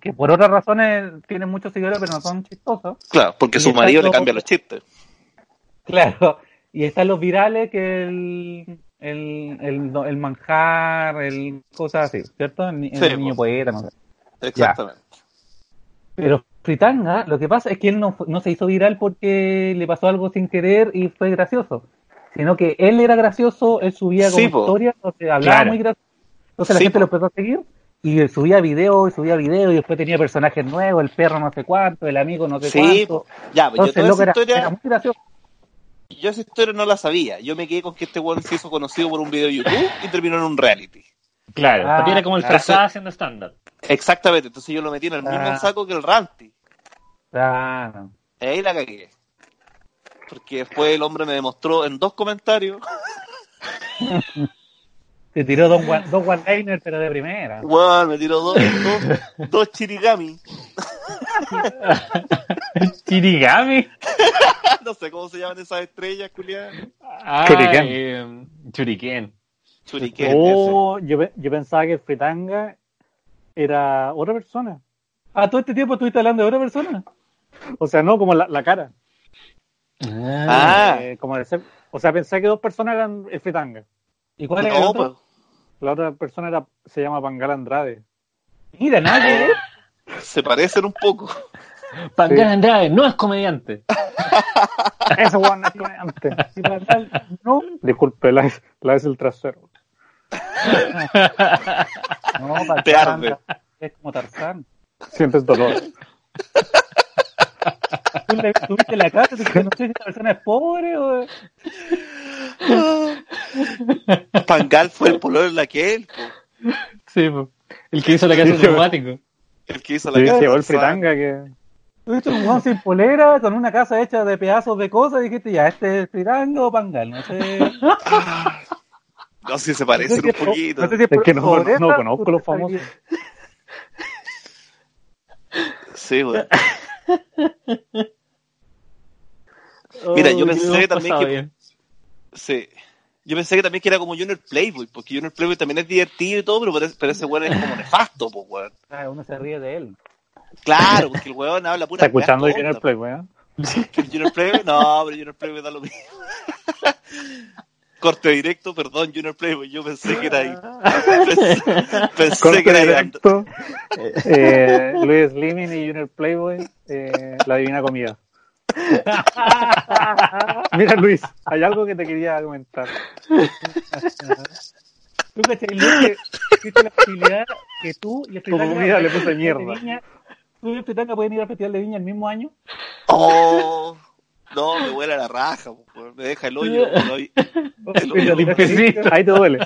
Speaker 5: que por otras razones tienen muchos seguidores pero no son chistosos.
Speaker 3: claro, porque
Speaker 5: y
Speaker 3: su
Speaker 5: está
Speaker 3: marido le
Speaker 5: todo-
Speaker 3: cambia los chistes.
Speaker 5: Claro, y están los virales que el, el, el, no, el manjar, el cosas así, ¿cierto? El, ni- el
Speaker 3: Sí,
Speaker 5: niño
Speaker 3: pues.
Speaker 5: poeta, no sé.
Speaker 3: Exactamente.
Speaker 5: Pero
Speaker 2: Fritanga, lo que pasa es que él no, no se hizo viral porque le pasó algo sin querer y fue gracioso, sino que él era gracioso, él subía como
Speaker 3: Sí, po.
Speaker 2: historia, entonces hablaba
Speaker 1: Claro.
Speaker 2: muy gracioso, entonces la
Speaker 3: Sí,
Speaker 2: gente
Speaker 3: po.
Speaker 2: lo empezó a seguir y él subía video, y subía video y después tenía personajes nuevos, el perro no sé cuánto, el amigo no sé
Speaker 3: Sí,
Speaker 2: cuánto.
Speaker 3: po. ya, pues yo
Speaker 2: Entonces,
Speaker 3: toda
Speaker 2: loco,
Speaker 3: esa
Speaker 2: era,
Speaker 3: historia,
Speaker 2: era muy gracioso.
Speaker 3: yo esa historia no la sabía. Yo me quedé con que este weón se hizo conocido por un video de YouTube y terminó en un reality.
Speaker 1: Claro,
Speaker 2: Ah,
Speaker 1: porque era como el
Speaker 3: claro.
Speaker 1: frazado haciendo stand-up.
Speaker 3: Exactamente, entonces yo lo metí en el mismo
Speaker 2: Ah.
Speaker 3: saco que el Ranty.
Speaker 2: Ah, no.
Speaker 3: Ahí la cagué. Porque después el hombre me demostró en dos comentarios,
Speaker 2: Se tiró dos, one- dos one-liners, pero de primera.
Speaker 3: weón, me tiró dos, dos, dos chirigami.
Speaker 1: Chirigami.
Speaker 3: No sé cómo se llaman esas estrellas, culiadas.
Speaker 1: Ah,
Speaker 4: Churiken.
Speaker 1: eh, Churiken.
Speaker 3: Churiquén,
Speaker 4: Oh, yo, pe- yo pensaba que el Fritanga era otra persona.
Speaker 2: Ah, todo este tiempo estuviste hablando de otra persona.
Speaker 4: O sea, no, como la, la cara.
Speaker 3: Ah,
Speaker 4: Eh, como de ser- o sea, pensé que dos personas eran el Fritanga.
Speaker 2: ¿Y cuál era el
Speaker 3: no,
Speaker 2: otro?
Speaker 4: La otra persona era, se llama Pangal Andrade.
Speaker 2: Mira, nada que ver.
Speaker 3: pues, se parecen un poco.
Speaker 1: Pangal
Speaker 4: Sí.
Speaker 1: Andrade no es comediante.
Speaker 4: Ese weón es comediante. Y Pangal, no. Disculpe, la, la es el trasero.
Speaker 2: No, para
Speaker 3: Te arde.
Speaker 2: Es como Tarzán.
Speaker 4: Sientes dolor.
Speaker 2: Tú le tuviste la cara, te no sé si esta persona es pobre o...
Speaker 3: Pangal fue el pololo en la que él, po.
Speaker 1: Sí, po. el que hizo la casa
Speaker 4: Sí,
Speaker 1: del
Speaker 4: sí.
Speaker 1: neumático.
Speaker 3: el que hizo la
Speaker 4: Sí,
Speaker 3: cara.
Speaker 4: llegó
Speaker 3: de Tarzán.
Speaker 4: el Fritanga que.
Speaker 2: Tuviste un guan sin polera, con una casa hecha de pedazos de cosas, y dijiste, ya, este es Fritango o Pangal, no sé.
Speaker 3: Ah. No sé si se parecen un poquito.
Speaker 2: No sé si es,
Speaker 4: Es
Speaker 2: por-
Speaker 4: que no-
Speaker 2: por
Speaker 4: no-
Speaker 2: esa
Speaker 4: no conozco los famosos.
Speaker 3: Sí, weón. Mira, yo
Speaker 1: Oh,
Speaker 3: pensé
Speaker 1: hemos
Speaker 3: también
Speaker 1: pasado
Speaker 3: que-
Speaker 1: bien.
Speaker 3: Sí. Yo pensé que también que era como Junior Playboy, porque Junior Playboy también es divertido y todo, pero, parece- pero ese weón es como nefasto, pues, weón.
Speaker 2: Ah, uno se ríe de él.
Speaker 3: Claro, porque el weón habla pura
Speaker 4: Está escuchando
Speaker 3: weá
Speaker 4: bien el ¿eh?
Speaker 3: tonta,
Speaker 4: play, weón.
Speaker 3: porque el Junior Playboy, no, pero Junior Playboy da lo mismo. Corte directo, perdón, Junior Playboy, yo pensé que era ahí. Pensé, pensé que era ahí. Ando-
Speaker 4: directo. Eh, Luis Slimming y Junior Playboy, eh, la divina comida. Mira, Luis, hay algo que te quería comentar.
Speaker 2: Tú cachai, Luis, que existe la posibilidad que tú y el Fritanga...
Speaker 4: mira, le puse mierda.
Speaker 2: Tú y el Fritanga pueden ir al Festival de Viña el mismo año.
Speaker 3: Oh, no, me huele a la raja, po, weón. me deja el hoyo, el hoyo, el hoyo limpio,
Speaker 4: Ahí te duele.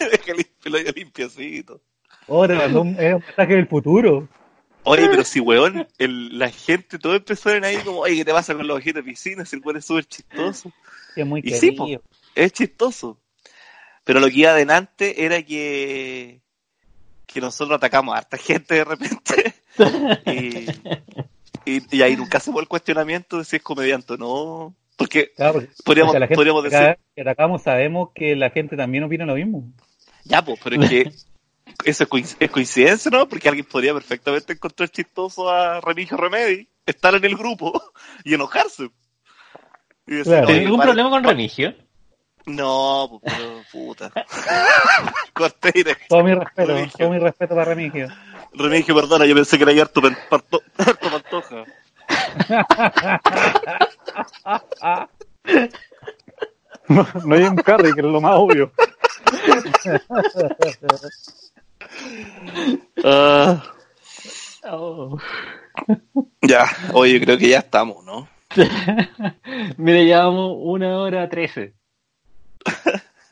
Speaker 3: me deja el, el hoyo limpiecito.
Speaker 2: Oh, te mandó un, es un mensaje del futuro.
Speaker 3: Oye, pero si, weón, el- la gente, todo empezó en ahí como, oye, ¿qué te pasa con los ojitos de piscina? Si el weón es súper chistoso.
Speaker 2: Que es muy
Speaker 3: Y
Speaker 2: querido.
Speaker 3: sí, po. es chistoso. Pero lo que iba adelante era que, que nosotros atacamos a harta gente de repente. y, y- y ahí nunca se fue el cuestionamiento de si es comediante o no. Porque
Speaker 2: Claro, porque-
Speaker 3: podríamos,
Speaker 2: porque la gente
Speaker 3: podríamos
Speaker 2: que
Speaker 3: decir,
Speaker 2: acá- que atacamos sabemos que la gente también opina lo mismo.
Speaker 3: ya, pues, pero es que eso es, coinc- es coincidencia, ¿no? Porque alguien podría perfectamente encontrar chistoso a Remigio Remedy, estar en el grupo y enojarse. Y decir,
Speaker 2: Claro.
Speaker 3: "Oye,
Speaker 1: ¿Tenés algún
Speaker 3: vale,
Speaker 1: problema con Remigio?
Speaker 3: No, pues, pero, puta. Corte directo.
Speaker 2: Todo mi respeto,
Speaker 3: Remigio.
Speaker 2: todo mi respeto para Remigio.
Speaker 3: Remigio, perdona, yo pensé que era ahí harto, pan- parto- harto pantoja.
Speaker 4: No, no hay un carry, que es lo más obvio.
Speaker 1: Oh.
Speaker 3: Ya, oye, creo que ya estamos, ¿no?
Speaker 1: Mira, llevamos una hora trece.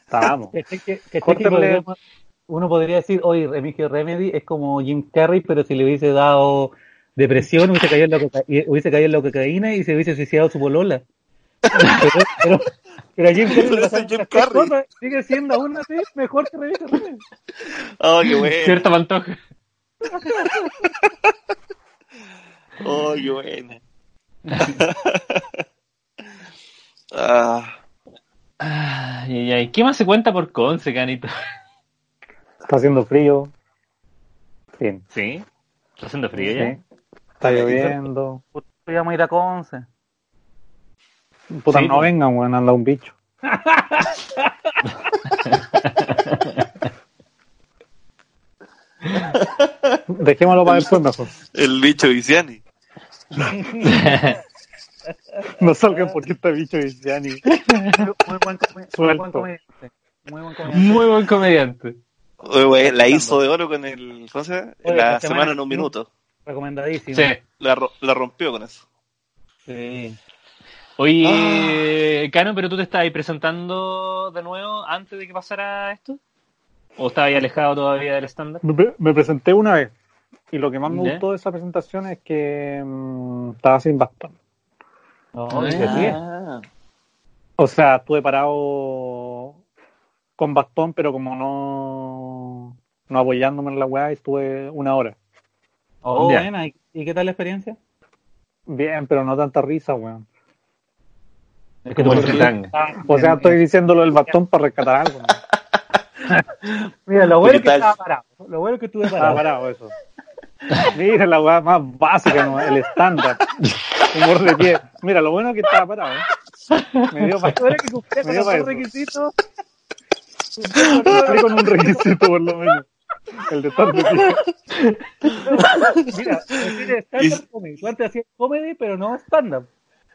Speaker 4: Estábamos.
Speaker 2: Caché que- caché que
Speaker 4: Córtenle.
Speaker 2: podríamos- uno podría decir, oye, Remigio Remedy es como Jim Carrey, pero si le hubiese dado depresión, hubiese caído en la, coca- hubiese caído en la cocaína y se hubiese suicidado su bolola. Pero, pero, pero a Jim Carrey
Speaker 3: Pero
Speaker 2: le
Speaker 3: ese
Speaker 2: pasaron
Speaker 3: es Jim
Speaker 2: las tres
Speaker 3: Carrey.
Speaker 2: cosas, sigue siendo aún así mejor que Remigio Remedy.
Speaker 3: Oh, qué bueno.
Speaker 1: Cierta pantoja.
Speaker 3: Oh, qué bueno. Ah,
Speaker 1: Ay, ay, ay. ¿Qué más se cuenta por Conce, Canito?
Speaker 4: Está haciendo frío. Fin.
Speaker 1: ¿Sí? ¿Está haciendo frío ya?
Speaker 4: Sí. Está lloviendo.
Speaker 2: Hoy vamos Pues a ir a Conce.
Speaker 4: Puta,
Speaker 1: Sí,
Speaker 4: no
Speaker 1: pues.
Speaker 4: vengan, weón, anda un bicho. Dejémoslo para después mejor.
Speaker 3: el bicho Viciani.
Speaker 4: No salgan porque está bicho de Gianni.
Speaker 2: Muy buen, come- muy buen
Speaker 4: Suelto.
Speaker 2: comediante. Muy buen comediante.
Speaker 1: Muy buen comediante.
Speaker 3: Oye, güey, la hizo de oro con el. ¿Cómo se llama?
Speaker 2: Oye,
Speaker 3: La
Speaker 2: la semana
Speaker 3: semana en un
Speaker 2: en
Speaker 3: minuto.
Speaker 2: Recomendadísimo.
Speaker 1: Sí.
Speaker 3: La, ro- la rompió con eso.
Speaker 2: Sí.
Speaker 1: Oye, Cano, pero tú te estabas ahí presentando de nuevo antes de que pasara esto. ¿O estabas ahí alejado todavía del estándar?
Speaker 4: Me, pre- me presenté una vez. Y lo que más me
Speaker 1: Ya.
Speaker 4: gustó de esa presentación es que mm, estaba sin bastón.
Speaker 2: No,
Speaker 1: Ah.
Speaker 2: y así es.
Speaker 3: Ah.
Speaker 4: O sea, estuve parado con bastón, pero como no, no apoyándome en la weá, estuve una hora.
Speaker 2: Oh,
Speaker 1: Ya.
Speaker 2: buena. ¿Y, y qué tal la experiencia?
Speaker 4: Bien, pero no tanta risa, weón.
Speaker 2: Es
Speaker 1: Como el
Speaker 4: porque-
Speaker 1: fritanga.
Speaker 2: Ah,
Speaker 4: O sea, estoy diciéndolo del bastón para rescatar algo. ¿no?
Speaker 2: Mira, lo bueno es que
Speaker 3: tal?
Speaker 2: estaba parado. Lo bueno es que estuve
Speaker 4: Estaba
Speaker 2: parado.
Speaker 4: parado eso. Mira la weá más básica, ¿no? el estándar. Humor de pie. Mira, lo bueno es que estaba parado. ¿eh? Me dio para
Speaker 2: Lo bueno es que cumplía
Speaker 4: Me
Speaker 2: con
Speaker 4: dio
Speaker 2: los
Speaker 4: pa'
Speaker 2: dos
Speaker 4: eso.
Speaker 2: requisitos.
Speaker 4: con un requisito por lo menos. El de estar de pie.
Speaker 2: Mira, tiene stand-up comedy. Tú antes hacías comedy, pero no stand-up.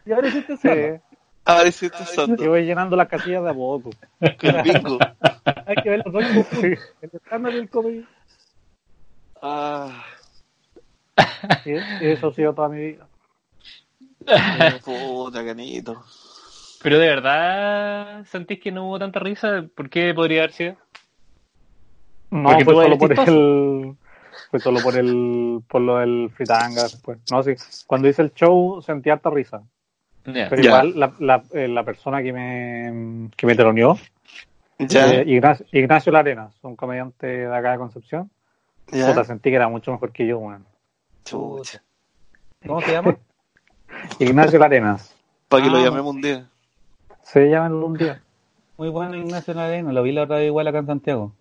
Speaker 2: Y ahora hiciste stand-up.
Speaker 4: Ah, Sí,
Speaker 3: Ahora hiciste
Speaker 4: que
Speaker 3: santo.
Speaker 4: voy llenando las casillas de a poco.
Speaker 3: El bingo.
Speaker 2: Hay que ver los dos conjuntos. El stand-up y el comedy.
Speaker 3: Ah,
Speaker 4: Y y eso ha sido toda mi vida.
Speaker 3: puta, canito.
Speaker 1: Pero de verdad, ¿sentís que no hubo tanta risa? ¿Por qué podría haber sido?
Speaker 4: No,
Speaker 1: Porque
Speaker 4: fue
Speaker 1: tú
Speaker 4: solo
Speaker 1: eres
Speaker 4: por
Speaker 1: chistoso.
Speaker 4: el. Fue solo por el. Por lo del fritanga. Pues. No, sí. Cuando hice el show sentí harta risa.
Speaker 1: Ya.
Speaker 4: Pero
Speaker 3: Ya.
Speaker 4: igual la, la, eh, la persona que me, que me teloneó,
Speaker 3: Ya,
Speaker 4: eh, Ignacio, Ignacio Larena, un comediante de acá de Concepción, puta,
Speaker 3: ya.
Speaker 4: sentí que era mucho mejor que yo, weón.
Speaker 3: Chucha.
Speaker 2: ¿Cómo se llama?
Speaker 4: Ignacio Larenas.
Speaker 3: Para que lo
Speaker 2: Ah.
Speaker 3: llamemos un día.
Speaker 4: Se llaman un día.
Speaker 2: Muy bueno Ignacio Nadeno. Lo vi la otra vez igual acá en Santiago.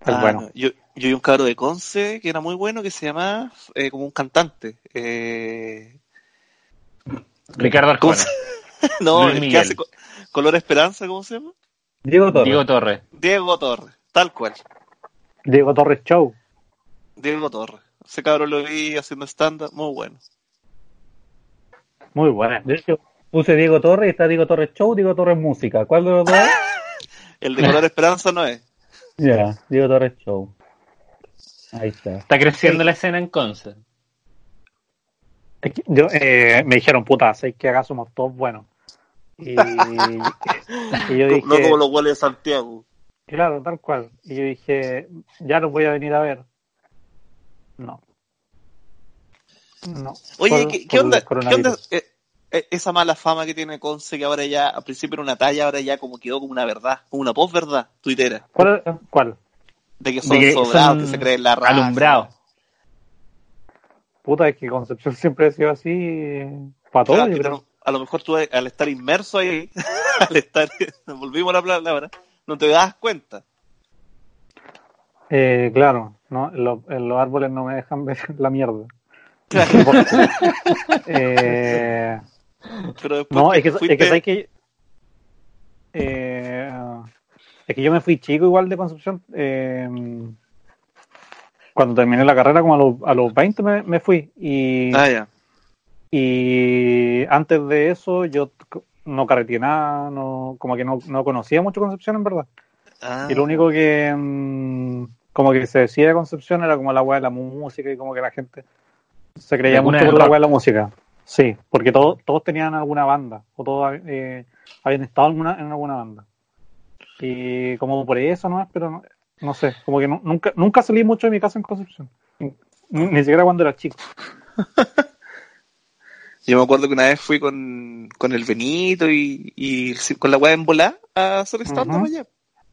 Speaker 4: Es
Speaker 3: Ah,
Speaker 4: pues bueno.
Speaker 3: Yo, yo vi un cabro de Conce que era muy bueno, que se llamaba eh, como un cantante. Eh,
Speaker 1: Ricardo Arjona.
Speaker 3: Cosa- no,
Speaker 1: Luis
Speaker 3: el que
Speaker 1: Miguel.
Speaker 3: hace co- Color Esperanza, ¿cómo se llama?
Speaker 2: Diego Torres.
Speaker 1: Diego Torres.
Speaker 3: Diego Torres, tal cual.
Speaker 4: Diego Torres Show.
Speaker 3: Diego Torres. Ese cabrón lo vi haciendo stand-up, muy bueno.
Speaker 4: Muy bueno.
Speaker 2: De hecho, puse Diego Torres y está Diego Torres Show, Diego Torres Música. ¿Cuál de los dos?
Speaker 3: El de Color Esperanza no es.
Speaker 2: Ya, Diego Torres Show. Ahí está.
Speaker 1: Está creciendo la escena en Conce.
Speaker 4: Es que Yo, eh, me dijeron, puta, seis que acá somos todos buenos. Y, y yo dije,
Speaker 3: No como los goles de Santiago.
Speaker 4: claro, tal cual. Y yo dije, ya los voy a venir a ver. No. No.
Speaker 3: Oye,
Speaker 4: Por-
Speaker 3: ¿qué, qué
Speaker 4: por el
Speaker 3: onda, qué onda
Speaker 4: coronavirus.
Speaker 3: eh, eh, esa mala fama que tiene Conce que ahora ya, al principio era una talla, ahora ya como quedó como una verdad, como una posverdad tuitera?
Speaker 4: ¿Cuál? cuál?
Speaker 3: De que son
Speaker 1: que
Speaker 3: sobrados,
Speaker 1: son
Speaker 3: que se creen la
Speaker 2: Ah,
Speaker 3: raza.
Speaker 1: alumbrados.
Speaker 4: Puta, es que Concepción siempre ha sido así para
Speaker 3: Claro,
Speaker 4: todos. yo
Speaker 3: que
Speaker 4: creo.
Speaker 3: te- a lo mejor tú eh, al estar inmerso ahí, al estar, volvimos a la palabra, no te das cuenta.
Speaker 4: Eh, claro, no, Lo- eh, los árboles no me dejan ver la mierda.
Speaker 3: Claro,
Speaker 4: Eh,
Speaker 3: pero después
Speaker 4: no, es que,
Speaker 3: fuiste,
Speaker 4: es que sabes que. eh, es que yo me fui chico igual de Concepción. eh, cuando terminé la carrera, como a los, a los 20 me, me fui. Y,
Speaker 3: Ah, ya.
Speaker 4: y antes de eso, yo t- no carreteé nada, no, como que no, no conocía mucho Concepción en verdad.
Speaker 3: Ah,
Speaker 4: Y lo único que mm, como que se decía de Concepción era como la weá de la música y como que la gente se creía
Speaker 1: La cuna
Speaker 4: mucho
Speaker 1: del
Speaker 4: por la
Speaker 1: rock.
Speaker 4: weá de la música. Sí, porque todos todos tenían alguna banda o todos eh, habían estado alguna, en alguna banda. Y como por eso nomás, pero no, no sé, como que nu- nunca nunca salí mucho de mi casa en Concepción. Ni, ni siquiera cuando era chico.
Speaker 3: Yo me acuerdo que una vez fui con, con el Benito y, y sí, con la weá en volá a hacer stand-up
Speaker 4: Ujú.
Speaker 3: allá.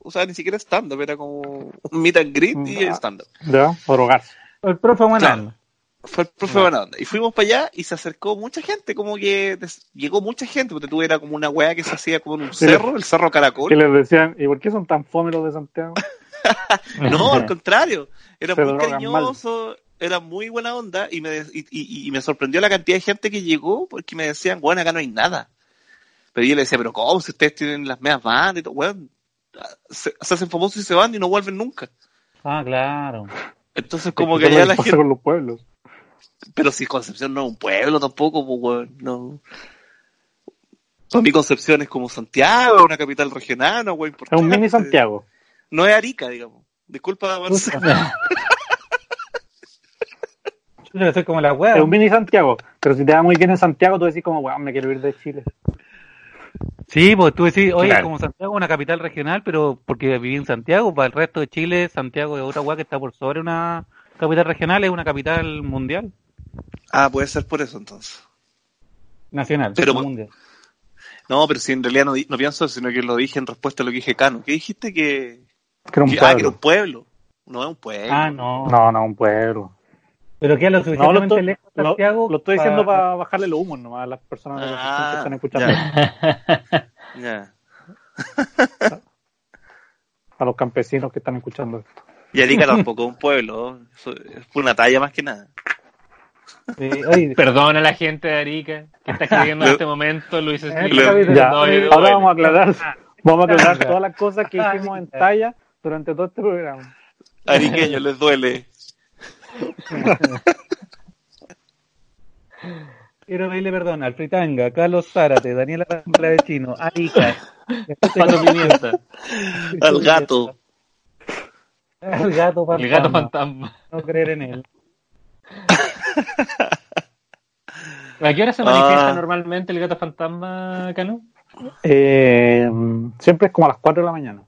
Speaker 3: O sea, ni siquiera stand-up, era como un meet and greet y
Speaker 4: Ah.
Speaker 3: stand-up.
Speaker 4: Ya, o drogarse.
Speaker 2: El profe Buena
Speaker 3: Claro.
Speaker 2: onda.
Speaker 3: Fue el profe buena onda. Y fuimos para allá y se acercó mucha gente, como que des- llegó mucha gente, porque tú era como una weá que se hacía como en un
Speaker 4: Sí, le-
Speaker 3: cerro, el cerro Caracol.
Speaker 4: Y les decían, ¿y por qué son tan fome los de Santiago?
Speaker 3: No, al contrario. Era
Speaker 4: Se
Speaker 3: muy
Speaker 4: drogan
Speaker 3: cariñoso, era muy buena onda y me, de- y, y- y me sorprendió la cantidad de gente que llegó porque me decían, bueno, acá no hay nada. Pero yo le decía, pero ¿cómo? Si ustedes tienen las medias bandas y todo, bueno, se, se hacen famosos y se van y no vuelven nunca.
Speaker 2: Ah, claro.
Speaker 3: Entonces como
Speaker 4: Eso
Speaker 3: que
Speaker 4: es lo
Speaker 3: allá la
Speaker 4: pasa
Speaker 3: gente,
Speaker 4: con los pueblos.
Speaker 3: Pero si Concepción no es un pueblo tampoco, pues, weón, no. Para mí Concepción es como Santiago, una capital regional, no, weón,
Speaker 4: Es un mini Santiago.
Speaker 3: No es Arica, digamos. Disculpa, Marcelo.
Speaker 2: Yo soy como la wea.
Speaker 4: Es un mini Santiago. Pero si te va muy bien en Santiago, tú decís como, weón, me quiero ir de Chile.
Speaker 2: Sí, pues tú decís, oye, como Santiago es una capital regional, pero porque viví en Santiago, para el resto de Chile, Santiago es otra weá que está por sobre una capital regional, es una capital mundial.
Speaker 3: Ah, puede ser por eso entonces.
Speaker 2: Nacional,
Speaker 3: Pero-
Speaker 2: no mundial.
Speaker 3: No, pero si en realidad no, di- no pienso, sino que lo dije en respuesta a lo que dije Cano. ¿Qué dijiste que.?
Speaker 4: Que era un
Speaker 3: que- ah, que era
Speaker 4: pueblo.
Speaker 3: un pueblo. No es un pueblo.
Speaker 2: Ah, no.
Speaker 4: No, no, un pueblo.
Speaker 2: Pero queda lo
Speaker 4: No, lo
Speaker 2: suficientemente
Speaker 4: estoy,
Speaker 2: lejos de
Speaker 4: lo-
Speaker 2: Pues Santiago.
Speaker 4: lo estoy diciendo
Speaker 2: pa-
Speaker 4: para bajarle los humos nomás a las personas que
Speaker 3: Ah,
Speaker 4: están escuchando,
Speaker 3: Ya. ya.
Speaker 4: a los campesinos que están escuchando esto.
Speaker 3: Y Arica tampoco es un pueblo. ¿no? Eso Es una talla más que nada.
Speaker 2: Sí, oye,
Speaker 1: Perdona a la gente de Arica que está escribiendo en este momento, Luis Smith.
Speaker 3: Lo-
Speaker 1: No,
Speaker 4: Ya,
Speaker 1: yo digo,
Speaker 4: ahora
Speaker 1: bueno.
Speaker 4: vamos a aclarar, vamos a aclarar todas las cosas que
Speaker 2: Ah,
Speaker 4: hicimos en talla durante todo este programa.
Speaker 3: Ariqueño les duele.
Speaker 2: quiero pedirle perdón al Fritanga, Carlos Zárate, Daniela Clavechino, Arica,
Speaker 1: Pato Pimienta,
Speaker 3: Al gato.
Speaker 2: el gato fantasma.
Speaker 1: el gato fantasma.
Speaker 2: No creer en él.
Speaker 1: ¿A qué hora se manifiesta
Speaker 3: Ah.
Speaker 1: normalmente el gato fantasma, Cano?
Speaker 4: Eh, siempre es como a las 4 de la mañana.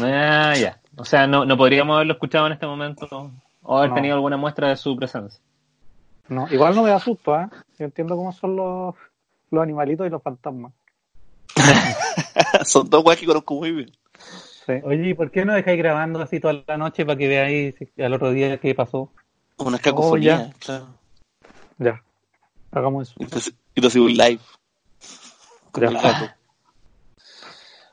Speaker 1: Ah, ya. O sea, no, no podríamos haberlo escuchado en este momento o haber
Speaker 4: No.
Speaker 1: tenido alguna muestra de su presencia.
Speaker 4: No, igual no me da susto, ¿eh? Yo entiendo cómo son los, los animalitos y los fantasmas.
Speaker 3: Son dos weas que conozco muy bien.
Speaker 4: Sí.
Speaker 2: Oye, ¿y por qué no dejáis grabando así toda la noche para que veáis al otro día qué pasó?
Speaker 3: Una cacofonía. claro.
Speaker 4: Ya, hagamos eso.
Speaker 3: Y te hace- y te hace un live. Con el gato.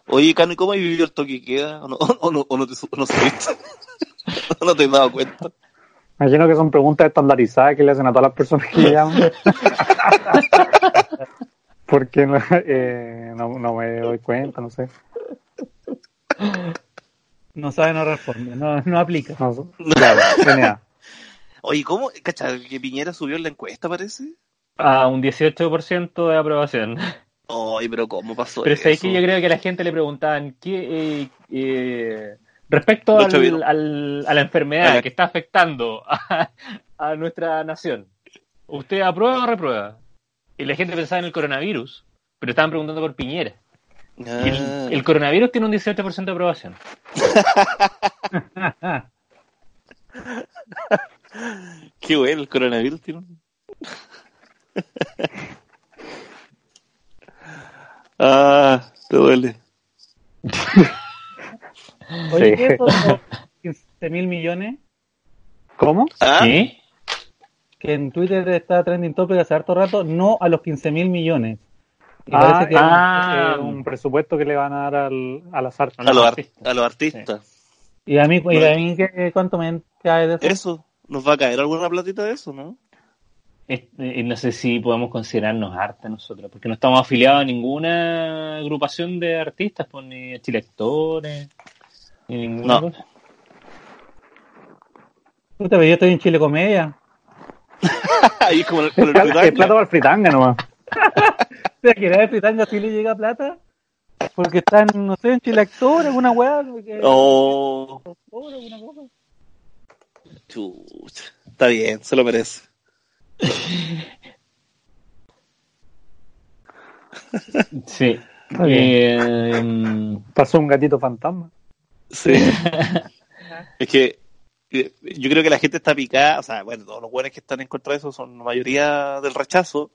Speaker 3: Oye, Cano, ¿y cómo has vivido el toque que queda? ¿O no, o no, o no te, su- no subiste? ¿O no te has dado cuenta?
Speaker 4: Imagino que son preguntas estandarizadas que le hacen a todas las personas que llaman. Porque no, eh, no, no me doy cuenta, no sé.
Speaker 2: No sabe, no responde, no, no aplica.
Speaker 4: No sé. Claro, tenía.
Speaker 3: Oye, ¿cómo? Cacha, que Piñera subió en la encuesta, parece.
Speaker 1: A un 18% de aprobación.
Speaker 3: Ay, pero ¿cómo pasó
Speaker 1: Pero es
Speaker 3: eso?
Speaker 1: que yo creo que a la gente le preguntaban qué eh, eh, respecto
Speaker 3: Lo
Speaker 1: al-
Speaker 3: chavieron.
Speaker 1: al- a la enfermedad
Speaker 3: Ah.
Speaker 1: que está afectando a, a nuestra nación. ¿Usted aprueba o reprueba? Y la gente pensaba en el coronavirus, pero estaban preguntando por Piñera.
Speaker 3: Ah,
Speaker 1: Y el, el coronavirus tiene un 18% de aprobación.
Speaker 3: Qué bueno, el coronavirus tiene un- ah, te duele.
Speaker 2: Oye,
Speaker 4: Sí.
Speaker 2: ¿qué es eso? 15 mil millones,
Speaker 4: ¿Cómo?
Speaker 3: ¿Ah?
Speaker 1: ¿Sí?
Speaker 2: que en Twitter está trending topic hace harto rato, no a los 15 mil millones. Y
Speaker 4: Ah,
Speaker 2: parece que
Speaker 1: ah.
Speaker 4: eh, un presupuesto que le van a Ah, dar al, al azar.
Speaker 3: A los, ar- a los artistas.
Speaker 2: y a mí, y a mí ¿qué- ¿cuánto me cae de eso?
Speaker 3: Eso, ¿nos va a caer alguna platita de eso, no?
Speaker 1: Este, eh, no sé si podemos considerarnos arte nosotros, porque no estamos afiliados a ninguna agrupación de artistas, pues, ni a chilectores, ni ninguna
Speaker 3: No.
Speaker 1: cosa.
Speaker 2: Puta, pero yo estoy en Chile Comedia.
Speaker 3: Ahí es como el, con
Speaker 4: Es
Speaker 3: el
Speaker 4: plata, es
Speaker 3: Fritanga.
Speaker 4: plata para el fritanga nomás.
Speaker 2: O sea, que la vez Fritanga sí le llega plata. Porque están, no sé, en Chile Actor, alguna weá. porque-
Speaker 3: Oh,
Speaker 2: Actor, alguna cosa.
Speaker 3: chucha. Está bien, se lo merece.
Speaker 1: Sí.
Speaker 4: Está bien.
Speaker 1: Eh, mm,
Speaker 4: Pasó un gatito fantasma.
Speaker 3: Sí. es que eh, yo creo que la gente está picada, o sea, bueno, todos los buenos que están en contra de eso son la mayoría del rechazo,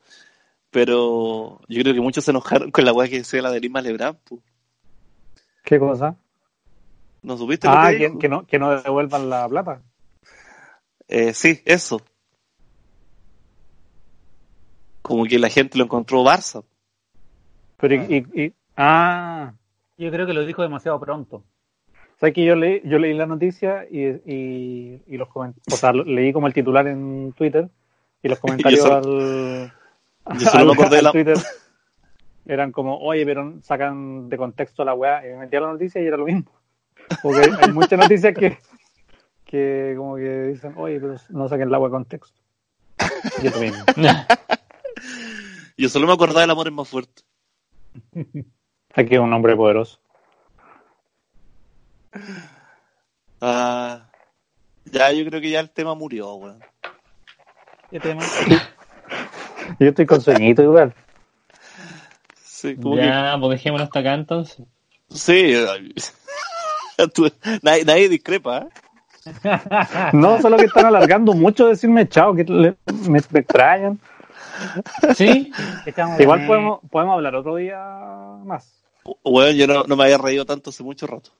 Speaker 3: pero yo creo que muchos se enojaron con la weá que decía la de Lima Lebrán, pues.
Speaker 4: ¿Qué cosa?
Speaker 3: ¿No supiste lo
Speaker 4: Ah,
Speaker 3: que,
Speaker 4: que,
Speaker 3: dijo?
Speaker 4: que no, que no devuelvan la plata.
Speaker 3: Eh, sí, eso. Como que la gente lo encontró Barça.
Speaker 4: Pero y, y- y- ah,
Speaker 2: Yo creo que lo dijo demasiado pronto.
Speaker 4: ¿Sabes que yo leí, yo leí la noticia y, y, y los comentarios, o sea, lo- leí como el titular en Twitter y los comentarios
Speaker 3: solo-
Speaker 4: al,
Speaker 3: yo solo me acordé de la-
Speaker 4: Twitter eran como, oye, pero sacan de contexto la weá, y me metí a la noticia y era lo mismo. Porque hay- hay muchas noticias que, que como que dicen, oye, pero no saquen la weá de contexto. Yo también.
Speaker 3: Yo solo me acordaba del amor es más fuerte.
Speaker 4: Aquí es un hombre poderoso.
Speaker 3: Ah, ya, yo creo que ya el tema murió, weón.
Speaker 5: ¿Qué tema?
Speaker 4: Yo estoy con sueñito igual.
Speaker 3: Sí, como
Speaker 1: Ya, pues dejémoslo hasta acá entonces.
Speaker 3: que. Sí. eh, Tú- nadie, nadie discrepa, ¿eh?
Speaker 4: No, solo que están alargando mucho decirme chao, que le- me, me extrañan.
Speaker 1: ¿Sí?
Speaker 5: Echamos
Speaker 4: Igual podemos, podemos hablar otro día más.
Speaker 3: Bueno, yo no, no me había reído tanto hace mucho rato.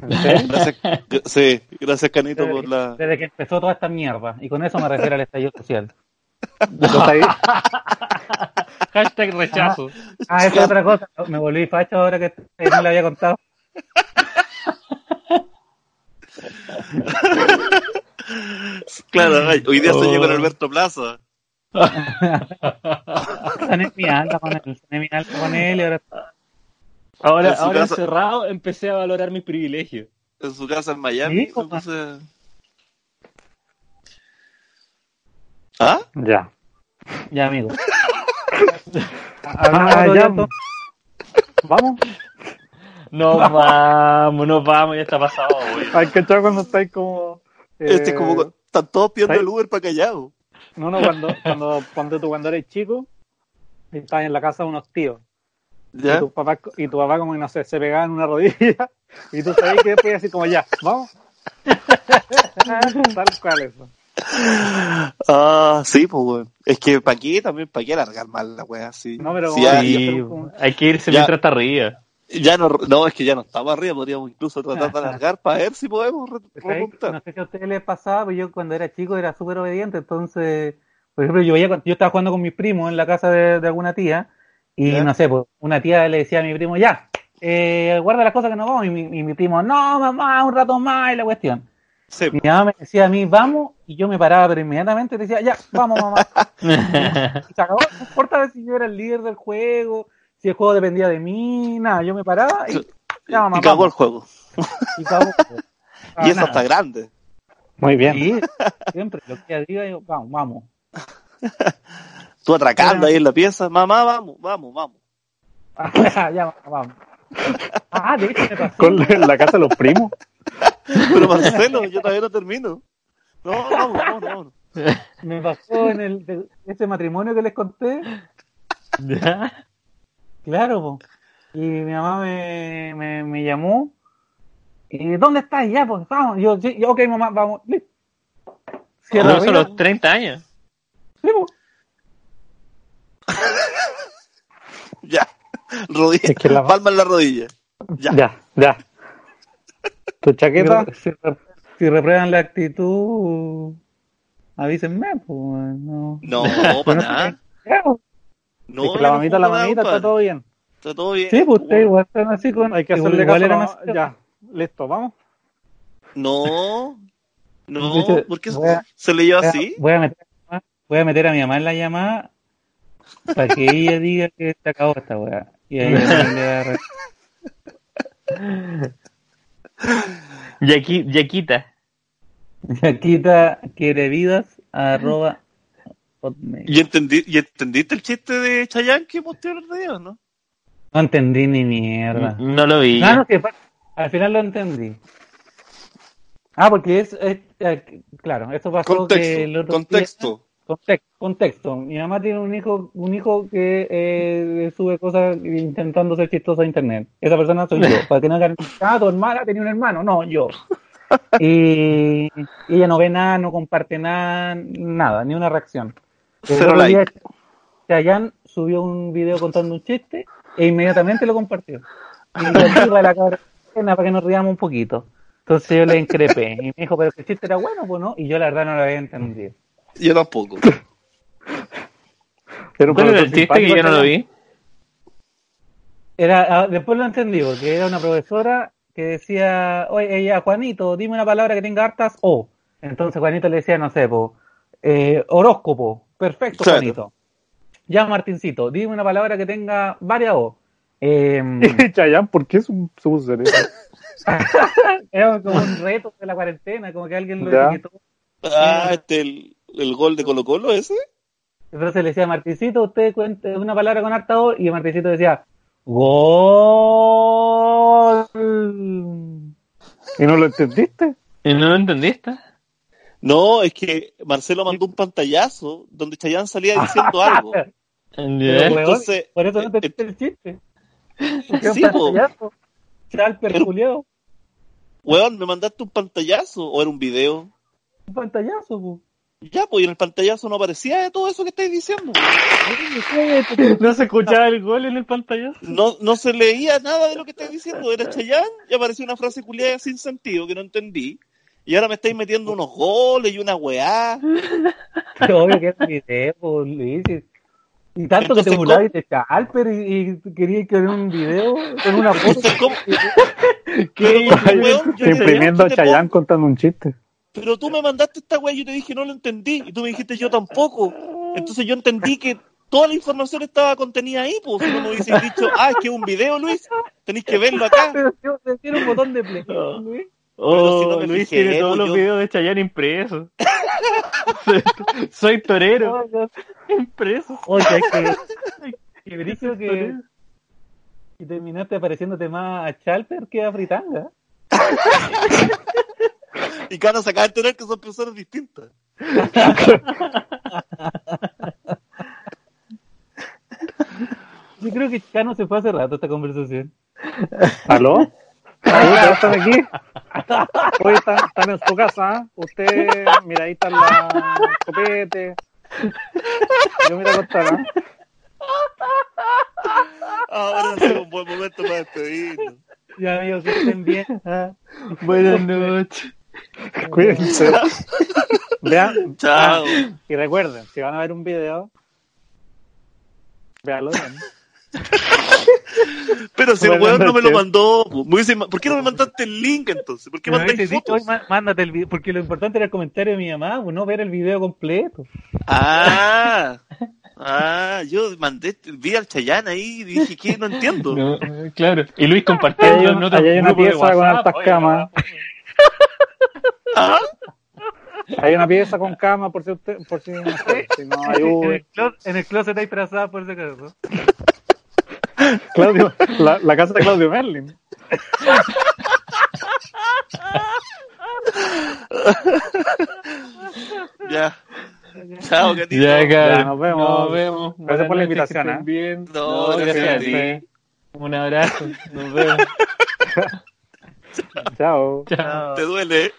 Speaker 4: ¿En serio?
Speaker 3: Gracias, g- sí, gracias Canito por la.
Speaker 5: Desde que empezó toda esta mierda. Y con eso me refiero al estallido social.
Speaker 4: Lo estáis-
Speaker 1: Hashtag rechazo.
Speaker 5: Ah, esa es otra cosa. Me volví facho ahora que eh, no le había contado.
Speaker 3: Claro, ay, hoy día soñé con Alberto Plaza.
Speaker 5: Sané mi alma con él. Sané mi alma con él y
Speaker 2: ¿Eh?
Speaker 5: ahora
Speaker 1: Ah, Ahora,
Speaker 3: En su
Speaker 1: ahora
Speaker 3: casa-
Speaker 1: encerrado empecé a valorar mis privilegios.
Speaker 3: En su casa en Miami.
Speaker 5: Sí,
Speaker 3: se
Speaker 5: papá.
Speaker 3: puso- ¿Ah?
Speaker 4: Ya.
Speaker 5: ya, amigo.
Speaker 4: Ah,
Speaker 5: otro
Speaker 4: ya.
Speaker 5: día,
Speaker 4: Vamos.
Speaker 1: No vamos, no vamos, ya está pasado, güey.
Speaker 4: Hay que echar cuando estáis como. eh,
Speaker 3: Este es como. Están todos pidiendo
Speaker 4: ¿sabes?
Speaker 3: el Uber para callado.
Speaker 4: No, no, cuando, cuando, cuando tú cuando eres chico, y estabas en la casa de unos tíos. Y
Speaker 3: ¿Ya?
Speaker 4: tu papá, y tu papá como que no sé, se pegaba en una rodilla. Y tú sabías que después iba a decir como ya, vamos. Tal cual eso.
Speaker 3: Ah, sí, pues, weón. Es que para qué también, para qué alargar más la wea, sí.
Speaker 4: No, pero
Speaker 3: Sí,
Speaker 4: como-
Speaker 3: ya,
Speaker 4: Sí.
Speaker 1: hay que irse
Speaker 3: Ya.
Speaker 1: mientras está arriba.
Speaker 3: ya no, no, es que ya no estaba arriba, podríamos incluso tratar de alargar para ver si podemos re-
Speaker 5: ¿Sabes?
Speaker 3: remontar.
Speaker 5: No sé si a ustedes les pasaba, pero yo cuando era chico era súper obediente, entonces, por ejemplo, yo, veía, yo estaba jugando con mis primos en la casa de, de alguna tía, y
Speaker 3: ¿Ya?
Speaker 5: no sé, pues una tía le decía a mi primo, ya, eh, guarda las cosas que nos vamos, y mi, y mi primo, no, mamá, un rato más, y la cuestión.
Speaker 3: Sí,
Speaker 5: Mi mamá me decía a mí, vamos, y yo me paraba, pero inmediatamente le decía, ya, vamos, mamá. Y se acabó, no importaba si yo era el líder del juego, si el juego dependía de mí, nada, yo me paraba y ya, mamá,
Speaker 3: y cagó el
Speaker 5: vamos.
Speaker 3: juego.
Speaker 5: Y cagó.
Speaker 4: Ah,
Speaker 3: Y eso
Speaker 5: Nada.
Speaker 3: está grande.
Speaker 4: Muy bien.
Speaker 5: Sí, siempre, lo que diga, yo, vamos, vamos.
Speaker 3: Tú atracando
Speaker 5: Era-
Speaker 3: ahí en la pieza, mamá, vamos, vamos, vamos.
Speaker 5: ya, vamos. Ah, de hecho me pasó.
Speaker 4: Con la- en la casa de los primos.
Speaker 3: Pero Marcelo, yo todavía no termino. No, vamos, vamos, vamos.
Speaker 5: Me pasó en el, de- ese matrimonio que les conté.
Speaker 1: ¿Ya?
Speaker 5: Claro, po. Y mi mamá me, me, me llamó. ¿Y dónde estás? Ya, pues, vamos. Yo, sí, ya, ok, mamá, vamos. Li-
Speaker 1: Pero
Speaker 5: Cierra la
Speaker 1: son los 30 años.
Speaker 3: Ya. Rodilla.
Speaker 4: Es que la-
Speaker 3: Palma en la rodilla. Ya.
Speaker 4: Ya, ya. Tu chaqueta.
Speaker 5: Si, re- si reprueban la actitud, avísenme, pues, no.
Speaker 3: No, para nada.
Speaker 5: Ya, pues.
Speaker 3: No,
Speaker 4: es que la
Speaker 3: no
Speaker 4: mamita, la
Speaker 3: pongo nada,
Speaker 4: mamita, está
Speaker 3: compadre.
Speaker 4: todo bien.
Speaker 3: Está todo bien.
Speaker 5: Sí, pues, ustedes
Speaker 3: Bueno,
Speaker 5: igual están así con...
Speaker 4: Hay que
Speaker 5: igual
Speaker 4: hacerle caso a la
Speaker 5: eran
Speaker 4: mamá.
Speaker 5: así.
Speaker 4: Ya, listo, vamos.
Speaker 3: No. No,
Speaker 5: Dice,
Speaker 3: ¿por qué
Speaker 5: voy a-
Speaker 3: se le lleva
Speaker 5: Voy a-
Speaker 3: así?
Speaker 5: Voy a, meter, a mi mamá- voy a meter a mi mamá en la llamada para que ella diga que se acabó esta weá. Y ahí también le va a re-
Speaker 1: Yaqui- Yaquita.
Speaker 5: Yaquita quiere vidas arroba hotmail.
Speaker 3: ¿Y, entendí, ¿Y entendiste el chiste de Chayanne que posteó el día, no?
Speaker 5: No entendí ni mierda.
Speaker 3: Mm.
Speaker 1: No lo vi.
Speaker 5: Ah, no, que fa- al final lo entendí. Ah, porque es, es- eh, claro, esto pasó que el
Speaker 3: Contexto.
Speaker 5: otro día-
Speaker 3: Contexto.
Speaker 5: Context- contexto. Mi mamá tiene un hijo, un hijo que eh, sube cosas intentando ser chistoso a internet. Esa persona soy yo. Para que no hagan ah, tu hermana tenía un hermano. No, yo. Y, y ella no ve nada, no comparte nada, nada, ni una reacción. Pero el
Speaker 3: Cero
Speaker 5: otro día,
Speaker 3: like.
Speaker 5: Chayanne subió un video contando un chiste e inmediatamente lo compartió. Y yo, "Viva la cuarentena, para que nos riamos un poquito. Entonces yo le increpé y me dijo, pero que el chiste era bueno, pues no. Y yo la verdad no lo había entendido.
Speaker 3: Yo tampoco.
Speaker 4: Pero
Speaker 1: ¿Cuál era el chiste que yo no lo vi?
Speaker 5: Era, ah, después lo entendí, porque era una profesora que decía, oye, ella, Juanito, dime una palabra que tenga hartas O. Entonces Juanito le decía, no sé, po, eh, horóscopo, perfecto,
Speaker 3: Claro.
Speaker 5: Juanito. Ya, Martincito, dime una palabra que tenga varias O. Eh,
Speaker 4: Chayán, ¿por qué su- sucede eso?
Speaker 5: era como un reto de la cuarentena, como que alguien lo
Speaker 4: Ya.
Speaker 5: etiquetó.
Speaker 3: Ah, este, el, el gol de Colo Colo ese.
Speaker 2: Entonces le decía a Martincito, usted cuente una palabra con harta voz, y Martincito decía, gol.
Speaker 4: ¿Y no lo entendiste?
Speaker 1: ¿Y no lo entendiste?
Speaker 3: No, es que Marcelo mandó un pantallazo donde Chayán salía diciendo algo. Entonces,
Speaker 2: por eso no te eh, el chiste.
Speaker 3: Porque sí, po. Era, weón, me mandaste un pantallazo o era un video.
Speaker 2: Un pantallazo, po.
Speaker 3: Ya, pues, y en el pantallazo no aparecía de todo eso que estáis diciendo.
Speaker 1: No se escuchaba el gol en el pantallazo.
Speaker 3: No, no se leía nada de lo que estáis diciendo. Era Chayán y apareció una frase culiada sin sentido que no entendí. Y ahora me estáis metiendo unos goles y una weá.
Speaker 2: Pero obvio que es video, Luis. Y tanto Entonces, que te burlabas y te Alper y, y querías que un video con una foto.
Speaker 4: ¿Qué? Weón, yo imprimiendo a Chayán contando un chiste
Speaker 3: pero tú me mandaste esta weá y yo te dije no lo entendí y tú me dijiste yo tampoco entonces yo entendí que toda la información estaba contenida ahí pues si no me hubiese dicho ah es que es un video Luis tenéis que verlo acá
Speaker 2: pero yo tiene un botón de play oh. Luis
Speaker 1: Oh, si no Luis fijé, tiene todos yo... los videos de Chayanne impresos. Soy torero. impreso.
Speaker 2: Oye, que, que brillo que, que terminaste pareciéndote más a Chalper que a Fritanga.
Speaker 3: Y Cano se acaba de enterar que son personas distintas.
Speaker 2: Yo creo que Cano se fue hace rato esta conversación.
Speaker 4: ¿Aló? ¿Aló? ¿Están aquí? Hoy están, están, en su casa. ¿ah? Usted, mira, ahí están los copetes. Yo mira ¿ah? acostar,
Speaker 3: Ahora es un buen momento para despedirnos.
Speaker 2: Ya, amigos, que estén bien.
Speaker 1: Buenas noches.
Speaker 4: Cuídense. Vean. Chao. ah, Y recuerden, si van a ver un video, veanlo bien.
Speaker 3: Pero si el weón no me lo mandó, ¿por qué no me mandaste el link entonces? ¿Por qué mandaste fotos?
Speaker 2: mándate el video, porque lo importante era el comentario de mi mamá, pues, no ver el video completo.
Speaker 3: Ah, ah, yo mandé, vi al Chayán ahí y dije que no entiendo. No,
Speaker 1: eh, claro, y Luis compartiendo en
Speaker 4: otro Allá hay una pieza con altas camas. ¿Ah? Hay una pieza con cama, por si usted, por si, no, sé, si no hay
Speaker 2: en, el closet, en el closet hay trazada por ese caso.
Speaker 4: Claudio, la, la, casa de Claudio Merlin.
Speaker 3: ya. Chao, que
Speaker 1: ya, ya,
Speaker 4: nos vemos.
Speaker 1: Nos vemos.
Speaker 4: Gracias por la invitación. ¿eh?
Speaker 1: Bien.
Speaker 3: No, no gracias, gracias
Speaker 1: Un abrazo. Nos vemos.
Speaker 4: Chao.
Speaker 3: Chao. Te duele.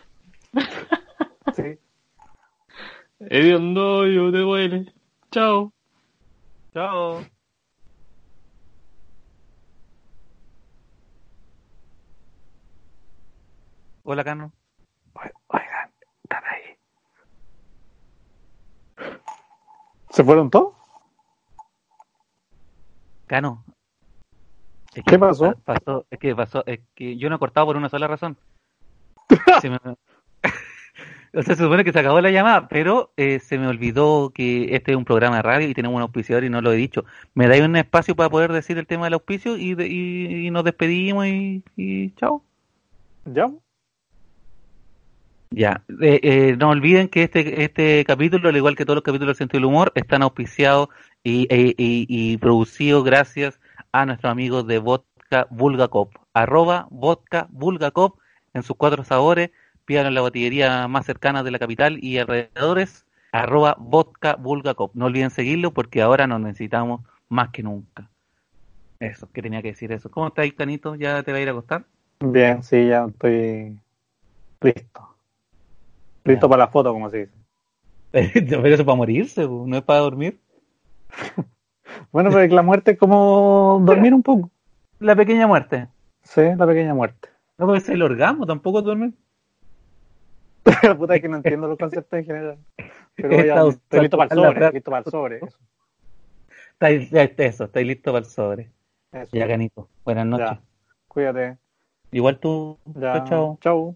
Speaker 4: Sí.
Speaker 1: Hediondo, yo te duele. Chao.
Speaker 2: Chao. Hola, Cano.
Speaker 4: Oigan, están ahí. ¿Se fueron todos?
Speaker 2: Cano,
Speaker 4: es que ¿Qué pasó?
Speaker 2: pasó? Es que pasó, es que yo no he cortado por una sola razón. Se me... o sea, se supone que se acabó la llamada, pero eh, se me olvidó que este es un programa de radio y tenemos un auspiciador y no lo he dicho. Me dais un espacio para poder decir el tema del auspicio y, de, y, y nos despedimos y, y, chao.
Speaker 4: Ya.
Speaker 2: Ya, eh, eh, no olviden que este, este capítulo, al igual que todos los capítulos de Sentido del Humor, están auspiciados y, eh, y producidos gracias a nuestros amigos de Vodka Bulgakov. Arroba Vodka Bulgakov en sus cuatro sabores. Pídanlo en la botillería más cercana de la capital y alrededores. Arroba Vodka Bulgakov. No olviden seguirlo porque ahora nos necesitamos más que nunca. Eso, que tenía que decir eso. ¿Cómo estás, Canito? ¿Ya te va a ir a acostar?
Speaker 4: Bien, sí, ya estoy listo. Listo ya. para la foto, como se dice.
Speaker 2: Pero eso es para morirse, no es para dormir.
Speaker 4: Bueno, pero la muerte es como dormir un poco.
Speaker 2: La pequeña muerte.
Speaker 4: Sí, la pequeña muerte.
Speaker 2: No, pero es Pues el orgasmo, tampoco es dormir.
Speaker 4: la puta es que no entiendo los conceptos en general. Pero ya, estoy, estoy listo para el sobre, estoy listo para el sobre. Eso,
Speaker 2: estáis, eso, estoy listo para el sobre. Eso. Ya, Canito. Buenas noches. Ya.
Speaker 4: Cuídate.
Speaker 2: Igual tú.
Speaker 4: Ya. Chao. Chao.